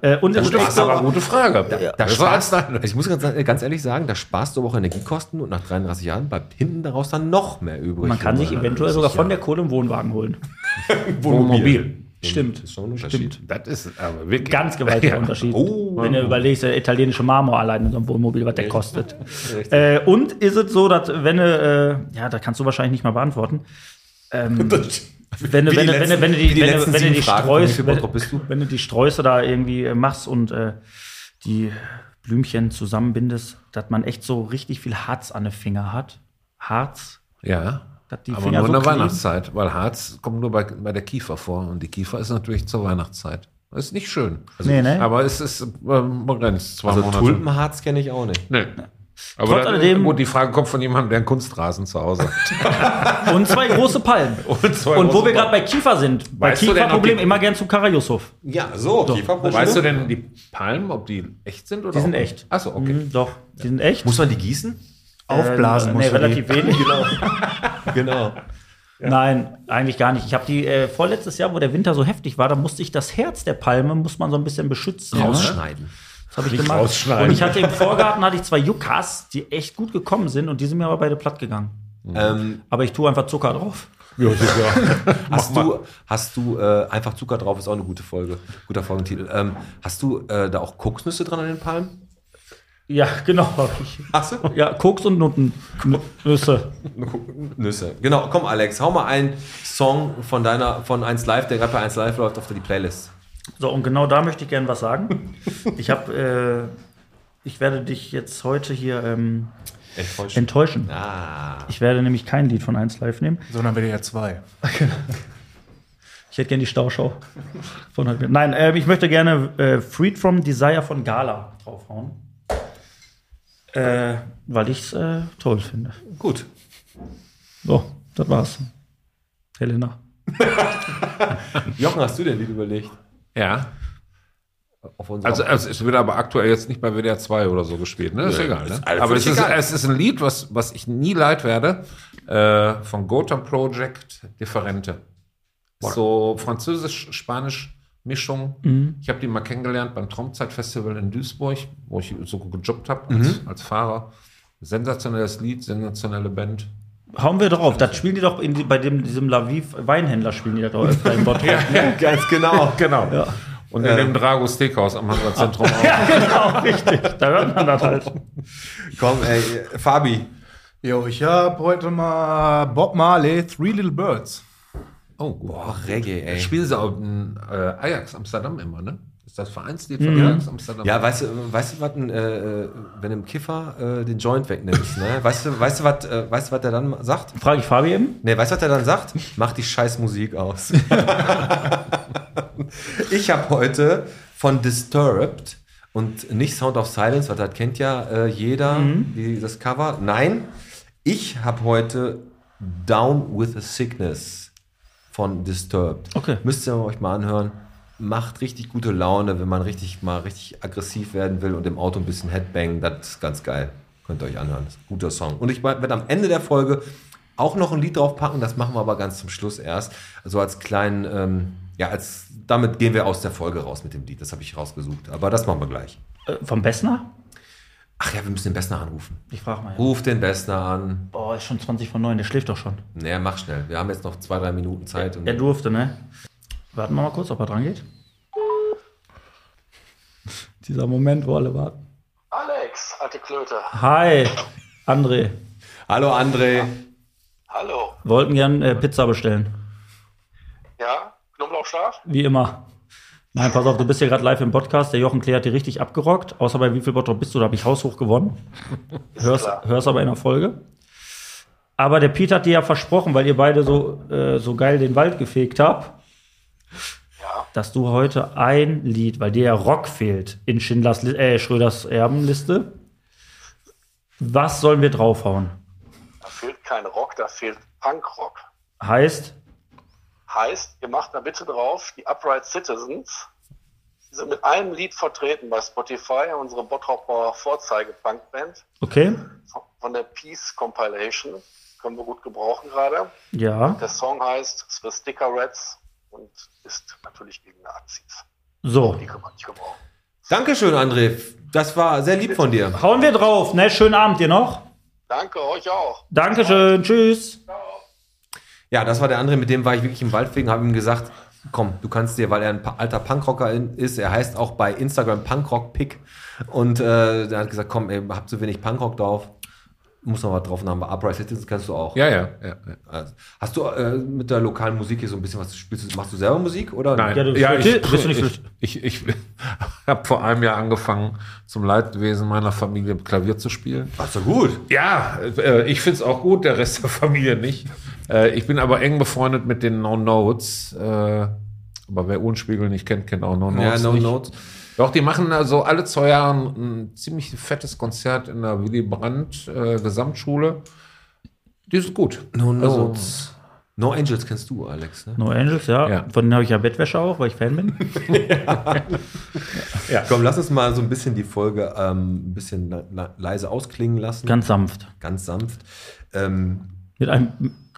Äh, und es Das ist echt ist so, aber eine gute Frage. Da Das war sparst, als- also ich muss ganz, ganz ehrlich sagen, da sparst du aber auch Energiekosten und nach 33 Jahren bleibt hinten daraus dann noch mehr übrig. man kann sich Oder? eventuell sogar von der Kohle einen Wohnwagen holen. Wohnmobil. Stimmt. Das ist schon ein Unterschied. Das ist aber wirklich. Ganz gewaltiger Ja. Unterschied. Oh. Wenn du überlegst, der italienische Marmor allein in so einem Wohnmobil, was der kostet. Äh, und ist es so, dass wenn du, äh, ja, da kannst du wahrscheinlich nicht mal beantworten, ähm, wenn du Wie die wenn du- wenn du- wenn du letzten- wie die die wenn letzten du- wenn du sieben die Fragen. Wie viel Sträuße Bottrop bist du? wenn- wenn du die Sträuße da irgendwie äh, machst und äh, die Blümchen zusammenbindest, dass man echt so richtig viel Harz an den Finger hat. Harz, Ja. dass die aber Finger nur in so der kleben. Weihnachtszeit, weil Harz kommt nur bei, bei der Kiefer vor und die Kiefer ist natürlich zur Weihnachtszeit. Ist nicht schön. Also Nee, ne? Aber es ist ähm, begrenzt. Zwei Also Monate. Tulpenharz kenne ich auch nicht. Nee. Aber Trotz dann, alledem- gut, die Frage kommt von jemandem, der einen Kunstrasen zu Hause hat. Und zwei große Palmen. Und, zwei Und wo große wir gerade bei Kiefer sind, bei Weißt du denn noch Kieferproblem die- immer gern zum Karajushof. Ja, so, Palmen. Kieferproblem. Weißt du denn die Palmen, ob die echt sind? Oder Die sind auch- echt. Ach so, okay. Mhm, doch, die sind echt. Muss man die gießen? Aufblasen Äh, nee, muss man relativ wenig. Genau. Genau. Nein, eigentlich gar nicht. Ich habe die äh, vorletztes Jahr, wo der Winter so heftig war, da musste ich das Herz der Palme, muss man so ein bisschen beschützen. ne? Rausschneiden. Das habe ich gemacht. rausschneiden. Und ich hatte im Vorgarten hatte ich zwei Jukas, die echt gut gekommen sind und die sind mir aber beide platt gegangen. Ähm, Aber ich tue einfach Zucker drauf. hast du, hast du äh, einfach Zucker drauf, ist auch eine gute Folge. Guter Folgentitel. Ähm, hast du äh, da auch Kokosnüsse dran an den Palmen? Ja, genau. hab ich. Hast du? Ja, Koks und Nutten. N- Nüsse. Nüsse. Genau, komm Alex, hau mal einen Song von deiner, von 1 Live, der gerade bei 1 Live läuft, auf die Playlist. So, und genau da möchte ich gerne was sagen. Ich habe, äh, ich werde dich jetzt heute hier ähm, Enttäuscht. enttäuschen. ah. Ich werde nämlich kein Lied von 1 Live nehmen. Sondern wir ja zwei. Ich hätte gerne die Stauschau. Von heute. Nein, ähm, ich möchte gerne äh, Freed from Desire von Gala draufhauen. Äh, weil ich es äh, toll finde. Gut. So, das war's. Helena. Jochen, hast du denn Lied überlegt? Ja. Auf unserem Also, also es wird aber aktuell jetzt nicht bei WDR 2 oder so gespielt, ne? Ist egal, ne? ist alles aber es ist, völlig egal. es ist ein Lied, was, was ich nie leid werde, äh, von Gotham Project Differente. So französisch-spanisch-Mischung. Mhm. Ich habe die mal kennengelernt beim Traumzeitfestival in Duisburg, wo ich so gejobbt habe als, Mhm. als Fahrer. Sensationelles Lied, sensationelle Band. Hauen wir drauf. Das spielen die doch in, die- bei dem, diesem Laviv Weinhändler spielen die das doch öfter im Bottrop. ne? ganz genau. Genau. Und in dem Drago Steakhouse am Hansa-Zentrum. auch. Ja, genau, richtig. Da hört man das halt. Komm, ey, Fabi. Jo, ich hab heute mal Bob Marley, Three Little Birds. Oh, gut. Boah, Reggae, ey. Spielen sie auch in äh, Ajax Amsterdam immer, ne? Ist das Vereinslied von Ajax Amsterdam? Mhm. Ja, weißt du, weißt du, was ein, äh, äh, wenn du im Kiffer äh, den Joint wegnimmst, ne? Weißt du, weißt du, was, äh, weißt du, was der dann sagt? Frage ich Fabi eben. Ne, weißt du, was er dann sagt? Mach die scheiß Musik aus. ich habe heute von Disturbed und nicht Sound of Silence, weil das kennt ja äh, jeder, die, das Cover. Nein, ich habe heute Down with a Sickness von Disturbed. Okay. Müsst ihr euch mal anhören. Macht richtig gute Laune, wenn man richtig mal richtig aggressiv werden will und im Auto ein bisschen Headbang. Das ist ganz geil. Könnt ihr euch anhören. Das ist ein guter Song. Und ich werde am Ende der Folge auch noch ein Lied draufpacken. Das machen wir aber ganz zum Schluss erst. Also als kleinen, ähm, ja, als damit gehen wir aus der Folge raus mit dem Lied. Das habe ich rausgesucht. Aber das machen wir gleich. Äh, vom Bessner? Ach ja, wir müssen den Bessner anrufen. Ich frage mal. Ruf den Bessner an. Boah, ist schon 20 von 9, der schläft doch schon. Nee, mach schnell. Wir haben jetzt noch zwei, drei Minuten Zeit. Und Er durfte, ne? Warten wir mal kurz, ob er dran geht. Dieser Moment, wo alle warten. Alex, alte Klöte. Hi, André. Hallo André. Hallo. Wollten gern äh, Pizza bestellen. Ja, Knoblauchschlaf? Wie immer. Nein, pass auf, du bist hier gerade live im Podcast. Der Jochen Klee hat dir richtig abgerockt. Außer bei wie viel Bottrop bist du? Da habe ich haushoch gewonnen. Hörst, klar. hörst aber in der Folge. Aber der Pete hat dir ja versprochen, weil ihr beide so, äh, so geil den Wald gefegt habt, Ja. dass du heute ein Lied, weil dir ja Rock fehlt in Schindlers, Li- äh, Schröders Erbenliste. Was sollen wir draufhauen? Da fehlt kein Rock, da fehlt Punkrock. Heißt, Heißt, ihr macht da bitte drauf, die Upright Citizens die sind mit einem Lied vertreten bei Spotify, unsere Bottroper Vorzeige-Punkband okay, von der Peace Compilation. Können wir gut gebrauchen gerade. ja. Der Song heißt The Sticker Rats und ist natürlich gegen Nazis. So, Die können wir nicht gebrauchen. Dankeschön, André. Das war sehr lieb von dir. hauen wir drauf. Ne, schönen Abend dir noch. Danke euch auch. Dankeschön, tschüss. Ja, das war der andere, mit dem war ich wirklich im Wald wegen, habe ihm gesagt, komm, du kannst dir, weil er ein pa- alter Punkrocker in- ist, er heißt auch bei Instagram Punkrock-Pick und äh, der hat gesagt, komm, ey, hab zu wenig Punkrock drauf, muss noch was drauf und dann haben wir Upright Citizens kannst du auch. ja, ja, ja. ja. Also, hast du äh, mit der lokalen Musik hier so ein bisschen was, spielst du, machst du selber Musik oder? Nein, Ja, du bist Flöte- bist du nicht ich, ich, ich, ich habe vor einem Jahr angefangen, zum Leidwesen meiner Familie Klavier zu spielen. Ach so, gut. Ja, äh, ich find's auch gut, der Rest der Familie nicht. Äh, ich bin aber eng befreundet mit den No Notes. Äh, aber wer Uhrenspiegel nicht kennt, kennt auch No Ja, Notes. no nicht. notes. Doch, die machen also alle zwei Jahre ein ziemlich fettes Konzert in der Willy Brandt äh, Gesamtschule. Die ist gut. No Also, notes. no Angels kennst du, Alex, ne? No Angels, ja. Ja. Von denen habe ich ja Bettwäsche auch, weil ich Fan bin. Komm, lass uns mal so ein bisschen die Folge ähm, ein bisschen le- le- leise ausklingen lassen. Ganz sanft. ganz sanft. Ähm, Mit einem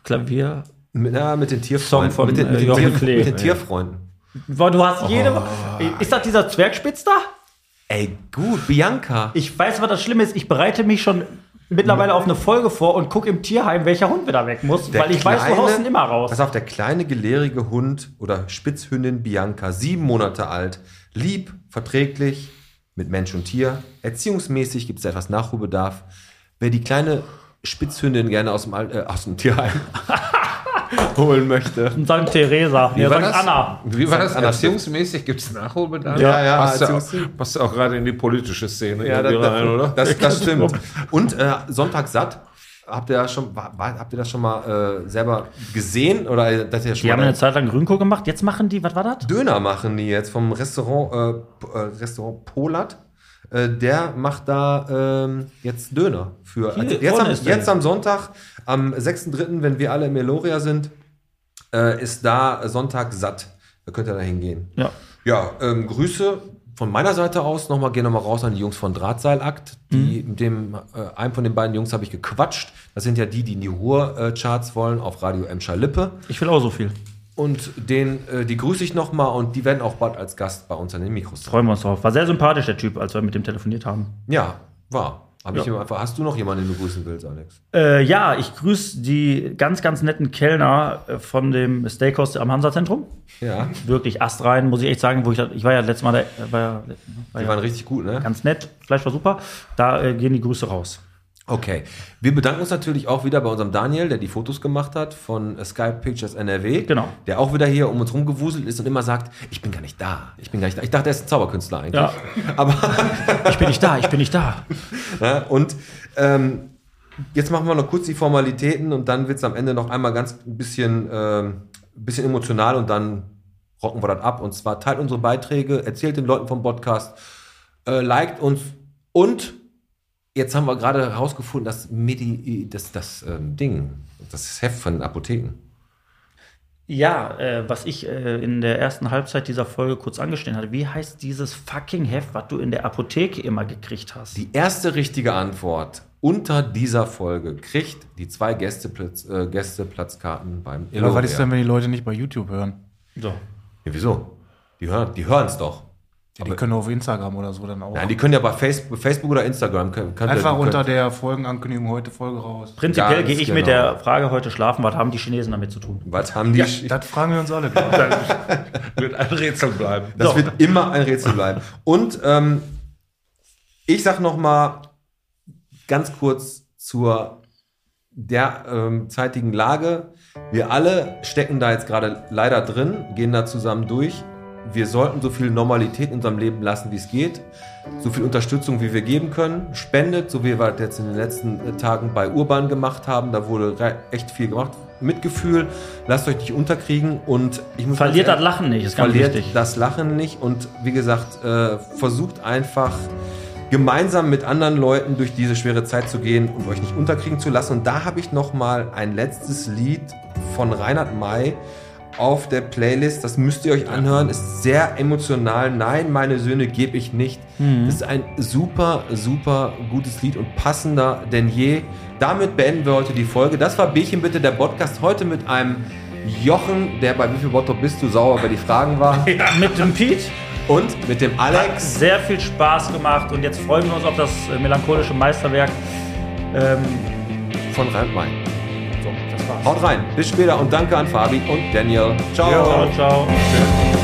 Klavier. mit, ja, mit den Tierfreunden. Song von, mit den, äh, mit den, Jochen Tier, Klee. mit den Ja. Tierfreunden. Boah, du hast jede Woche. Ist das dieser Zwergspitz da? Ey, gut, Bianca. Ich weiß, was das Schlimme ist. Ich bereite mich schon mittlerweile auf eine Folge vor und gucke im Tierheim, welcher Hund wieder weg muss, Der weil ich weiß, du kleine- Also- haust ihn immer raus. Pass auf, der kleine gelehrige Hund oder Spitzhündin Bianca, sieben Monate alt, lieb, verträglich, mit Mensch und Tier. Erziehungsmäßig gibt es etwas Nachholbedarf. Wer die kleine Spitzhündin gerne aus dem, Al- äh, aus dem Tierheim holen möchte. Und St. Theresa. Nee, St. Anna. Wie war das? Anna. Erziehungsmäßig gibt es Nachholbedarf? Ja, ja, Passt ja Erziehungs- auch, passt ja auch gerade in die politische Szene Ja, das, irgendwie rein, oder? das, das stimmt. Und äh, Sonntag satt. Habt ihr, das schon, war, war- habt ihr das schon mal äh, selber gesehen? Oder äh, dass ihr schon Die haben mal eine Zeit lang Grünkohl gemacht. Jetzt machen die, was war das? Döner machen die jetzt vom Restaurant, äh, P- äh, Restaurant Polat. Äh, der macht da ähm, jetzt Döner für. also Hier jetzt, vorne am, ist der. jetzt am Sonntag, am 6.3., wenn wir alle im Eloria sind, äh, ist da Sonntag satt. Da könnt ihr da hingehen. Ja. Ja, ähm, Grüße von meiner Seite aus nochmal, gehen nochmal raus an die Jungs von Drahtseilakt. Die, Mhm. mit dem, äh, einem von den beiden Jungs habe ich gequatscht. Das sind ja die, die in die Ruhr-Charts wollen, auf Radio Emscher Lippe. Ich will auch so viel. Und den, äh, die grüße ich nochmal und die werden auch bald als Gast bei uns an den Mikros sein. Freuen wir uns drauf. War sehr sympathisch, der Typ, als wir mit dem telefoniert haben. Ja, war. Hab ich Ja. ihm einfach, hast du noch jemanden, den du grüßen willst, Alex? Äh, ja, ich grüße die ganz, ganz netten Kellner äh, von dem Steakhouse am Hansa-Zentrum. Ja, Wirklich astrein, muss ich echt sagen. Wo ich, da- ich war ja letztes Mal da, äh, war, ja- war die ja waren richtig gut, ne? ganz nett, Fleisch war super. Da äh, gehen die Grüße raus. Okay. Wir bedanken uns natürlich auch wieder bei unserem Daniel, der die Fotos gemacht hat von äh, Sky Pictures NRW. Genau. Der auch wieder hier um uns rumgewuselt ist und immer sagt, ich bin gar nicht da. Ich bin gar nicht da. Ich dachte, er ist ein Zauberkünstler eigentlich. Ja. Aber Ich bin nicht da, ich bin nicht da. Ja, und ähm, jetzt machen wir noch kurz die Formalitäten und dann wird es am Ende noch einmal ganz ein bisschen, ähm, bisschen emotional und dann rocken wir das ab. Und zwar teilt unsere Beiträge, erzählt den Leuten vom Podcast, äh, liked uns und jetzt haben wir gerade herausgefunden, dass MIDI, das, das ähm, Ding, das Heft von den Apotheken. Ja, äh, was ich äh, in der ersten Halbzeit dieser Folge kurz angeschnitten hatte, wie heißt dieses fucking Heft, was du in der Apotheke immer gekriegt hast? Die erste richtige Antwort unter dieser Folge kriegt die zwei Gästeplatz, äh, Gästeplatzkarten beim Aber was ist Eloria. denn, wenn die Leute nicht bei YouTube hören? So. Ja, wieso? Die hören die es doch. Ja, die Aber- können auf Instagram oder so dann auch. Nein, die können ja bei Facebook, Facebook oder Instagram. Können, können, Einfach können, unter der Folgenankündigung heute Folge raus. Prinzipiell Ganz gehe ich mit genau. der Frage heute schlafen, was haben die Chinesen damit zu tun? Was haben die? Sch- Das fragen wir uns alle. glaub ich. Wird ein Rätsel bleiben. das So. wird immer ein Rätsel bleiben. Und ähm, ich sag noch mal ganz kurz zur derzeitigen Lage. Wir alle stecken da jetzt gerade leider drin, gehen da zusammen durch. Wir sollten so viel Normalität in unserem Leben lassen, wie es geht. So viel Unterstützung, wie wir geben können. Spendet, so wie wir das jetzt in den letzten äh, Tagen bei Urban gemacht haben. Da wurde re- echt viel gemacht. Mitgefühl, lasst euch nicht unterkriegen und ich muss Verliert ganz das Lachen nicht, ist ganz verliert wichtig. das Lachen nicht und wie gesagt, äh, versucht einfach gemeinsam mit anderen Leuten durch diese schwere Zeit zu gehen und euch nicht unterkriegen zu lassen. Und da habe ich nochmal ein letztes Lied von Reinhard May auf der Playlist. Das müsst ihr euch anhören. Ist sehr emotional. Nein, meine Söhne gebe ich nicht. Hm. Ist ein super, super gutes Lied und passender denn je. Damit beenden wir heute die Folge. Das war Bierchen bitte der Podcast heute mit einem Jochen, der bei Wie viel Bottrop bist du sauer bei die Fragen war Mit dem Pete und mit dem Alex. sehr viel Spaß gemacht und jetzt freuen wir uns auf das äh, melancholische Meisterwerk. Ähm, von Rand Main. So, das war's. Haut rein. Bis später und danke an Fabi und Daniel. Ciao. ciao, ciao. Tschüss.